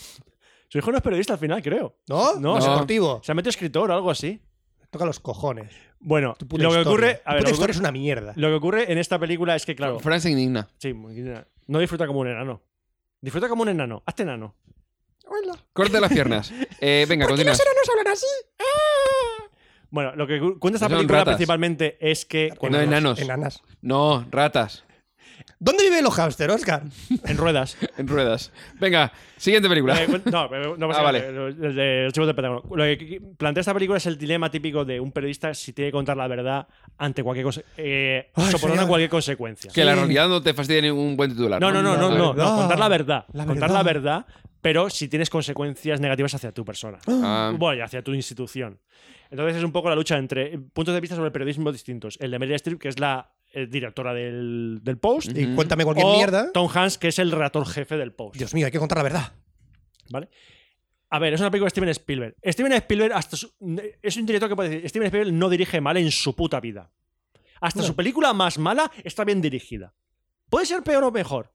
Speaker 6: Su hijo no es periodista al final, creo.
Speaker 5: ¿No?
Speaker 6: No,
Speaker 5: No.
Speaker 6: se-
Speaker 5: Deportivo.
Speaker 6: Se ha metido escritor o algo así.
Speaker 5: Toca los cojones.
Speaker 6: Bueno,
Speaker 5: Tu puta
Speaker 6: lo que,
Speaker 5: historia.
Speaker 6: ocurre,
Speaker 5: Tu
Speaker 6: a
Speaker 5: puta
Speaker 6: ver, lo, que
Speaker 5: historia
Speaker 6: ocurre,
Speaker 5: es una mierda.
Speaker 6: lo que ocurre en esta película es que, claro,
Speaker 1: Fran se indigna.
Speaker 6: sí, no disfruta como un enano. Disfruta como un enano. Hazte enano.
Speaker 1: Corta las
Speaker 6: [laughs]
Speaker 1: piernas. Eh, venga, continúa.
Speaker 6: Bueno, lo que cu- cuenta esta
Speaker 1: Son
Speaker 6: película
Speaker 1: ratas.
Speaker 6: principalmente es que
Speaker 1: No, enanos.
Speaker 5: Enanas.
Speaker 1: No, ratas.
Speaker 5: ¿Dónde viven los hámster, Oscar?
Speaker 1: [laughs]
Speaker 6: en ruedas.
Speaker 1: En ruedas. Venga, siguiente película.
Speaker 6: Eh, cu- no, pero no pasa
Speaker 1: Ah,
Speaker 6: nada,
Speaker 1: vale.
Speaker 6: lo- el de los chicos del Pentágono. Lo que plantea esta película es el dilema típico de un periodista si tiene que contar la verdad ante cualquier cosa, eh,
Speaker 5: Ay,
Speaker 6: soportando
Speaker 5: señor.
Speaker 6: cualquier consecuencia.
Speaker 1: Que la realidad no te fastidia ningún buen titular.
Speaker 6: No, no, no, no,
Speaker 5: La
Speaker 6: no,
Speaker 5: verdad.
Speaker 6: no, contar la verdad,
Speaker 5: La
Speaker 6: contar la verdad, pero si tienes consecuencias negativas hacia tu persona, [laughs]
Speaker 1: Ah,
Speaker 6: bueno, y hacia tu institución. Entonces es un poco la lucha entre puntos de vista sobre periodismo distintos. El de Meryl Streep, que es la eh, directora del, del Post,
Speaker 5: Y cuéntame cualquier
Speaker 6: o
Speaker 5: mierda.
Speaker 6: Tom Hanks, que es el redactor jefe del Post.
Speaker 5: Dios mío, hay que contar la verdad.
Speaker 6: ¿Vale? A ver, es una película de Steven Spielberg. Steven Spielberg hasta su- es un director que puede decir, Steven Spielberg no dirige mal en su puta vida. Hasta su película más mala está bien dirigida. Puede ser peor o mejor,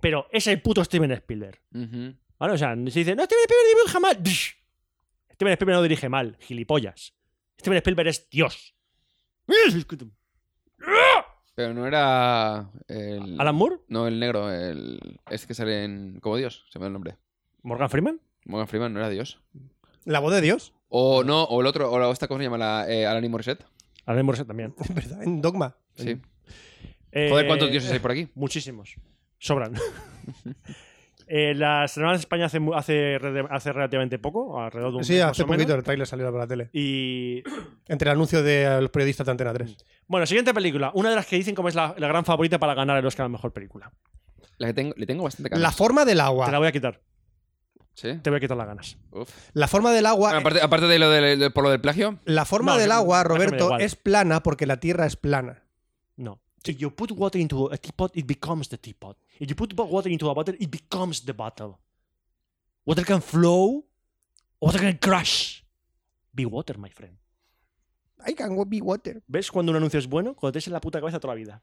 Speaker 6: pero es el puto Steven Spielberg.
Speaker 1: ujú.
Speaker 6: ¿Vale? O sea, si dice, no, Steven Spielberg dirige mal. Psh. Steven Spielberg no dirige mal, gilipollas. Steven Spielberg
Speaker 1: [laughs]
Speaker 6: es Dios.
Speaker 1: Pero no era. El...
Speaker 6: Alan Moore,
Speaker 1: No, el negro. El... Es que sale en. Como Dios, se me da el nombre.
Speaker 6: Morgan Freeman,
Speaker 1: Morgan Freeman no era Dios.
Speaker 5: La voz de Dios. [laughs]
Speaker 1: O no, o el otro, o la- esta cosa se llama la, eh, Alanis Morissette.
Speaker 6: Alan Moore también. Eh,
Speaker 5: Es verdad, en Dogma.
Speaker 1: Sí. Joder, ¿cuántos dioses hay por aquí?
Speaker 6: Muchísimos. Sobran. [laughs] Eh, las hermanas de España hace, mu- hace, re- hace relativamente poco, alrededor de un
Speaker 5: Sí,
Speaker 6: mes
Speaker 5: hace
Speaker 6: más o menos.
Speaker 5: poquito el tráiler salió por la tele.
Speaker 6: Y
Speaker 5: Entre el anuncio de eh, los periodistas de Antena 3.
Speaker 6: bueno, siguiente película. Una de las que dicen como es la, la gran favorita para ganar el Oscar a la mejor película.
Speaker 1: La que tengo, le tengo bastante ganas.
Speaker 5: La forma del
Speaker 6: Te la
Speaker 5: agua.
Speaker 6: voy a quitar.
Speaker 1: Sí.
Speaker 6: Te voy a quitar las ganas.
Speaker 1: Uf.
Speaker 5: La forma del agua.
Speaker 1: Bueno, aparte, aparte de lo del, de- por lo del plagio.
Speaker 5: La forma
Speaker 6: No,
Speaker 5: del
Speaker 6: yo-
Speaker 5: agua,
Speaker 6: déjame
Speaker 5: Roberto,
Speaker 6: igual.
Speaker 5: es plana porque la Tierra es plana.
Speaker 6: No. If you put water into a teapot, it becomes the teapot. If you put water into a bottle, it becomes the bottle. Water can flow, water can crash. Be water, my friend.
Speaker 5: I can be water.
Speaker 6: ¿Ves cuando un anuncio es bueno? Cuando te en la puta cabeza toda la vida.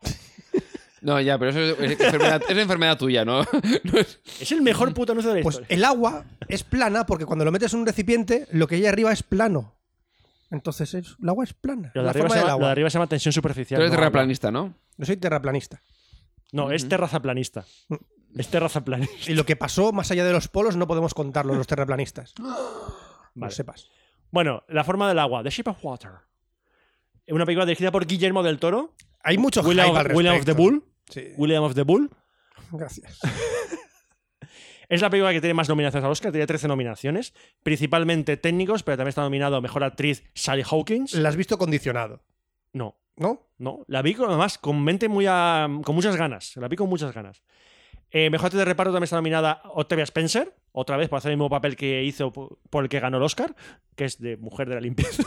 Speaker 1: No, ya, pero eso es, es enfermedad, es enfermedad tuya, ¿no? No es-
Speaker 6: Es el mejor puto anuncio de la
Speaker 5: Pues
Speaker 6: historia.
Speaker 5: el agua es plana porque cuando lo metes en un recipiente, lo que hay arriba es plano. Entonces es- el agua es plana.
Speaker 6: Lo de,
Speaker 5: la
Speaker 6: arriba
Speaker 5: forma
Speaker 6: se
Speaker 5: del
Speaker 6: llama, lo de
Speaker 5: agua.
Speaker 6: arriba se llama tensión
Speaker 1: [laughs]
Speaker 6: superficial.
Speaker 1: Tú eres
Speaker 6: no,
Speaker 1: terraplanista, ¿no?
Speaker 5: Yo soy terraplanista.
Speaker 6: No, es terrazaplanista. Es terrazaplanista.
Speaker 5: Y lo que pasó más allá de los polos no podemos contarlo los
Speaker 6: [gasps]
Speaker 5: terraplanistas. No
Speaker 6: Vale.
Speaker 5: sepas.
Speaker 6: [laughs] Bueno, La forma del agua, The Shape of Water. Es Una película dirigida por Guillermo del Toro,
Speaker 5: Hay mucho
Speaker 6: William
Speaker 5: hype
Speaker 6: of,
Speaker 5: al respecto.
Speaker 6: William of the Bull.
Speaker 5: Sí,
Speaker 6: William of the Bull.
Speaker 5: gracias.
Speaker 6: Es la película que tiene más nominaciones al Oscar, tiene 13 nominaciones, principalmente técnicos, pero también está nominado a Mejor Actriz Sally Hawkins.
Speaker 5: La has visto condicionado,
Speaker 6: No,
Speaker 5: ¿no?
Speaker 6: No, la vi con, además con mente muy a- con muchas ganas. La vi con muchas ganas. Eh, mejor actriz de reparto también está nominada Octavia Spencer, otra vez por hacer el mismo papel que hizo po- por el que ganó el Oscar, que es de Mujer de la Limpieza.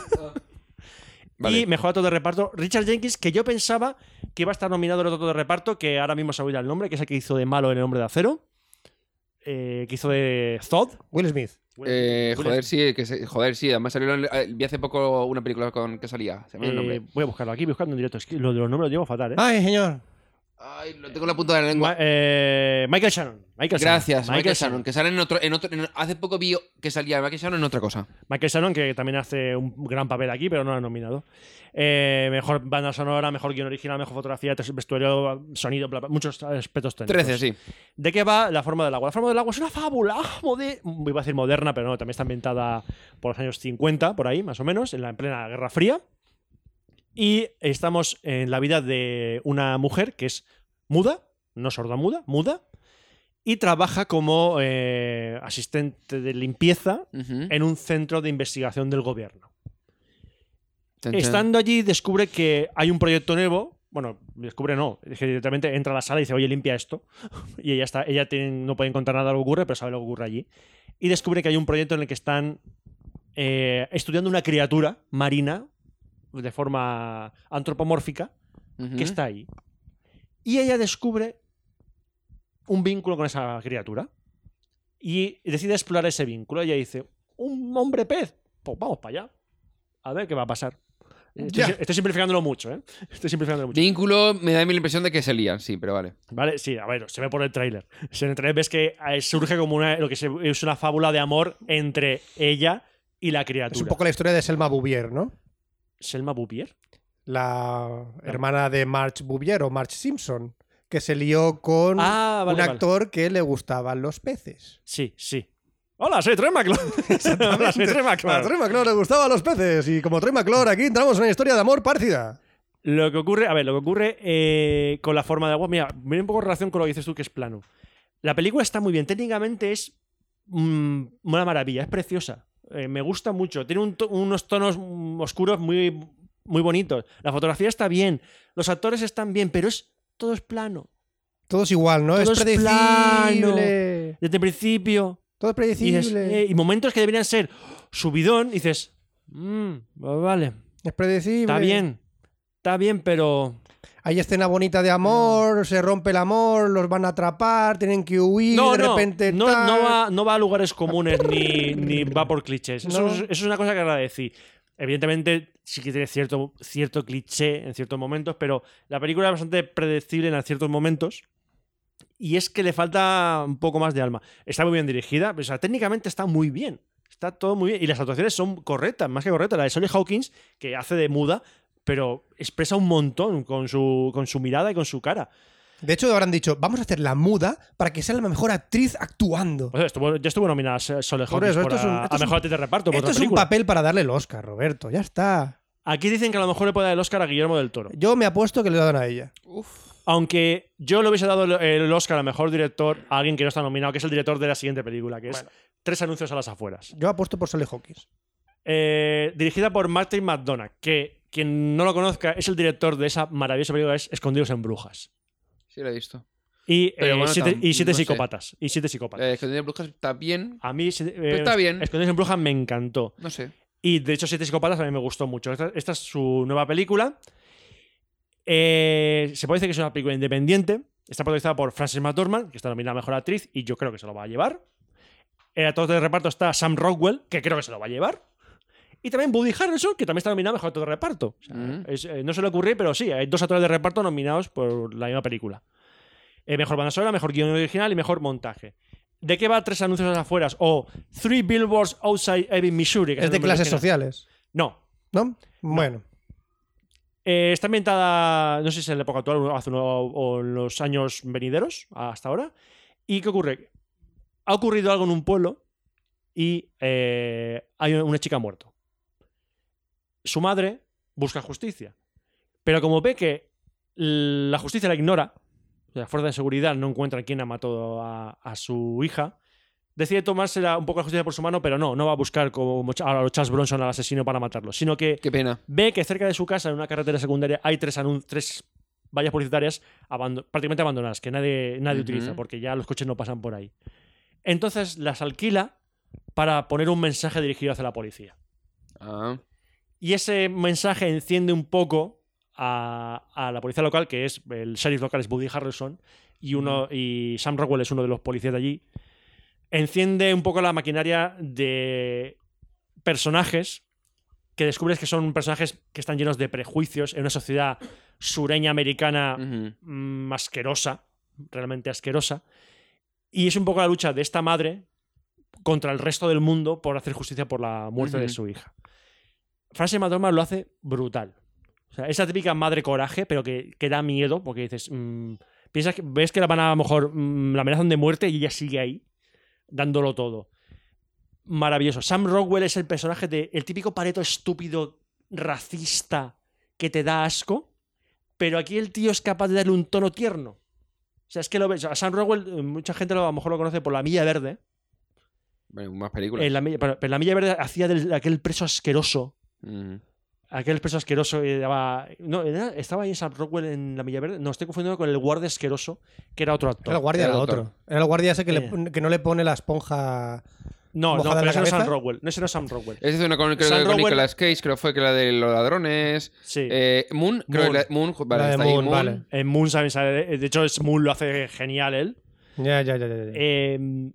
Speaker 1: Vale.
Speaker 6: Y mejor actor de reparto Richard Jenkins, que yo pensaba que iba a estar nominado el otro actor de reparto, que ahora mismo se olvida el nombre, que es el que hizo de malo en El Hombre de Acero, eh, que hizo de Zod.
Speaker 5: Will Smith.
Speaker 1: Eh,
Speaker 6: Will-
Speaker 1: joder, sí, que se- joder, sí. Además salió. en- eh, Vi hace poco una película con que salía. Se me olvidó el
Speaker 6: Eh,
Speaker 1: nombre. Ah.
Speaker 6: voy a buscarlo aquí, buscando en directo. Es que lo de los nombres lo llevo fatal, ¿eh?
Speaker 5: Ay, señor.
Speaker 1: Ay, lo tengo en la punta de la lengua.
Speaker 6: Ma- eh, Michael Shannon. Michael Shannon.
Speaker 1: Gracias, Michael, Shannon, que sale en otro, en otro en- hace poco vi que salía Michael Shannon en otra cosa.
Speaker 6: Michael Shannon, que también hace un gran papel aquí, pero no lo ha nominado. Eh, mejor banda sonora, mejor guion original, mejor fotografía, tes- vestuario, sonido, bla, bla, muchos aspectos técnicos.
Speaker 1: 13, sí.
Speaker 6: ¿De qué va La forma del agua? La forma del agua es una fábula, mode- iba a decir moderna, pero no, también está ambientada por los años 50, por ahí, más o menos, en la en plena Guerra Fría. Y estamos en la vida de una mujer que es muda, no sorda muda, muda, y trabaja como eh, asistente de limpieza
Speaker 1: Ujú.
Speaker 6: en un centro de investigación del gobierno.
Speaker 1: Chan, chan.
Speaker 6: Estando allí, descubre que hay un proyecto nuevo. Bueno, descubre no. Es que directamente entra a la sala y dice, oye, limpia esto. [laughs] Y ella está, ella tiene- no puede encontrar nada de lo que ocurre, pero sabe lo que ocurre allí. Y descubre que hay un proyecto en el que están eh, estudiando una criatura marina de forma antropomórfica
Speaker 1: Ujú.
Speaker 6: que está ahí. Y ella descubre un vínculo con esa criatura. Y decide explorar ese vínculo. Ella dice, un hombre pez. Pues vamos para allá. A ver qué va a pasar. Estoy,
Speaker 5: Ya.
Speaker 6: si- estoy simplificándolo mucho, ¿eh? Estoy simplificándolo mucho.
Speaker 1: Vínculo me da a mí la impresión de que se lían, sí, pero vale.
Speaker 6: Vale, sí, a ver, se ve por el tráiler. Se- En el tráiler ves que eh, surge como una, lo que se- es una fábula de amor entre ella y la criatura.
Speaker 5: Es un poco la historia de Selma Bouvier, ¿no?
Speaker 6: Selma Bouvier. Ah.
Speaker 5: La hermana de Marge Bouvier o Marge Simpson, que se lió con
Speaker 6: Ah, vale,
Speaker 5: un
Speaker 6: vale.
Speaker 5: actor que le gustaban los peces.
Speaker 6: Sí, sí. Hola, soy Troy [laughs] McClure. Hola, soy Troy McClure.
Speaker 5: A Troy McClure le gustaban los peces y como Troy McClure aquí entramos en una historia de amor párcida.
Speaker 6: Lo que ocurre, a ver, lo que ocurre eh, con la forma de agua, mira, viene un poco en relación con lo que dices tú que es plano. La película está muy bien, técnicamente es mm, una maravilla, es preciosa. Eh, me gusta mucho, tiene un to- unos tonos mm, oscuros muy, muy bonitos. La fotografía está bien, los actores están bien, pero es todo es plano.
Speaker 5: Todo es igual, ¿no?
Speaker 6: Todo
Speaker 5: es
Speaker 6: es
Speaker 5: predecible.
Speaker 6: plano. Desde el principio,
Speaker 5: Todo es
Speaker 6: y, dices,
Speaker 5: predecible.
Speaker 6: eh, y momentos que deberían ser subidón, dices, "Mm, vale,
Speaker 5: es predecible.
Speaker 6: está bien, está bien, pero...
Speaker 5: Hay escena bonita de amor, se rompe el amor, los van a atrapar, tienen que huir, de repente
Speaker 6: no,
Speaker 5: tal.
Speaker 6: no va, no va a lugares comunes ni, ni va por clichés. Eso,
Speaker 5: No.
Speaker 6: es, eso es una cosa que agradecí. Evidentemente, sí que tiene cierto, cierto cliché en ciertos momentos, pero la película es bastante predecible en ciertos momentos. Y es que le falta un poco más de alma. Está muy bien dirigida, o sea, técnicamente está muy bien. Está todo muy bien. Y las actuaciones son correctas, más que correctas. La de Sally Hawkins, que hace de muda, pero expresa un montón con su, con su mirada y con su cara.
Speaker 5: De hecho, habrán dicho, vamos a hacer la muda para que sea la mejor actriz actuando.
Speaker 6: O sea, Pues estuvo- ya estuvo nominada a Sole
Speaker 5: Por
Speaker 6: Hawkins
Speaker 5: eso,
Speaker 6: por
Speaker 5: esto es un-
Speaker 6: a,
Speaker 5: esto
Speaker 6: a
Speaker 5: es un-
Speaker 6: mejor actriz de reparto. por
Speaker 5: Esto
Speaker 6: otra
Speaker 5: es un
Speaker 6: película.
Speaker 5: papel para darle el Oscar, Roberto, ya está.
Speaker 6: Aquí dicen que a lo mejor le puede dar el Oscar a Guillermo del Toro.
Speaker 5: Yo me apuesto que le dan a ella.
Speaker 6: Aunque yo le hubiese dado el- el Oscar a mejor director a alguien que no está nominado, que es el director de la siguiente película, que es Tres anuncios a las afueras.
Speaker 5: Yo apuesto por Sally Hawkins.
Speaker 6: Eh, dirigida por Martin McDonagh, que quien no lo conozca es el director de esa maravillosa película que es Escondidos en Brujas.
Speaker 1: Sí, lo he visto.
Speaker 6: Y,
Speaker 1: Pero
Speaker 6: eh,
Speaker 1: bueno,
Speaker 6: siete,
Speaker 1: tam-
Speaker 6: y siete
Speaker 1: no sé.
Speaker 6: psicópatas. Y siete psicópatas.
Speaker 1: Eh, Escondido en Brujas está
Speaker 5: Ah.
Speaker 1: bien.
Speaker 6: a mí, siete- eh,
Speaker 1: está bien.
Speaker 6: Escondidos en Brujas me encantó.
Speaker 1: No sé.
Speaker 6: Y de hecho, Siete Psicópatas a mí me gustó mucho. Esta, esta es su nueva película. Eh, se puede decir que es una película independiente. Está protagonizada por Frances McDormand, que está nominada a Mejor Actriz, y yo creo que se lo va a llevar. El actor de reparto está Sam Rockwell, que creo que se lo va a llevar. Y también Woody Harrelson, que también está nominado a Mejor Actor de Reparto. O sea,
Speaker 5: Mm.
Speaker 1: Ujú.
Speaker 6: es- eh, no se le ocurrió, pero sí, hay dos actores de reparto nominados por la misma película. Eh, mejor banda sonora, mejor guion original y mejor montaje. ¿De qué va Tres Anuncios a las Afueras? O Three Billboards Outside Ebbing, Missouri. que
Speaker 5: Es
Speaker 6: el
Speaker 5: de
Speaker 6: nombre
Speaker 5: clases
Speaker 6: original.
Speaker 5: sociales,
Speaker 6: No.
Speaker 5: ¿no? Bueno,
Speaker 6: Eh, está ambientada, no sé si es en la época actual o hace uno- o en los años venideros, hasta ahora. ¿Y qué ocurre? Ha ocurrido algo en un pueblo y eh, hay una chica muerta. Su madre busca justicia. Pero como ve que la justicia la ignora, las fuerzas de seguridad no encuentran quién ha matado a, a su hija, decide tomársela un poco la justicia por su mano, pero no, no va a buscar como Ch- a los Charles Bronson al asesino para matarlo, sino que
Speaker 1: Qué pena.
Speaker 6: ve que cerca de su casa, en una carretera secundaria, hay tres, anun- tres vallas publicitarias abando- prácticamente abandonadas, que nadie, nadie
Speaker 1: Ujú.
Speaker 6: utiliza, porque ya los coches no pasan por ahí. Entonces las alquila para poner un mensaje dirigido hacia la policía.
Speaker 1: Ah.
Speaker 6: Y ese mensaje enciende un poco a, a la policía local, que es el sheriff local, es Buddy Harrelson, y, uno, y Sam Rockwell es uno de los policías de allí. Enciende un poco la maquinaria de personajes que descubres que son personajes que están llenos de prejuicios en una sociedad sureña americana
Speaker 1: Ujú.
Speaker 6: mm, asquerosa, realmente asquerosa. Y es un poco la lucha de esta madre contra el resto del mundo por hacer justicia por la muerte de
Speaker 1: Ujú.
Speaker 6: su hija. Frances McDormand lo hace brutal. O sea, esa típica madre coraje, pero que, que da miedo porque dices, mm, piensas que ves que la van a, a lo mejor mm, la amenazan de muerte y ella sigue ahí dándolo todo. Maravilloso. Sam Rockwell es el personaje de el típico pareto estúpido racista que te da asco, pero aquí el tío es capaz de darle un tono tierno. O sea, es que lo ves. A Sam Rockwell, eh, mucha gente lo- a lo mejor lo conoce por la Milla Verde.
Speaker 1: Bueno, más películas.
Speaker 6: En la, Milla- pero pero en la Milla Verde hacía del- aquel preso asqueroso.
Speaker 1: Ujú.
Speaker 6: Aquel preso asqueroso que daba. No, era- estaba ahí Sam Rockwell en la Milla Verde. No, estoy confundiendo con el guardia asqueroso, que era otro actor.
Speaker 5: Era el guardia
Speaker 1: Era
Speaker 5: era
Speaker 1: el doctor.
Speaker 5: otro. Era el guardia ese que, le
Speaker 6: Eh.
Speaker 5: pon- que no le pone la esponja.
Speaker 6: No, no,
Speaker 5: ¿Mojada en
Speaker 6: pero
Speaker 5: la
Speaker 6: ese no es Sam
Speaker 5: cabeza?
Speaker 6: Rockwell. No, ese no es Sam Rockwell.
Speaker 1: Esa es una con, creo
Speaker 6: Sam
Speaker 1: que con
Speaker 6: Rowell-
Speaker 1: Nicolas Cage, creo que fue que la de los ladrones.
Speaker 6: Sí.
Speaker 1: Eh, Moon, creo
Speaker 6: Moon.
Speaker 1: que la- Moon, ju- vale,
Speaker 5: La de
Speaker 1: está ahí,
Speaker 5: Moon,
Speaker 1: Moon.
Speaker 5: vale.
Speaker 6: En Moon sabe- sabe- De hecho, es Moon lo hace genial él.
Speaker 5: Ya, ya, ya, ya. ya.
Speaker 6: Eh,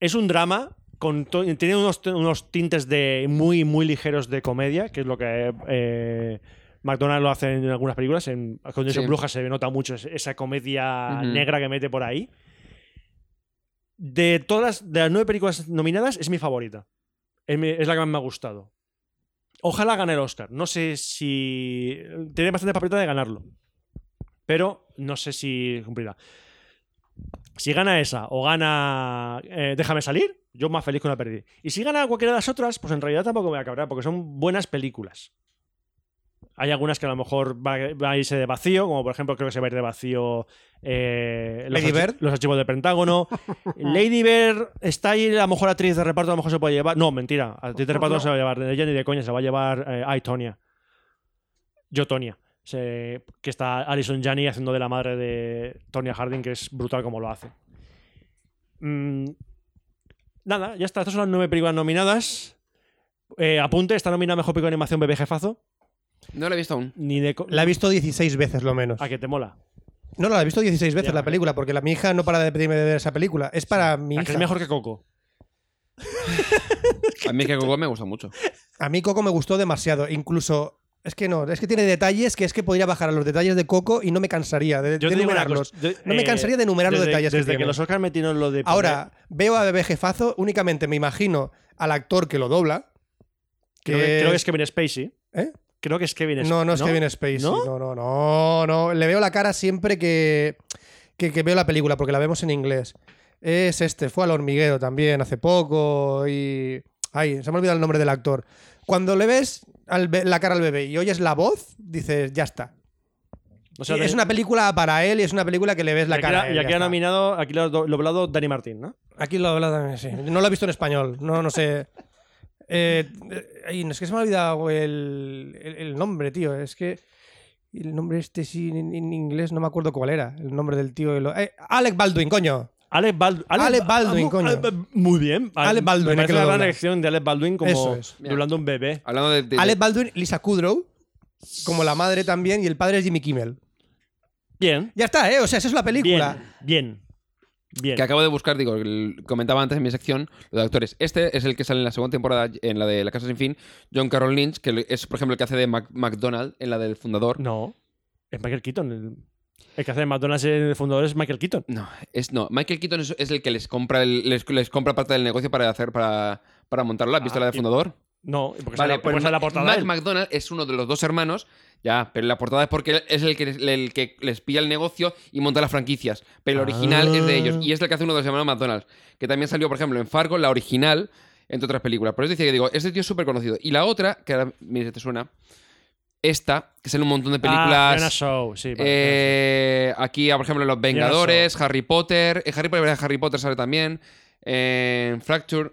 Speaker 6: es un drama. Con to- tiene unos, unos tintes de muy, muy ligeros de comedia, que es lo que eh, McDonald's lo hace en algunas películas. En Condición
Speaker 1: Sí.
Speaker 6: Bruja se nota mucho es- esa comedia
Speaker 1: Ujú.
Speaker 6: negra que mete por ahí. De todas las- de las nueve películas nominadas, es mi favorita. Es, mi- es la que más me ha gustado. Ojalá gane el Oscar. No sé si. Tiene bastante papeleta de ganarlo. Pero no sé si cumplirá. Si gana esa o gana eh, Déjame salir, yo más feliz con la perdí. Y si gana cualquiera de las otras, pues en realidad tampoco me voy a cabrear, porque son buenas películas. Hay algunas que a lo mejor va, va a irse de vacío, como por ejemplo creo que se va a ir de vacío eh, los,
Speaker 5: Lady
Speaker 6: archi-
Speaker 5: Bird.
Speaker 6: los archivos del Pentágono. Lady Bird está ahí, a lo mejor actriz de reparto a lo mejor se puede llevar. No, mentira, actriz de reparto no se va a llevar, ella ni de coña, se va a llevar eh, Ay, Tonya. Yo, Tonya. Se- que está Alison Janney haciendo de la madre de Tonya Harding, que es brutal como lo hace. Mm, nada, ya está. Estas son las nueve películas nominadas. Eh, apunte, está nominada Mejor Pico de Animación Bebé Jefazo.
Speaker 1: No la he visto aún.
Speaker 6: Ni de... co-
Speaker 5: La he visto 16 veces lo menos.
Speaker 6: A que te mola.
Speaker 5: No, la he visto 16 veces
Speaker 6: Ya,
Speaker 5: la
Speaker 6: vale.
Speaker 5: película, porque la, mi hija no para de pedirme de ver esa película. Es para mi
Speaker 6: A
Speaker 5: hija.
Speaker 6: que es mejor que Coco.
Speaker 1: A mí es que Coco me gusta mucho.
Speaker 5: A mí Coco me gustó demasiado. Incluso. Es que no, es que tiene detalles que es que podría bajar a los detalles de Coco y no me cansaría de, de
Speaker 6: Yo te digo una
Speaker 5: enumerarlos.
Speaker 6: cosa, yo-
Speaker 5: no me
Speaker 6: eh,
Speaker 5: cansaría de enumerar los
Speaker 6: desde-
Speaker 5: detalles
Speaker 6: Desde que,
Speaker 5: tiene.
Speaker 6: los Oscars metieron lo de... poner-
Speaker 5: Ahora, veo a Bebé Jefazo, únicamente me imagino al actor que lo dobla.
Speaker 6: Creo que, creo que es Kevin Spacey.
Speaker 5: ¿Eh?
Speaker 6: Creo que es Kevin Spacey.
Speaker 5: No, no es Kevin Spacey.
Speaker 6: ¿No?
Speaker 5: ¿No? no, no, no, Le veo la cara siempre que, que, que veo la película, porque la vemos en inglés. Es este, fue al hormiguero también hace poco y... Ay, se me ha olvidado el nombre del actor. Cuando le ves al be- la cara al bebé y oyes la voz, dices, ya está.
Speaker 6: O sea,
Speaker 5: Y
Speaker 6: de-
Speaker 5: es una película para él y es una película que le ves
Speaker 6: y
Speaker 5: la
Speaker 6: aquí
Speaker 5: cara.
Speaker 6: la-
Speaker 5: a él,
Speaker 6: Y
Speaker 5: ya
Speaker 6: aquí ha
Speaker 5: está.
Speaker 6: nominado, aquí lo ha do- doblado Dani Martín, ¿no?
Speaker 5: Aquí lo he hablado también, sí. No lo he visto en español, no, no sé. Eh, eh, ay, es que se me ha olvidado el, el- el nombre, tío. Es que el nombre este sí, en, en inglés no me acuerdo cuál era. El nombre del tío. y lo- eh, Alec Baldwin, coño.
Speaker 6: Alec, Bald-
Speaker 5: Alec Baldwin,
Speaker 6: Ah,
Speaker 5: coño.
Speaker 6: ah, Muy bien.
Speaker 5: Alec Baldwin,
Speaker 6: Me
Speaker 5: el
Speaker 6: parece
Speaker 5: que lo
Speaker 6: una gran
Speaker 5: dobla.
Speaker 6: elección de Alec Baldwin como
Speaker 5: Eso es.
Speaker 6: doblando un bebé.
Speaker 1: Hablando de. de-
Speaker 5: Alec Baldwin, Lisa Kudrow, como la madre también, y el padre es Jimmy Kimmel.
Speaker 6: Bien.
Speaker 5: Ya está, ¿eh? O sea, esa es la película.
Speaker 6: Bien. Bien.
Speaker 1: que acabo de buscar, digo, el- comentaba antes en mi sección, lo de actores. Este es el que sale en la segunda temporada, en la de La Casa Sin Fin, John Carroll Lynch, que es, por ejemplo, el que hace de Mac- McDonald en la del fundador.
Speaker 6: No. Es Michael Keaton. El, el que hace de McDonald's en el fundador es Michael Keaton.
Speaker 1: No, es no. Michael Keaton es, es el que les compra el- les, les compra parte del negocio para hacer para, para montarlo. ¿Has visto
Speaker 6: Ah,
Speaker 1: la de
Speaker 6: y-
Speaker 1: fundador?
Speaker 6: No,
Speaker 1: Vale,
Speaker 6: porque sale, porque
Speaker 1: pues
Speaker 6: sale la
Speaker 1: Ma-
Speaker 6: portada.
Speaker 1: Mac
Speaker 6: él.
Speaker 1: McDonald es uno de los dos hermanos, ya, pero la portada es porque él es el que, el que les pilla el negocio y monta las franquicias, pero el original
Speaker 6: Ah.
Speaker 1: es de ellos y es el que hace uno de los hermanos McDonald's, que también salió, por ejemplo, en Fargo, la original, entre otras películas. Por eso decía que digo, este tío es súper conocido. Y la otra, que ahora, mira, si te suena, esta, que sale en un montón de
Speaker 6: Ah, Fiona
Speaker 1: películas...
Speaker 6: Shaw, sí. vale,
Speaker 1: Eh, aquí, por ejemplo, Los Vengadores, Harry Potter. eh, Harry Potter, Harry Potter sale también. eh, Fracture.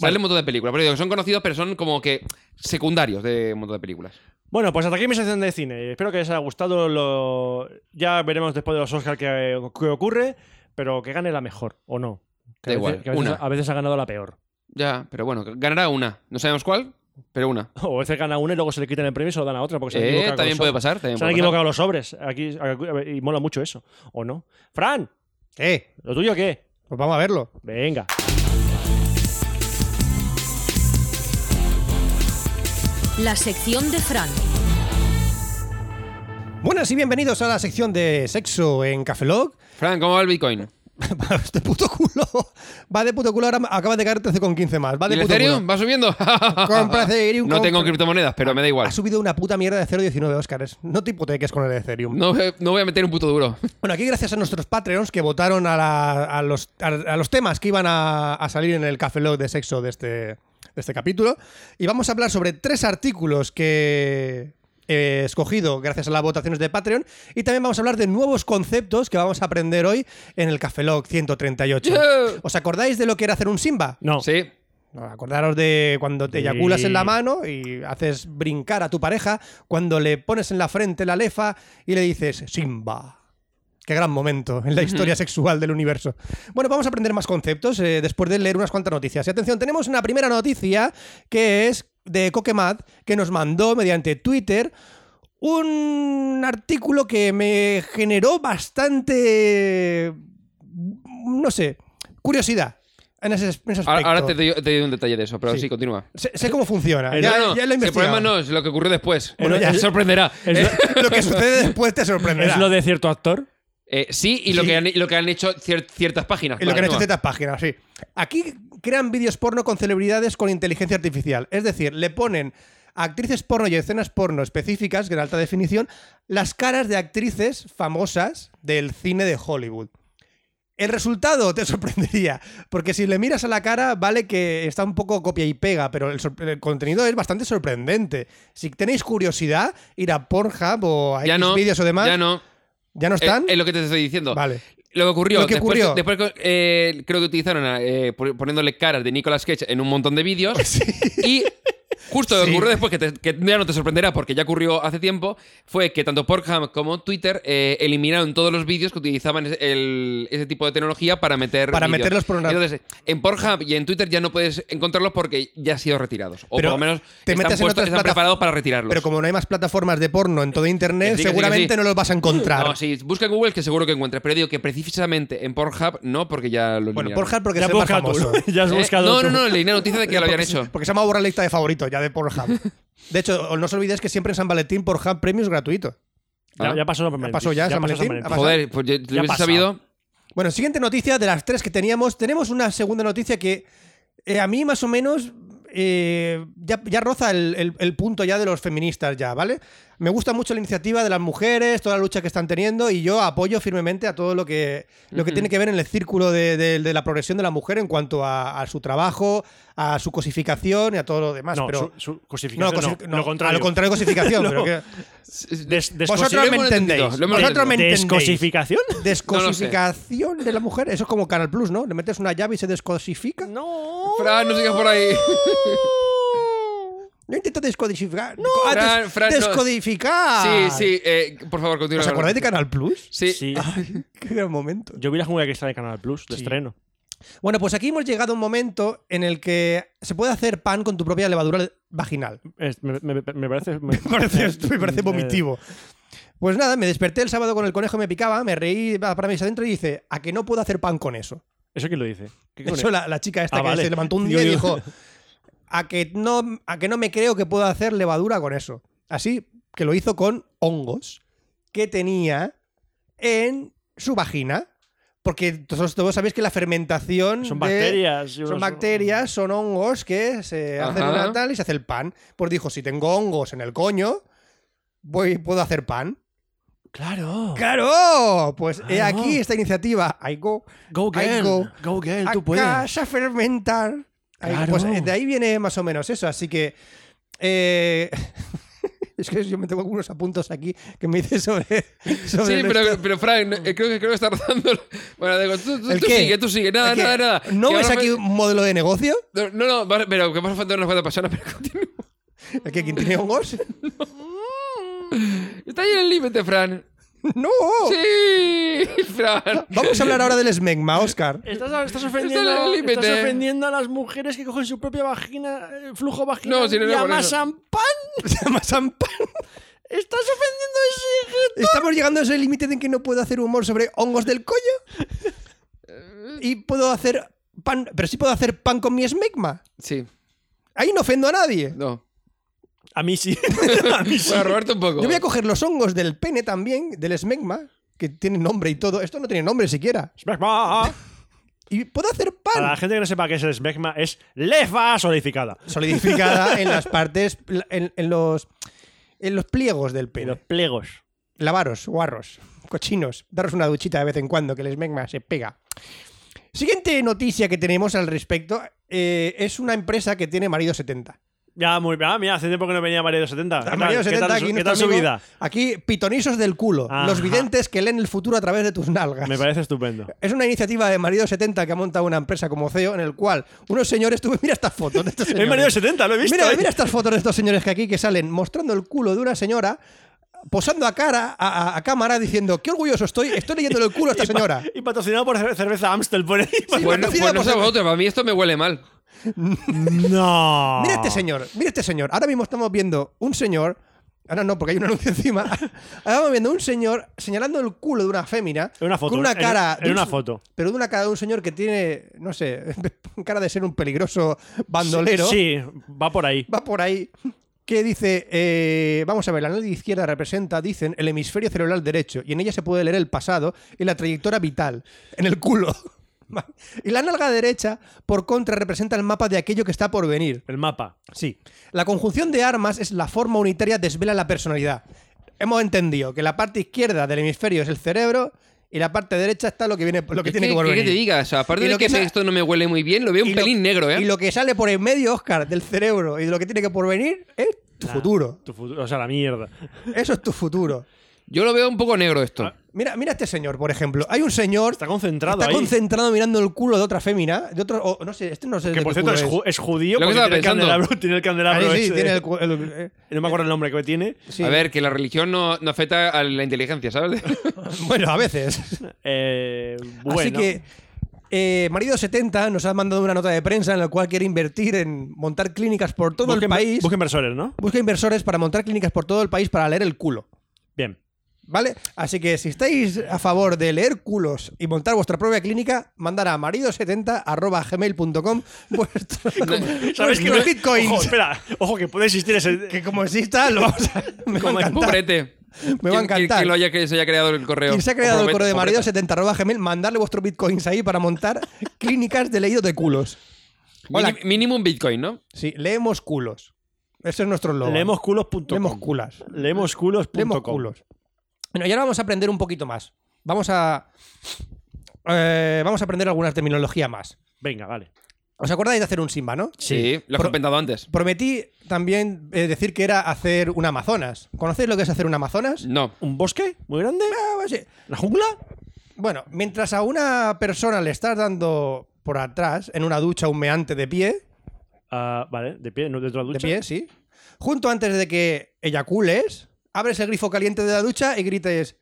Speaker 1: Sale
Speaker 6: Vale.
Speaker 1: un montón de películas. Pero digo que son conocidos, pero son como que secundarios de un montón de películas.
Speaker 6: Bueno, pues hasta aquí mi sección de cine. Espero que les haya gustado. Lo... Ya veremos después de los Oscars qué, qué ocurre, pero que gane la mejor, o no. Que a
Speaker 1: Da
Speaker 6: veces-
Speaker 1: igual,
Speaker 6: que a veces-
Speaker 1: una.
Speaker 6: a veces ha ganado la peor.
Speaker 1: Ya, pero bueno, ganará una. No sabemos cuál, pero una.
Speaker 6: [laughs] O a veces gana una y luego se le quitan el premio y se lo dan a otra. Porque se han
Speaker 1: Eh,
Speaker 6: equivocado con
Speaker 1: también
Speaker 6: los
Speaker 1: puede
Speaker 6: sobres.
Speaker 1: pasar. También
Speaker 6: Se han
Speaker 1: puede pasar.
Speaker 6: equivocado los sobres. Aquí, aquí- y mola mucho eso. ¿O no? ¡Fran!
Speaker 5: Eh,
Speaker 6: ¿Lo tuyo qué?
Speaker 5: pues vamos a verlo.
Speaker 6: Venga.
Speaker 7: La sección de Fran.
Speaker 5: Buenas y bienvenidos a la sección de sexo en Cafelog.
Speaker 1: Fran, ¿cómo va el Bitcoin?
Speaker 5: [laughs] Va este puto culo. Va de puto culo. Ahora acaba de caer 13,15 más. Va de
Speaker 1: ¿Y el
Speaker 5: puto
Speaker 1: Ethereum?
Speaker 5: culo.
Speaker 1: ¿Va
Speaker 5: [laughs]
Speaker 1: subiendo?
Speaker 5: Compra Ethereum,
Speaker 1: No
Speaker 5: compra.
Speaker 1: tengo criptomonedas, pero me da igual.
Speaker 5: Ha subido una puta mierda de 0,19, Óscares. No te hipoteques con el Ethereum.
Speaker 1: No, no voy a meter un puto duro.
Speaker 5: Bueno, aquí gracias a nuestros Patreons que votaron a, la- a los, a, a los temas que iban a, a salir en el Café Lock de sexo de este, de este capítulo. Y vamos a hablar sobre tres artículos que he escogido gracias a las votaciones de Patreon. Y también vamos a hablar de nuevos conceptos que vamos a aprender hoy en el Café Lock 138.
Speaker 1: Yeah.
Speaker 5: ¿Os acordáis de lo que era hacer un Simba?
Speaker 6: No.
Speaker 1: Sí.
Speaker 5: No, Acordaros de cuando te
Speaker 6: Sí.
Speaker 5: eyaculas en la mano y haces brincar a tu pareja, cuando le pones en la frente la lefa y le dices Simba. Qué gran momento en la historia sexual del universo. Bueno, vamos a aprender más conceptos eh, después de leer unas cuantas noticias. Y atención, tenemos una primera noticia que es de Coquemad, que nos mandó mediante Twitter un artículo que me generó bastante, no sé, curiosidad en ese, en ese
Speaker 1: Ahora,
Speaker 5: aspecto.
Speaker 1: ahora te, doy, te doy un detalle de eso, pero
Speaker 5: Sí.
Speaker 1: sí, continúa.
Speaker 5: Sé, sé cómo funciona.
Speaker 6: El-
Speaker 5: ya,
Speaker 1: Eh, no, no,
Speaker 5: ya lo he
Speaker 1: si el problema
Speaker 5: investigado. Eh,
Speaker 1: no es lo que ocurre después.
Speaker 6: Bueno,
Speaker 1: Eh,
Speaker 6: ya-
Speaker 1: te sorprenderá.
Speaker 6: Es lo,
Speaker 5: Lo que sucede después te sorprenderá.
Speaker 6: es lo de cierto actor.
Speaker 1: Eh, sí, y lo,
Speaker 5: Sí.
Speaker 1: Que han, y lo que han hecho cier- ciertas páginas.
Speaker 5: Y lo que han hecho
Speaker 1: Continúa.
Speaker 5: ciertas páginas, sí. Aquí crean vídeos porno con celebridades con inteligencia artificial. Es decir, le ponen a actrices porno y escenas porno específicas, que en alta definición, las caras de actrices famosas del cine de Hollywood. El resultado te [laughs] sorprendería, porque si le miras a la cara, vale que está un poco copia y pega, pero el, sor- el contenido es bastante sorprendente. Si tenéis curiosidad, ir a Pornhub o a
Speaker 1: Ya no.
Speaker 5: vídeos o demás.
Speaker 1: Ya no. Eh,
Speaker 5: ¿Ya no están?
Speaker 1: Es, es lo que te estoy diciendo.
Speaker 5: Vale.
Speaker 1: Lo que ocurrió.
Speaker 5: Lo que
Speaker 1: después,
Speaker 5: ocurrió.
Speaker 1: después, eh, creo que utilizaron eh, por- poniéndole caras de Nicolas Cage en un montón de
Speaker 5: [laughs]
Speaker 1: vídeos. Y justo lo que
Speaker 5: Sí.
Speaker 1: ocurrió después, que, te- que ya no te sorprenderá porque ya ocurrió hace tiempo, fue que tanto Pornhub como Twitter eh, eliminaron todos los vídeos que utilizaban ese, el- ese tipo de tecnología para meter.
Speaker 5: Para
Speaker 1: vídeos.
Speaker 5: meterlos por una-
Speaker 1: Entonces, en Pornhub y en Twitter ya no puedes encontrarlos porque ya han sido retirados. O
Speaker 5: Pero
Speaker 1: por lo menos
Speaker 5: te
Speaker 1: están,
Speaker 5: metes en
Speaker 1: puestos-
Speaker 5: otras
Speaker 1: están
Speaker 5: plata-
Speaker 1: preparados para retirarlos.
Speaker 5: Pero como no hay más plataformas de porno en todo internet,
Speaker 1: Que sí, que sí, que
Speaker 5: seguramente
Speaker 1: sí.
Speaker 5: no los vas a encontrar.
Speaker 1: No, sí, busca en Google que seguro que encuentras. Pero digo que precisamente en Pornhub no, porque ya lo
Speaker 5: Bueno,
Speaker 1: eliminaron.
Speaker 5: Pornhub porque es
Speaker 6: Ya has
Speaker 5: el más
Speaker 6: buscado
Speaker 1: [laughs]
Speaker 5: famoso.
Speaker 6: tú. [laughs] Ya has
Speaker 1: Eh,
Speaker 6: buscado
Speaker 1: no,
Speaker 6: tú.
Speaker 1: no, no, leí una noticia
Speaker 6: [laughs]
Speaker 1: de que lo habían
Speaker 5: Porque-
Speaker 1: hecho.
Speaker 5: Porque se me ha borrado la lista de favoritos ya de Pornhub. De hecho, no os olvidéis que siempre en San Valentín Pornhub premios gratuito.
Speaker 6: Ya, ya pasó San Valentín.
Speaker 5: pasó ya San Valentín, ha pasado.
Speaker 1: Joder, pues yo lo hubiese
Speaker 6: pasa.
Speaker 1: sabido.
Speaker 5: Bueno, siguiente noticia de las tres que teníamos. Tenemos una segunda noticia que eh, a mí más o menos eh, ya, ya roza el, el- el punto ya de los feministas ya, ¿vale? Me gusta mucho la iniciativa de las mujeres, toda la lucha que están teniendo y yo apoyo firmemente a todo lo que, lo que tiene que ver en el círculo de, de- de la progresión de la mujer en cuanto a, a su trabajo, a su cosificación y a todo lo demás.
Speaker 6: No,
Speaker 5: pero,
Speaker 6: su- su cosificación
Speaker 5: cosi-
Speaker 6: no, lo contrario.
Speaker 5: A lo contrario, cosificación.
Speaker 6: [laughs] No.
Speaker 5: pero que-
Speaker 6: Des- des-
Speaker 1: Lo
Speaker 5: vosotros me
Speaker 1: hemos entendido,
Speaker 5: entendéis.
Speaker 1: lo hemos
Speaker 5: Vosotros me entendéis.
Speaker 6: ¿Descosificación?
Speaker 5: [laughs] Descosificación de la mujer. Eso es como Canal Plus, ¿no? Le metes una llave y se descosifica. [laughs]
Speaker 6: No.
Speaker 1: Fran, no sigas por ahí. [laughs]
Speaker 5: No intento descodificar. No,
Speaker 1: Fran, Fran, no.
Speaker 5: descodificar.
Speaker 1: Sí, sí, eh, por favor, continúa.
Speaker 5: ¿Os acordáis de Canal Plus?
Speaker 1: Sí.
Speaker 6: Sí.
Speaker 5: Qué gran momento.
Speaker 6: Yo vi la jungla que está de Canal Plus, de estreno.
Speaker 5: Bueno, pues aquí hemos llegado a un momento en el que se puede hacer pan con tu propia levadura vaginal.
Speaker 6: Es- me, me- me parece. Me,
Speaker 5: [laughs] Me parece, me parece vomitivo. Pues nada, me desperté el sábado con el conejo, me picaba, me reí para mis adentro y dice, ¿a que no puedo hacer pan con eso?
Speaker 6: ¿Eso quién lo dice? [laughs] ¿Qué cojones?
Speaker 5: Eso la, la chica esta
Speaker 6: Ah,
Speaker 5: que
Speaker 6: vale.
Speaker 5: se levantó un
Speaker 6: Digo,
Speaker 5: día y
Speaker 6: digo.
Speaker 5: dijo a que, no, a que no me creo que pueda hacer levadura con eso. Así que lo hizo con hongos que tenía en su vagina. Porque todos, todos sabéis que la fermentación
Speaker 6: Son
Speaker 5: de-
Speaker 6: bacterias. yo
Speaker 5: son
Speaker 6: no-
Speaker 5: bacterias, son hongos que se hacen
Speaker 1: Ajá.
Speaker 5: una tal y se hace el pan. Pues dijo, si tengo hongos en el coño, voy, puedo hacer pan.
Speaker 6: Claro.
Speaker 5: ¡Claro! Pues he
Speaker 6: Claro.
Speaker 5: aquí esta iniciativa. I go.
Speaker 6: Go
Speaker 5: Ay,
Speaker 6: girl.
Speaker 5: go.
Speaker 6: Go, girl, tú
Speaker 5: Acá
Speaker 6: puedes.
Speaker 5: se fermentar. Ahí,
Speaker 6: Claro.
Speaker 5: pues eh, de ahí viene más o menos eso, así que. eh, [laughs] es que yo me tengo algunos apuntos aquí que me hice sobre. sobre
Speaker 1: Sí,
Speaker 5: el
Speaker 1: pero,
Speaker 5: resto.
Speaker 1: pero Fran, eh, creo que creo que está rozando. Bueno, digo, tú, tú,
Speaker 5: ¿El
Speaker 1: tú
Speaker 5: qué?
Speaker 1: sigue, tú sigue, nada,
Speaker 5: ¿El qué?
Speaker 1: nada, nada.
Speaker 5: ¿No
Speaker 1: Que
Speaker 5: ves
Speaker 1: ahora
Speaker 5: aquí
Speaker 1: me-
Speaker 5: un modelo de negocio?
Speaker 1: No, no, no, vale, pero que vas a faltar unas cuantas personas, pero continúa.
Speaker 5: ¿El que quien tiene hongos?
Speaker 1: Está ahí en el límite, Fran.
Speaker 5: [laughs] ¡No!
Speaker 1: Sí, [laughs] Fran.
Speaker 5: Vamos a hablar ahora
Speaker 1: [laughs]
Speaker 5: del smegma, Oscar.
Speaker 6: Estás, estás
Speaker 1: Está en
Speaker 6: ofendiendo,
Speaker 1: el límite.
Speaker 5: eh.
Speaker 6: estás ofendiendo a las mujeres que cogen su propia vagina, eh, flujo vaginal
Speaker 1: No, si no, no,
Speaker 6: y
Speaker 1: por eso.
Speaker 6: amasan pan.
Speaker 5: [laughs] Se llama Sampan.
Speaker 6: Estás ofendiendo a ese
Speaker 5: Estamos llegando a ese límite en que no puedo hacer humor sobre hongos del coño. Y puedo hacer pan. Pero sí puedo hacer pan con mi smegma.
Speaker 1: Sí,
Speaker 5: [laughs] Ahí no ofendo a nadie.
Speaker 1: no.
Speaker 6: A mí sí. [laughs] a mí sí.
Speaker 1: Bueno, Roberto, un poco. Pues
Speaker 5: Yo voy a coger los hongos del pene también, del esmegma, que tiene nombre y todo. Esto no tiene nombre siquiera.
Speaker 6: Smegma.
Speaker 5: Y puedo hacer pan.
Speaker 6: Para la gente que no sepa qué es el smegma, es lefa solidificada.
Speaker 5: Solidificada en las partes, en, en los, en los pliegos del
Speaker 6: Y
Speaker 5: pene.
Speaker 6: los pliegos.
Speaker 5: Lavaros, guarros, cochinos. Daros una duchita de vez en cuando, que el esmegma se pega. Siguiente noticia que tenemos al respecto eh, es una empresa que tiene marido 70.
Speaker 6: Ya, muy bien. Ah, mira, hace tiempo que no venía María de los 70. Ah, ¿Qué tal?
Speaker 5: Marido
Speaker 6: ¿Qué
Speaker 5: 70,
Speaker 6: tal,
Speaker 5: Ah,
Speaker 6: su-
Speaker 5: aquí
Speaker 6: qué
Speaker 5: nuestro
Speaker 6: tal su
Speaker 5: amigo.
Speaker 6: vida?
Speaker 5: Aquí, pitonisos del culo.
Speaker 6: Ajá.
Speaker 5: Los videntes que leen el futuro a través de tus nalgas.
Speaker 6: Me parece estupendo.
Speaker 5: Es una iniciativa de Marido 70 que ha montado una empresa como CEO en el cual unos señores tuve [laughs] mira estas fotos de estos señores.
Speaker 6: Es Marido 70, lo he visto.
Speaker 5: Mira,
Speaker 6: ¿eh?
Speaker 5: mira estas fotos de estos señores que aquí que salen mostrando el culo de una señora posando a cara a, a- a cámara diciendo qué orgulloso estoy, estoy leyéndole el
Speaker 6: [laughs]
Speaker 5: culo a esta
Speaker 6: Y pa-
Speaker 5: señora.
Speaker 6: Y patrocinado por cerve- cerveza Amstel por ahí.
Speaker 1: Bueno,
Speaker 5: patrocina
Speaker 1: pues no
Speaker 5: por
Speaker 1: sé a
Speaker 5: ser-
Speaker 1: vosotros, para mí esto me huele mal.
Speaker 6: Pues No.
Speaker 5: Mira este señor, mira este señor. Ahora mismo estamos viendo un señor. Ahora no, porque hay un anuncio [laughs] encima. Ahora estamos viendo un señor señalando el culo de una fémina.
Speaker 6: En una foto,
Speaker 5: Con una
Speaker 6: en-
Speaker 5: cara.
Speaker 6: en
Speaker 5: de un-
Speaker 6: una foto.
Speaker 5: Pero de una cara de un señor que tiene, no sé, [laughs] cara de ser un peligroso bandolero.
Speaker 6: Sí, va por ahí.
Speaker 5: Va por ahí. Que dice, eh, vamos a ver, la nariz izquierda representa, dicen, el hemisferio cerebral derecho. Y en ella se puede leer el pasado y la trayectoria vital. En el culo. [laughs] Y la nalga derecha, por contra, representa el mapa de aquello que está por venir.
Speaker 6: El mapa.
Speaker 5: Sí. La conjunción de armas es la forma unitaria desvela la personalidad. Hemos entendido que la parte izquierda del hemisferio es el cerebro y la parte derecha está lo que viene lo que
Speaker 1: Es
Speaker 5: tiene que,
Speaker 1: que,
Speaker 5: volver.
Speaker 1: ¿qué te diga? O sea, aparte
Speaker 5: Y
Speaker 1: de
Speaker 5: lo
Speaker 1: que,
Speaker 5: que sa-
Speaker 1: esto no me huele muy bien, lo veo un
Speaker 5: Y lo-
Speaker 1: pelín negro, ¿eh?
Speaker 5: Y lo que sale por el medio, Oscar, del cerebro y de lo que tiene que porvenir es tu
Speaker 6: La-
Speaker 5: futuro.
Speaker 6: Tu futuro. O sea, la mierda.
Speaker 5: Eso es tu futuro.
Speaker 1: Yo lo veo un poco negro esto.
Speaker 5: Mira, mira este señor, por ejemplo. Hay un señor
Speaker 6: Está concentrado
Speaker 5: está
Speaker 6: ahí.
Speaker 5: concentrado mirando el culo de otra fémina, de otro, o, no sé, este no sé de
Speaker 6: que por
Speaker 5: qué
Speaker 6: cierto
Speaker 5: culo
Speaker 6: es, ju- es judío
Speaker 1: Lo que
Speaker 6: porque
Speaker 1: estaba
Speaker 6: tiene
Speaker 1: pensando.
Speaker 6: el, candelabro, Ah, tiene el
Speaker 5: Ahí
Speaker 6: candelabro
Speaker 5: sí,
Speaker 6: ese.
Speaker 5: tiene el cu- el- eh,
Speaker 6: No me acuerdo el nombre que tiene.
Speaker 5: sí.
Speaker 1: A ver, que la religión no, no afecta a la inteligencia,
Speaker 5: [laughs]
Speaker 1: ¿sabes?
Speaker 5: Bueno, a
Speaker 6: [laughs]
Speaker 5: veces.
Speaker 6: Eh, bueno.
Speaker 5: Así que eh, Marido 70 nos ha mandado una nota de prensa en la cual quiere invertir en montar clínicas por todo
Speaker 6: busca,
Speaker 5: el país.
Speaker 6: Busca inversores, ¿no?
Speaker 5: Busca inversores para montar clínicas por todo el país para leer el culo.
Speaker 6: Bien.
Speaker 5: ¿Vale? Así que si estáis a favor de leer culos y montar vuestra propia clínica, mandar a marido70.gmail.com [laughs]
Speaker 1: [laughs]
Speaker 5: vuestro, [laughs]
Speaker 6: ¿Sabes que
Speaker 5: vuestros bitcoins.
Speaker 6: Ojo, espera. Ojo, que puede existir [laughs] ese.
Speaker 5: que como exista, lo vamos
Speaker 1: [laughs]
Speaker 5: a- me va a encantar.
Speaker 1: Pobrete.
Speaker 5: Me va a
Speaker 1: Quien- quien-
Speaker 5: encantar.
Speaker 1: quien lo haya, que se haya creado el correo.
Speaker 5: Quien se ha creado el
Speaker 1: Pobrete,
Speaker 5: correo de
Speaker 1: pobreta.
Speaker 5: marido70 arroba gmail, mandarle vuestros bitcoins ahí
Speaker 1: [laughs]
Speaker 5: para montar clínicas de leído de culos. Hola.
Speaker 1: Mini- Mínimo un Bitcoin, ¿no?
Speaker 5: Sí, leemos culos. Ese es nuestro logo.
Speaker 6: Leemosculos.com.
Speaker 5: Leemos culas.
Speaker 6: Leemosculos.com.
Speaker 5: Leemos culos. Bueno, y ahora vamos a aprender un poquito más. Vamos a. eh, vamos a aprender algunas terminología más.
Speaker 6: Venga, vale.
Speaker 5: ¿Os acordáis de hacer un Simba, no?
Speaker 1: Sí, lo has
Speaker 5: Pro-
Speaker 1: comentado antes.
Speaker 5: Prometí también eh, decir que era hacer un Amazonas. ¿Conocéis lo que es hacer un Amazonas?
Speaker 1: No.
Speaker 6: ¿Un bosque muy grande?
Speaker 5: Ah, pues sí.
Speaker 6: ¿La jungla?
Speaker 5: Bueno, mientras a una persona le estás dando por atrás, en una ducha humeante de pie,
Speaker 6: Ah, vale, de pie, no dentro de la
Speaker 5: de
Speaker 6: ducha.
Speaker 5: pie, sí. Junto antes de que eyacules, abres el grifo caliente de la ducha y grites,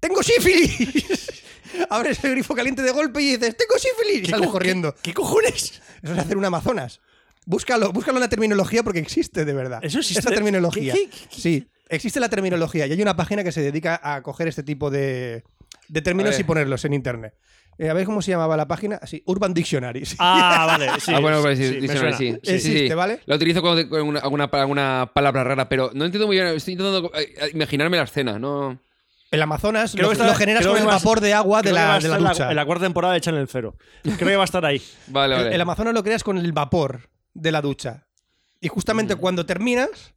Speaker 5: ¡Tengo sífilis! [laughs] abres el grifo caliente de golpe y dices, ¡Tengo sífilis! Y sales
Speaker 6: co-
Speaker 5: corriendo.
Speaker 6: ¿Qué cojones? [laughs]
Speaker 5: Eso es hacer un Amazonas. Búscalo, búscalo en la terminología porque existe de verdad.
Speaker 6: ¿Eso existe?
Speaker 5: Esta terminología.
Speaker 6: ¿Qué- qué- qué-
Speaker 5: Sí, existe la terminología y hay una página que se dedica a coger este tipo de, de términos
Speaker 1: Vale.
Speaker 5: y ponerlos en internet. Eh, a ver cómo se llamaba la página. Sí, Urban Dictionary. sí.
Speaker 6: Ah, vale, sí.
Speaker 1: ah, bueno, pues,
Speaker 6: sí,
Speaker 1: sí,
Speaker 6: me
Speaker 1: diccionario,
Speaker 6: suena.
Speaker 1: sí. Sí, sí,
Speaker 5: Existe,
Speaker 1: sí.
Speaker 5: ¿vale?
Speaker 1: La utilizo con, con una- alguna, alguna palabra rara, pero no entiendo muy bien. Estoy intentando eh, eh, imaginarme la escena, ¿no?
Speaker 5: El Amazonas
Speaker 6: Creo
Speaker 5: lo,
Speaker 6: que está-
Speaker 5: lo generas
Speaker 6: creo
Speaker 5: con
Speaker 6: que
Speaker 5: el
Speaker 6: va a-
Speaker 5: vapor de agua de
Speaker 6: Creo que va
Speaker 5: la,
Speaker 6: a
Speaker 5: de la
Speaker 6: estar en
Speaker 5: ducha.
Speaker 6: en la cuarta temporada de Channel Zero. Creo que va a estar ahí.
Speaker 1: Vale,
Speaker 5: El-
Speaker 1: vale.
Speaker 5: El Amazonas lo creas con el vapor de la ducha. Y
Speaker 6: Mm.
Speaker 5: justamente cuando terminas,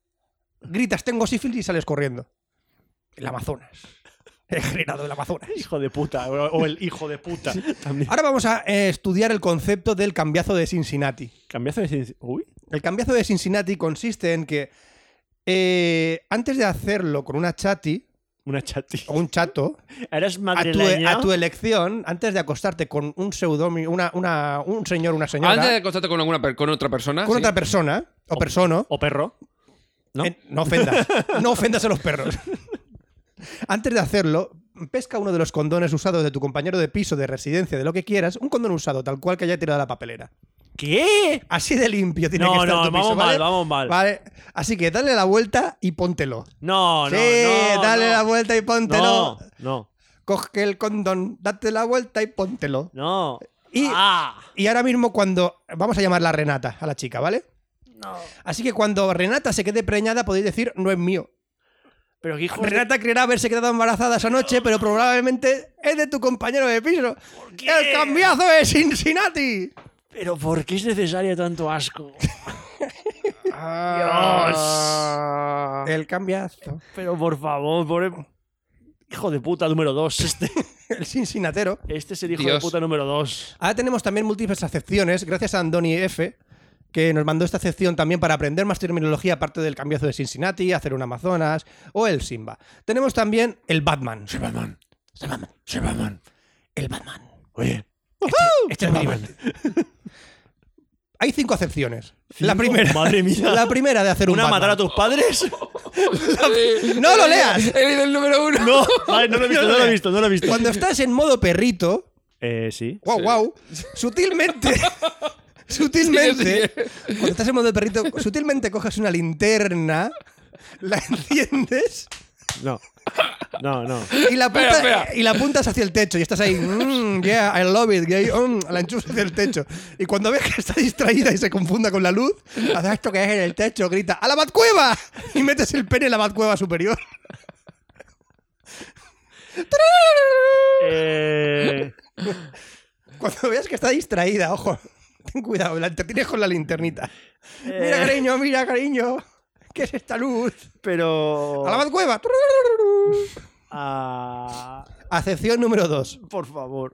Speaker 5: gritas tengo sífilis y sales corriendo. El Amazonas. He generado [laughs] el Amazonas.
Speaker 6: Hijo de puta. O, o el hijo de puta. [laughs] También.
Speaker 5: Ahora vamos a eh, estudiar el concepto del cambiazo de Cincinnati.
Speaker 6: Cambiazo de ciencia. Uy.
Speaker 5: El cambiazo de Cincinnati consiste en que eh, antes de hacerlo con una chati
Speaker 6: Una chati.
Speaker 5: o un chato,
Speaker 6: ¿Eres
Speaker 5: a tu,
Speaker 6: madrileña?
Speaker 5: a tu elección, antes de acostarte con un pseudónimo, una, una- un señor, una señora, ¿eh?
Speaker 1: Antes de acostarte con, alguna, per- con otra persona.
Speaker 5: con
Speaker 1: sí.
Speaker 5: otra persona o persona,
Speaker 6: ¿O perro? Ah, ¿No?
Speaker 5: Eh, no
Speaker 6: [laughs]
Speaker 5: ofendas. No ofendas a los perros. [laughs] Antes de hacerlo, pesca uno de los condones usados de tu compañero de piso, de residencia, de lo que quieras, un condón usado, tal cual que haya tirado a la papelera.
Speaker 6: ¿Qué?
Speaker 5: Así de limpio tiene
Speaker 6: No,
Speaker 5: que estar
Speaker 6: no,
Speaker 5: tu piso,
Speaker 6: vamos mal,
Speaker 5: ¿vale?
Speaker 6: vamos mal.
Speaker 5: Vale. Así que dale la vuelta y póntelo.
Speaker 6: No, no,
Speaker 5: sí,
Speaker 6: no.
Speaker 5: dale
Speaker 6: no.
Speaker 5: la vuelta y póntelo.
Speaker 6: No, no,
Speaker 5: Coge el condón, date la vuelta y póntelo.
Speaker 6: no.
Speaker 5: Y-
Speaker 6: Ah,
Speaker 5: Y ahora mismo cuando... Vamos a llamarla Renata, a la chica, ¿vale? Así que cuando Renata se quede preñada, podéis decir, no es mío.
Speaker 6: Pero que hijos Pues de-
Speaker 5: Renata creerá haberse quedado embarazada esa noche, pero probablemente es de tu compañero de piso.
Speaker 6: qué?
Speaker 5: ¡El cambiazo de Cincinnati!
Speaker 6: Pero ¿por qué es necesario
Speaker 5: [laughs]
Speaker 6: tanto asco?
Speaker 5: El cambiazo.
Speaker 6: Pero por favor, pobre... Hijo de puta número dos. Este,
Speaker 5: El Cincinnatero.
Speaker 6: este es el hijo de
Speaker 1: Dios.
Speaker 6: puta número dos.
Speaker 5: Ahora tenemos también múltiples acepciones, gracias a Andoni F., que nos mandó esta acepción también para aprender más terminología, aparte del cambiazo de Cincinnati, hacer un Amazonas o el Simba. Tenemos también el Batman. Soy Batman. Soy Batman. Soy Batman. El Batman.
Speaker 6: Oye,
Speaker 5: Este es muy divertido. [laughs] Hay cinco acepciones. La
Speaker 6: ¿Cinco?
Speaker 5: primera.
Speaker 6: Madre mía.
Speaker 5: La primera de hacer un
Speaker 6: ¿una
Speaker 5: Batman.
Speaker 6: matar a tus padres? [laughs]
Speaker 5: ¡No [laughs] lo leas!
Speaker 1: He leído el número uno.
Speaker 6: No, vale, no lo he visto, no lo he visto, no lo he visto.
Speaker 5: Cuando estás en modo perrito,
Speaker 6: Eh, sí.
Speaker 5: Guau, guau.
Speaker 1: [laughs]
Speaker 5: Sutilmente. Sutilmente.
Speaker 1: Sigue,
Speaker 5: Cuando estás en modo de perrito, sutilmente coges una linterna, la enciendes
Speaker 6: No. No, no.
Speaker 5: y la,
Speaker 1: Espera,
Speaker 5: apunta-
Speaker 1: espera.
Speaker 5: y la apuntas hacia el techo. Y estás ahí, "Mm, yeah, I love it. gay, mm", la enchufas hacia el techo. Y cuando ves que está distraída y se confunda con la luz, haces esto que es en el techo, grita, ¡a la batcueva! Y metes el pene en la batcueva superior.
Speaker 6: Eh,
Speaker 5: Cuando veas que está distraída, ojo, [laughs] ten cuidado, la entretienes con la linternita. Mira,
Speaker 6: Eh.
Speaker 5: cariño, mira, cariño. ¿Qué es esta luz?
Speaker 6: pero.
Speaker 1: Oh.
Speaker 5: ¡A la cueva!
Speaker 6: Ah,
Speaker 5: Acepción número 2.
Speaker 6: por favor.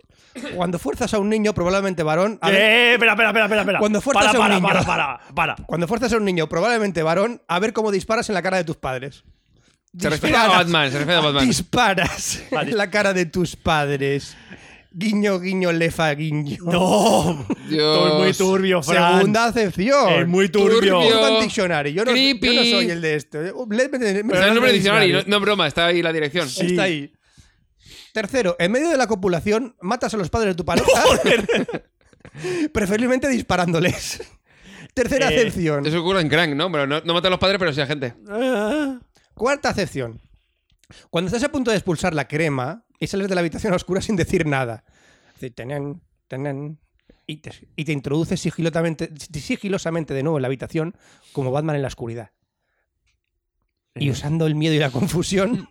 Speaker 5: Cuando fuerzas a un niño, probablemente varón. a ver-
Speaker 6: Eh, espera, espera, espera, espera, espera.
Speaker 5: Cuando fuerzas
Speaker 6: para,
Speaker 5: a un
Speaker 6: para,
Speaker 5: niño.
Speaker 6: para, para, para,
Speaker 5: Cuando fuerzas a un niño, probablemente varón, a ver cómo disparas en la cara de tus padres.
Speaker 1: Se refiere a
Speaker 5: Disparas.
Speaker 1: Batman, se refiere a Batman.
Speaker 5: Disparas
Speaker 6: Vale.
Speaker 5: en la cara de tus padres. Guiño, guiño, lefa, guiño.
Speaker 6: No.
Speaker 1: Dios.
Speaker 6: Todo es muy turbio, Fran.
Speaker 5: Oh. Segunda acepción.
Speaker 6: Es muy turbio.
Speaker 1: Turbio.
Speaker 5: Urban Dictionary. Yo no, yo no
Speaker 1: Creepy.
Speaker 5: soy el de este. esto. Pero
Speaker 1: [laughs] Pero está el nombre del diccionario, no, no es broma, está ahí la dirección.
Speaker 6: Sí.
Speaker 5: Está ahí. Tercero, en medio de la copulación, matas a los padres de tu pareja. [laughs] Preferiblemente disparándoles. Tercera
Speaker 6: Eh,
Speaker 5: acepción.
Speaker 1: Eso ocurre en Crank, ¿no? Pero no, no mata a los padres, pero sí a gente.
Speaker 6: Ah,
Speaker 5: Cuarta acepción. Cuando estás a punto de expulsar la crema y sales de la habitación a oscura sin decir nada. Hace tenan, tenan, y te, y te introduces sigilotamente- sigilosamente de nuevo en la habitación como Batman en la oscuridad. Y usando el miedo y la
Speaker 6: [laughs]
Speaker 5: confusión,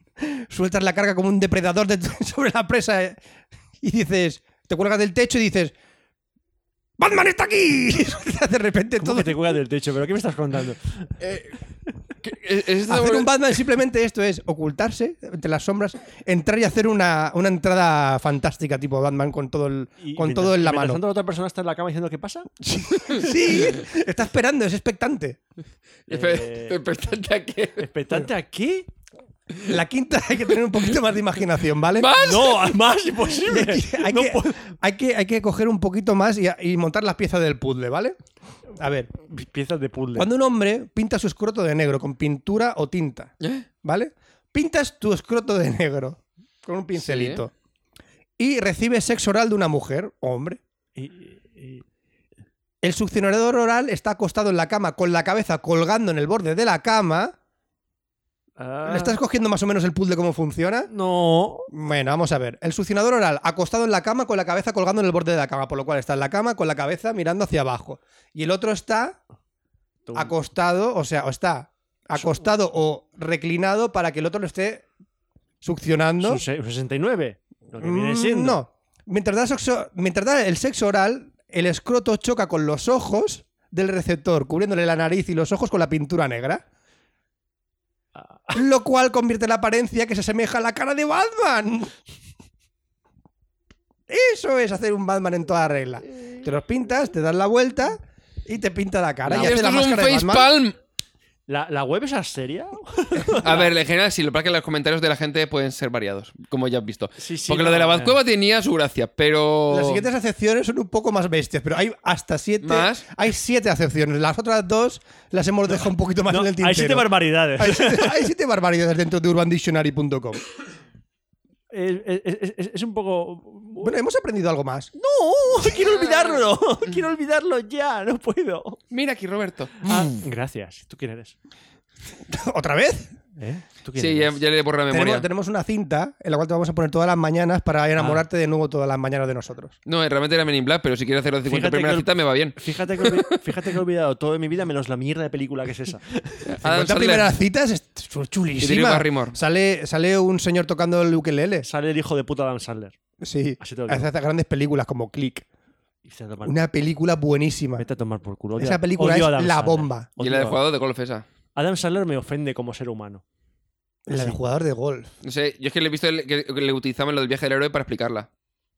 Speaker 5: sueltas la carga como un depredador de tu- [laughs] sobre la presa eh, y dices, te cuelgas del techo y dices, ¡Batman está aquí! [laughs] Y sueltas de repente
Speaker 6: ¿Cómo
Speaker 5: todo.
Speaker 6: que te cuelgas del techo? ¿Pero qué me estás contando?
Speaker 1: ¿Qué- es- es-
Speaker 5: [laughs] Hacer un Batman simplemente esto es ocultarse entre las sombras, entrar y hacer una, una entrada fantástica tipo Batman con todo el,
Speaker 6: Y
Speaker 5: con
Speaker 6: mientras-
Speaker 5: todo en la
Speaker 6: mientras
Speaker 5: mano.
Speaker 6: tanto, la otra persona está en la cama diciendo qué pasa. [laughs]
Speaker 5: Sí, está esperando, es expectante.
Speaker 6: Eh,
Speaker 1: Espe- expectante a que-
Speaker 6: ¿Expectante a qué?
Speaker 5: La quinta [laughs] hay que tener un poquito más de imaginación, ¿vale?
Speaker 6: No, [laughs] más
Speaker 5: Y
Speaker 6: imposible.
Speaker 5: hay, que, [laughs] hay
Speaker 6: No
Speaker 5: que-
Speaker 6: puedo-
Speaker 5: hay que- hay que coger un poquito más y, y montar las piezas del puzzle, ¿vale? A ver,
Speaker 6: Piezas de puzzle.
Speaker 5: cuando un hombre pinta su escroto de negro con pintura o tinta,
Speaker 1: ¿Eh?
Speaker 5: ¿vale? Pintas tu escroto de negro con un pincelito y recibes sexo oral de una mujer o hombre.
Speaker 6: Y- y- y-
Speaker 5: El succionador oral está acostado en la cama con la cabeza colgando en el borde de la cama.
Speaker 6: Ah.
Speaker 5: ¿Le estás cogiendo más o menos el puzzle cómo funciona?
Speaker 6: No.
Speaker 5: Bueno, vamos a ver. El succionador oral acostado en la cama con la cabeza colgando en el borde de la cama, por lo cual está en la cama con la cabeza mirando hacia abajo. Y el otro está
Speaker 6: Mm.
Speaker 5: acostado, o sea, o está acostado o reclinado para que el otro lo esté succionando.
Speaker 6: Son se- 69. Lo que viene
Speaker 5: Mm,
Speaker 6: siendo.
Speaker 5: No. Mientras da, sexo- mientras da el sexo oral, el escroto choca con los ojos del receptor, cubriéndole la nariz y los ojos con la pintura negra.
Speaker 6: Ah.
Speaker 5: Lo cual convierte la apariencia que se asemeja a la cara de Batman. Eso es hacer un Batman en toda regla. Te los pintas, te das la vuelta y te pinta la cara. y hace
Speaker 1: Esto
Speaker 5: la
Speaker 1: es un
Speaker 5: máscara de Batman.
Speaker 1: facepalm.
Speaker 6: ¿La, ¿La web es
Speaker 5: [laughs]
Speaker 6: seria?
Speaker 1: A ver, en general, sí, lo que pasa es que los comentarios de la gente pueden ser variados, como ya has visto.
Speaker 6: Sí, sí,
Speaker 1: Porque lo
Speaker 6: no, eh.
Speaker 1: de la
Speaker 6: no.
Speaker 1: Batcueva tenía su gracia, pero.
Speaker 5: Las siguientes acepciones son un poco más bestias, pero hay hasta siete.
Speaker 1: ¿Más?
Speaker 5: Hay siete acepciones. Las otras dos las hemos dejado un poquito más
Speaker 6: No,
Speaker 5: en el tintero.
Speaker 6: hay siete barbaridades.
Speaker 5: Hay siete- hay siete barbaridades dentro de urbandictionary.com.
Speaker 6: [laughs] Es, es- es- es un poco.
Speaker 5: Bueno, hemos aprendido algo más. [laughs]
Speaker 6: ¡No! [laughs] ¡Quiero olvidarlo! ¡Quiero olvidarlo ya! ¡No puedo!
Speaker 5: Mm.
Speaker 1: Mira aquí, Roberto.
Speaker 6: Ah, gracias. ¿Tú quién eres?
Speaker 5: ¿Otra vez?
Speaker 6: ¿Eh? ¿Tú quién
Speaker 1: Sí, ya,
Speaker 6: eres?
Speaker 1: ya le borro la memoria.
Speaker 5: Tenemos, tenemos una cinta en la cual te vamos a poner todas las mañanas para enamorarte de nuevo todas las mañanas de nosotros.
Speaker 1: No, eh, realmente era Men in Black, pero si quieres hacer la 50
Speaker 6: Fíjate
Speaker 1: primera
Speaker 6: que el-
Speaker 1: cita me va bien.
Speaker 6: Fíjate que, olvi- fíjate que he olvidado todo de mi vida menos la mierda de película que
Speaker 5: [laughs]
Speaker 6: es esa.
Speaker 1: Adam
Speaker 5: Esta
Speaker 1: Sandler.
Speaker 5: primera cita es
Speaker 1: Y Drew
Speaker 5: chulísima.
Speaker 1: Barrymore.
Speaker 5: Sale, sale un señor tocando el ukelele.
Speaker 6: Sale el hijo de puta Adam Sandler.
Speaker 5: Sí.
Speaker 6: Así te lo digo.
Speaker 5: Hace hace grandes películas como Click.
Speaker 6: Y vete a tomar,
Speaker 5: Una película buenísima.
Speaker 6: vete a tomar por culo. Odio-
Speaker 5: Esa película
Speaker 6: odio a
Speaker 5: es
Speaker 6: Adam
Speaker 5: la
Speaker 6: Sandler.
Speaker 5: bomba.
Speaker 1: Y
Speaker 6: Odio
Speaker 1: la de
Speaker 6: a-
Speaker 1: jugador de golf esa.
Speaker 6: Adam Sandler me ofende como ser humano.
Speaker 5: La del jugador de golf.
Speaker 1: No sé, yo es que le he visto el- que que le utilizaban lo del viaje del héroe para explicarla.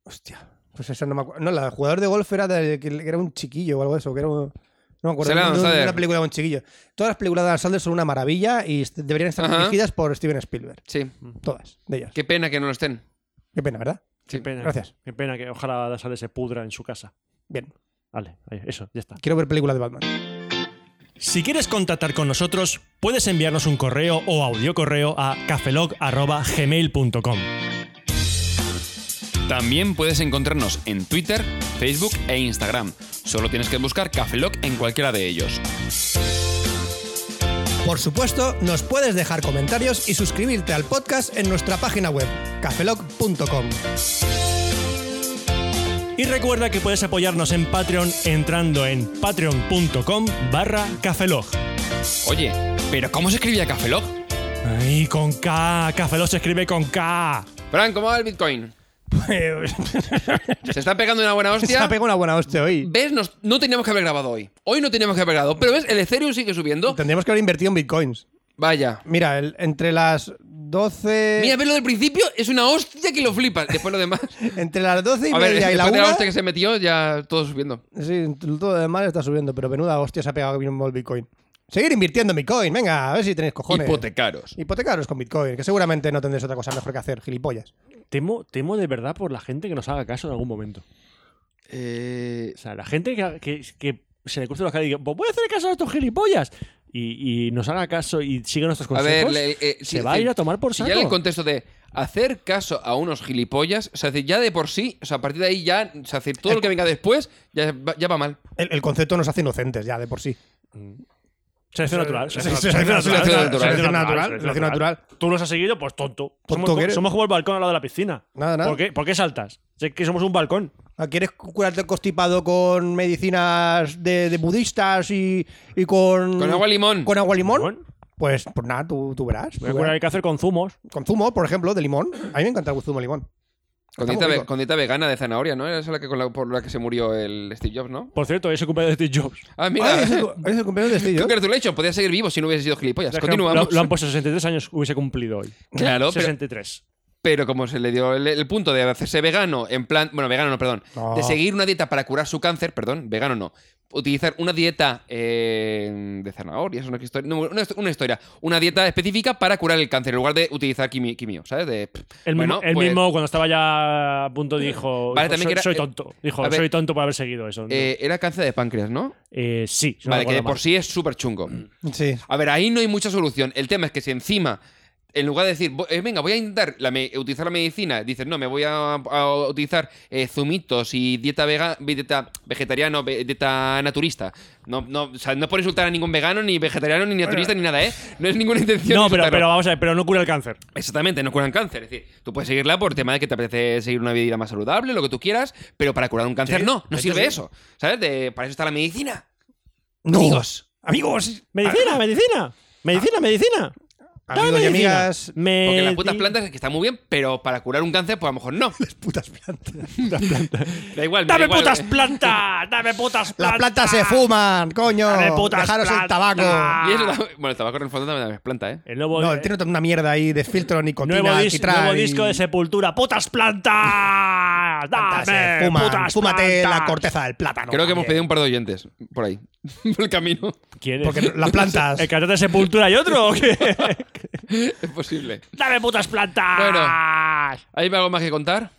Speaker 5: Hostia. Pues esa no me acuerdo. No, la del jugador de golf era del que que era un chiquillo o algo de eso. Que era un- No me acuerdo.
Speaker 1: Será Adam
Speaker 5: No, no,
Speaker 1: Sandler.
Speaker 5: una película de un chiquillo. Todas las películas de Adam Sandler son una maravilla y est- deberían estar
Speaker 1: Ajá.
Speaker 5: dirigidas por Steven Spielberg.
Speaker 1: Sí.
Speaker 6: Mm.
Speaker 5: Todas de ellas.
Speaker 1: Qué pena que no lo estén.
Speaker 5: Qué pena, ¿verdad?
Speaker 6: Qué pena.
Speaker 5: Gracias.
Speaker 6: Qué pena que ojalá Adam Sandler se pudra en su casa.
Speaker 5: Bien.
Speaker 6: Vale, ahí- eso, ya está.
Speaker 5: Quiero ver películas de Batman.
Speaker 6: Si quieres contactar con nosotros, puedes enviarnos un correo o audiocorreo a cafelog.gmail.com.
Speaker 1: También puedes encontrarnos en Twitter, Facebook e Instagram. Solo tienes que buscar Cafeloc en cualquiera de ellos.
Speaker 5: Por supuesto, nos puedes dejar comentarios y suscribirte al podcast en nuestra página web, [laughs] cafelog.com.
Speaker 6: Y recuerda que puedes apoyarnos en Patreon entrando en patreon.com barra cafelog.
Speaker 1: Oye, ¿pero cómo se escribía Cafeloc?
Speaker 6: Ay, con K, cafelog se escribe con K.
Speaker 1: Fran, ¿cómo va el Bitcoin? Se está pegando una
Speaker 6: [laughs]
Speaker 1: buena
Speaker 5: Se ha
Speaker 1: hostia.
Speaker 5: pegado una buena hostia hoy.
Speaker 1: ¿Ves? Nos- no teníamos que haber grabado hoy. Hoy no teníamos que haber grabado. Pero ves, el Ethereum sigue subiendo.
Speaker 5: Tendríamos que haber invertido en bitcoins.
Speaker 1: Vaya.
Speaker 5: Mira, el- entre las 12.
Speaker 1: Mira, ves lo del principio, es una hostia que lo flipa. Después lo
Speaker 6: [laughs]
Speaker 1: demás.
Speaker 5: Entre las 12 y
Speaker 1: A ver, [laughs]
Speaker 5: media y la
Speaker 1: después de la
Speaker 5: una.
Speaker 1: hostia que se metió, ya todo subiendo.
Speaker 5: Sí, todo lo demás está subiendo, pero menuda hostia se ha pegado bien el bitcoin. Seguir invirtiendo en bitcoin, venga, a ver si tenéis cojones.
Speaker 1: Hipotecaros.
Speaker 5: Hipotecaros con bitcoin, que seguramente no tendréis otra cosa mejor que hacer, gilipollas.
Speaker 6: Temo, temo de verdad por la gente que nos haga caso en algún momento.
Speaker 1: Eh,
Speaker 6: O sea, la gente que, que- que se le cruce los caras y diga, "Pues voy a hacer caso a estos gilipollas. Y, y nos haga caso y siga nuestros
Speaker 1: a
Speaker 6: consejos.
Speaker 1: ver, le- eh,
Speaker 6: se
Speaker 1: si-
Speaker 6: va a
Speaker 1: si-
Speaker 6: ir a tomar por
Speaker 1: si
Speaker 6: saco.
Speaker 1: ya en el contexto de hacer caso a unos gilipollas, o sea, decir, ya de por sí, o sea, a partir de ahí ya, o sea, decir, todo lo que venga después ya va, ya va mal.
Speaker 5: El, el concepto nos hace inocentes ya de por sí.
Speaker 6: Selección natural.
Speaker 5: Selección natural. Selección natural. Selección natural.
Speaker 6: Tú los has seguido, pues tonto.
Speaker 5: Tonto
Speaker 6: somos,
Speaker 5: que
Speaker 6: co-
Speaker 5: eres.
Speaker 6: somos como el balcón al lado de la piscina.
Speaker 5: Nada, nada.
Speaker 6: ¿Por qué, por qué saltas? Sé que somos un balcón.
Speaker 5: Ah, ¿Quieres curarte el constipado con medicinas de, de budistas y, y con.
Speaker 6: Mm.
Speaker 1: Con agua limón.
Speaker 5: ¿Con agua limón?
Speaker 6: Limón.
Speaker 5: Pues, pues nada, tú, tú verás.
Speaker 6: Voy a
Speaker 5: tú
Speaker 6: curar
Speaker 5: verás.
Speaker 6: el cáncer con zumos.
Speaker 5: Con zumo, por ejemplo, de limón. A mí me encanta el zumo de limón.
Speaker 1: Con
Speaker 5: Está
Speaker 1: dieta,
Speaker 5: muy
Speaker 1: ve-
Speaker 5: rico.
Speaker 1: con dieta vegana de zanahoria, ¿no? Era esa la que, con la- por la que se murió el Steve Jobs, ¿no?
Speaker 6: Por cierto, ese cumpleaños de Steve Jobs.
Speaker 1: Ah,
Speaker 5: Ay,
Speaker 1: mira. [laughs]
Speaker 5: es, el, es el cumpleaños de este Steve Jobs.
Speaker 1: Congratulations, podía seguir vivo si no hubiese sido gilipollas. Continuamos.
Speaker 6: Lo, lo han puesto 63 años, hubiese cumplido hoy.
Speaker 1: [laughs] Claro, pero,
Speaker 6: 63.
Speaker 1: pero como se le dio el, el punto de hacerse vegano, en plan, bueno, vegano no, perdón,
Speaker 5: No.
Speaker 1: de seguir una dieta para curar su cáncer, perdón, vegano no, utilizar una dieta eh, de zanahorias, una, histo- no, una, histo- una historia, una dieta específica para curar el cáncer, en lugar de utilizar quimi- quimio, ¿sabes? De, pff,
Speaker 6: El,
Speaker 1: bueno,
Speaker 6: mismo, el
Speaker 1: pues,
Speaker 6: mismo, cuando estaba ya a punto, dijo:
Speaker 1: Vale,
Speaker 6: dijo,
Speaker 1: también
Speaker 6: soy,
Speaker 1: que era-
Speaker 6: soy tonto. Dijo:
Speaker 1: a ver,
Speaker 6: Soy tonto por haber seguido eso.
Speaker 1: eh, era cáncer de páncreas, ¿no?
Speaker 6: Eh, sí, si no
Speaker 1: vale, que
Speaker 6: recuerdo
Speaker 1: de por
Speaker 6: mal.
Speaker 1: sí es súper chungo.
Speaker 5: Sí.
Speaker 1: A ver, ahí no hay mucha solución. El tema es que si encima, en lugar de decir, "Vo- eh, venga, voy a intentar la me- utilizar la medicina, dices, no, me voy a, a utilizar eh, zumitos y dieta, vega dieta vegetariana, ve- dieta naturista. No, no, o sea, no es por insultar a ningún vegano, ni vegetariano, ni naturista, ni nada, ¿eh? No es ninguna intención.
Speaker 6: [laughs] No, pero,
Speaker 1: insultarlo.
Speaker 6: pero vamos a ver, pero no cura el cáncer.
Speaker 1: Exactamente, no curan cáncer. Es decir, tú puedes seguirla por tema de que te apetece seguir una vida más saludable, lo que tú quieras, pero para curar un cáncer no, no sirve eso. ¿Sabes? De- para eso está la medicina.
Speaker 5: Amigos. Amigos.
Speaker 6: Medicina, medicina. Medicina, medicina. Dame
Speaker 5: Amigos y
Speaker 6: medicina.
Speaker 5: amigas.
Speaker 6: Me-
Speaker 1: Porque las putas plantas es que están muy bien, pero para curar un cáncer, pues a lo mejor
Speaker 6: [laughs]
Speaker 1: no.
Speaker 5: Putas plantas.
Speaker 1: Da igual, me da
Speaker 6: ¡Dame
Speaker 1: igual. [laughs]
Speaker 6: putas plantas! ¡Dame putas plantas!
Speaker 5: eh. Las plantas se fuman, coño.
Speaker 6: Dame putas
Speaker 5: Dejaros el tabaco.
Speaker 6: plantas.
Speaker 1: Y eso da- bueno, el tabaco en el fondo también da planta, ¿eh?
Speaker 6: El nuevo,
Speaker 5: No,
Speaker 6: eh,
Speaker 5: tiene una mierda ahí de filtro, nicotina,
Speaker 6: nuevo, dis-
Speaker 5: alquitrán
Speaker 6: nuevo
Speaker 5: y-
Speaker 6: disco de Sepultura. ¡Putas plantas!
Speaker 5: Plantas se
Speaker 6: ¡Dame
Speaker 5: fuman.
Speaker 6: putas
Speaker 5: Fúmate
Speaker 6: plantas!
Speaker 5: la corteza del plátano.
Speaker 1: Creo que hemos
Speaker 5: también.
Speaker 1: pedido un par de oyentes por ahí, [laughs] por el camino. [laughs]
Speaker 6: ¿Quién es?
Speaker 5: Porque las plantas.
Speaker 6: ¿El cantante de Sepultura y otro?
Speaker 5: [laughs]
Speaker 6: o qué?
Speaker 1: Es posible.
Speaker 6: ¡Dame putas plantas!
Speaker 1: ¿Hay algo más que contar?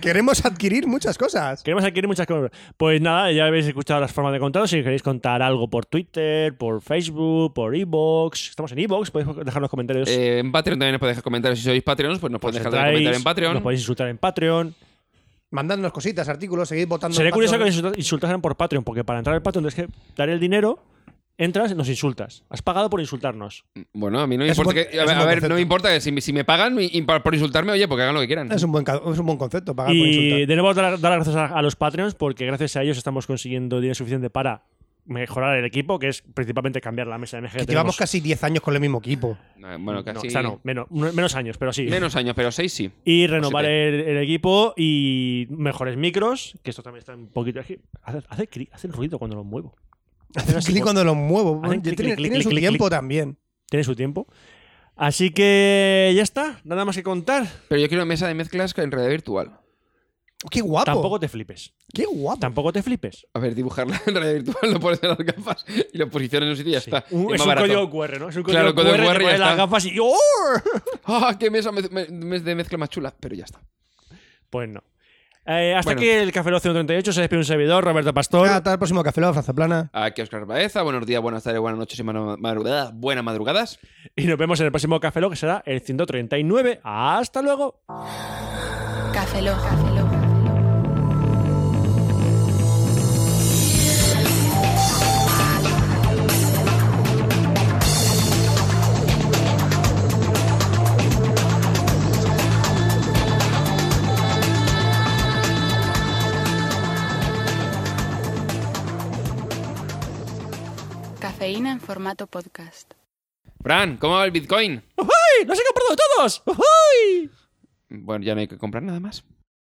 Speaker 5: Queremos adquirir muchas cosas.
Speaker 6: Queremos adquirir muchas cosas. Pues nada, ya habéis escuchado las formas de contarnos. Si queréis contar algo por Twitter, por Facebook, por Evox. Estamos en Evox, podéis dejar los comentarios.
Speaker 1: Eh, en Patreon también nos podéis dejar comentarios. Si sois Patreons, pues nos
Speaker 6: Pues
Speaker 1: podéis dejar
Speaker 6: entráis,
Speaker 1: de comentar en
Speaker 6: Nos
Speaker 1: Patreon.
Speaker 6: podéis insultar en Patreon.
Speaker 5: Mandadnos cositas, artículos, seguid votando.
Speaker 6: Sería
Speaker 5: en
Speaker 6: curioso que
Speaker 5: Patreon.
Speaker 6: nos insulta- insultasen por Patreon, porque para entrar al Patreon tienes que dar el dinero entras, nos insultas. Has pagado por insultarnos.
Speaker 1: Bueno, a mí no me
Speaker 5: Es un
Speaker 1: importa
Speaker 5: buen-
Speaker 1: que. A
Speaker 5: es un
Speaker 1: ver,
Speaker 5: buen
Speaker 1: a ver, no
Speaker 5: concepto.
Speaker 1: me importa que si, si me pagan mi- y por por insultarme, oye, porque hagan lo que quieran.
Speaker 5: Es un buen, ca- es un buen concepto, pagar por
Speaker 6: Y
Speaker 5: insultar.
Speaker 6: de nuevo dar, dar las gracias a, a los Patreons porque gracias a ellos estamos consiguiendo dinero suficiente para mejorar el equipo, que es principalmente cambiar la mesa de MG.
Speaker 5: Que llevamos casi 10 años con el mismo
Speaker 6: [laughs]
Speaker 5: equipo.
Speaker 1: Ah, Bueno, casi.
Speaker 6: No, o sea, no, menos, menos años, pero sí.
Speaker 1: Menos años, pero seis sí.
Speaker 6: Y renovar
Speaker 1: O siete.
Speaker 6: el, el equipo y mejores micros, que esto también está un poquito... es que Hace, hace, cri- hace ruido cuando los muevo.
Speaker 5: Hacen clic cuando los muevo.
Speaker 6: Hacen clic,
Speaker 5: Tiene,
Speaker 6: clic, clic,
Speaker 5: tiene su
Speaker 6: clic,
Speaker 5: tiempo
Speaker 6: clic.
Speaker 5: también.
Speaker 6: Tiene su tiempo. Así que ya está, nada más que contar.
Speaker 1: Pero yo quiero mesa de mezclas en realidad virtual.
Speaker 5: ¡Qué
Speaker 1: pues.
Speaker 5: guapo!
Speaker 6: Tampoco te flipes.
Speaker 5: ¡Qué guapo!
Speaker 6: Tampoco te flipes.
Speaker 1: A ver, dibujarla [laughs] en realidad virtual, lo pones en las gafas y lo posicionas en un sitio y ya está. es
Speaker 6: Un- es
Speaker 1: más
Speaker 6: un
Speaker 1: barato.
Speaker 6: código QR, ¿no? Es un
Speaker 1: Claro,
Speaker 6: código
Speaker 1: código
Speaker 6: QR, te
Speaker 1: QR y ya
Speaker 6: pones las
Speaker 1: está.
Speaker 6: gafas y ¡oh!
Speaker 1: ¡Ah, qué mesa mez- me- mes de mezcla más chula! Pero ya está.
Speaker 6: Pues no. Eh, hasta
Speaker 1: Bueno.
Speaker 6: que el Café Lock 138 se despide un servidor, Roberto Pastor.
Speaker 5: Hasta el próximo Café Lock, Franza Plana.
Speaker 1: Aquí Oscar Baeza, buenos días, buenas tardes, buenas noches y buenas madrugadas. Buenas madrugadas.
Speaker 6: Y nos vemos en el próximo Café Lock, que será el 139. ¡Hasta luego!
Speaker 4: Café Lock. Café Lock. Cafeína en formato podcast.
Speaker 1: Fran, ¿cómo va el Bitcoin?
Speaker 6: ¡Uy! ¡Los he comprado todos! ¡Uy!
Speaker 1: Bueno, ya no hay que comprar nada más.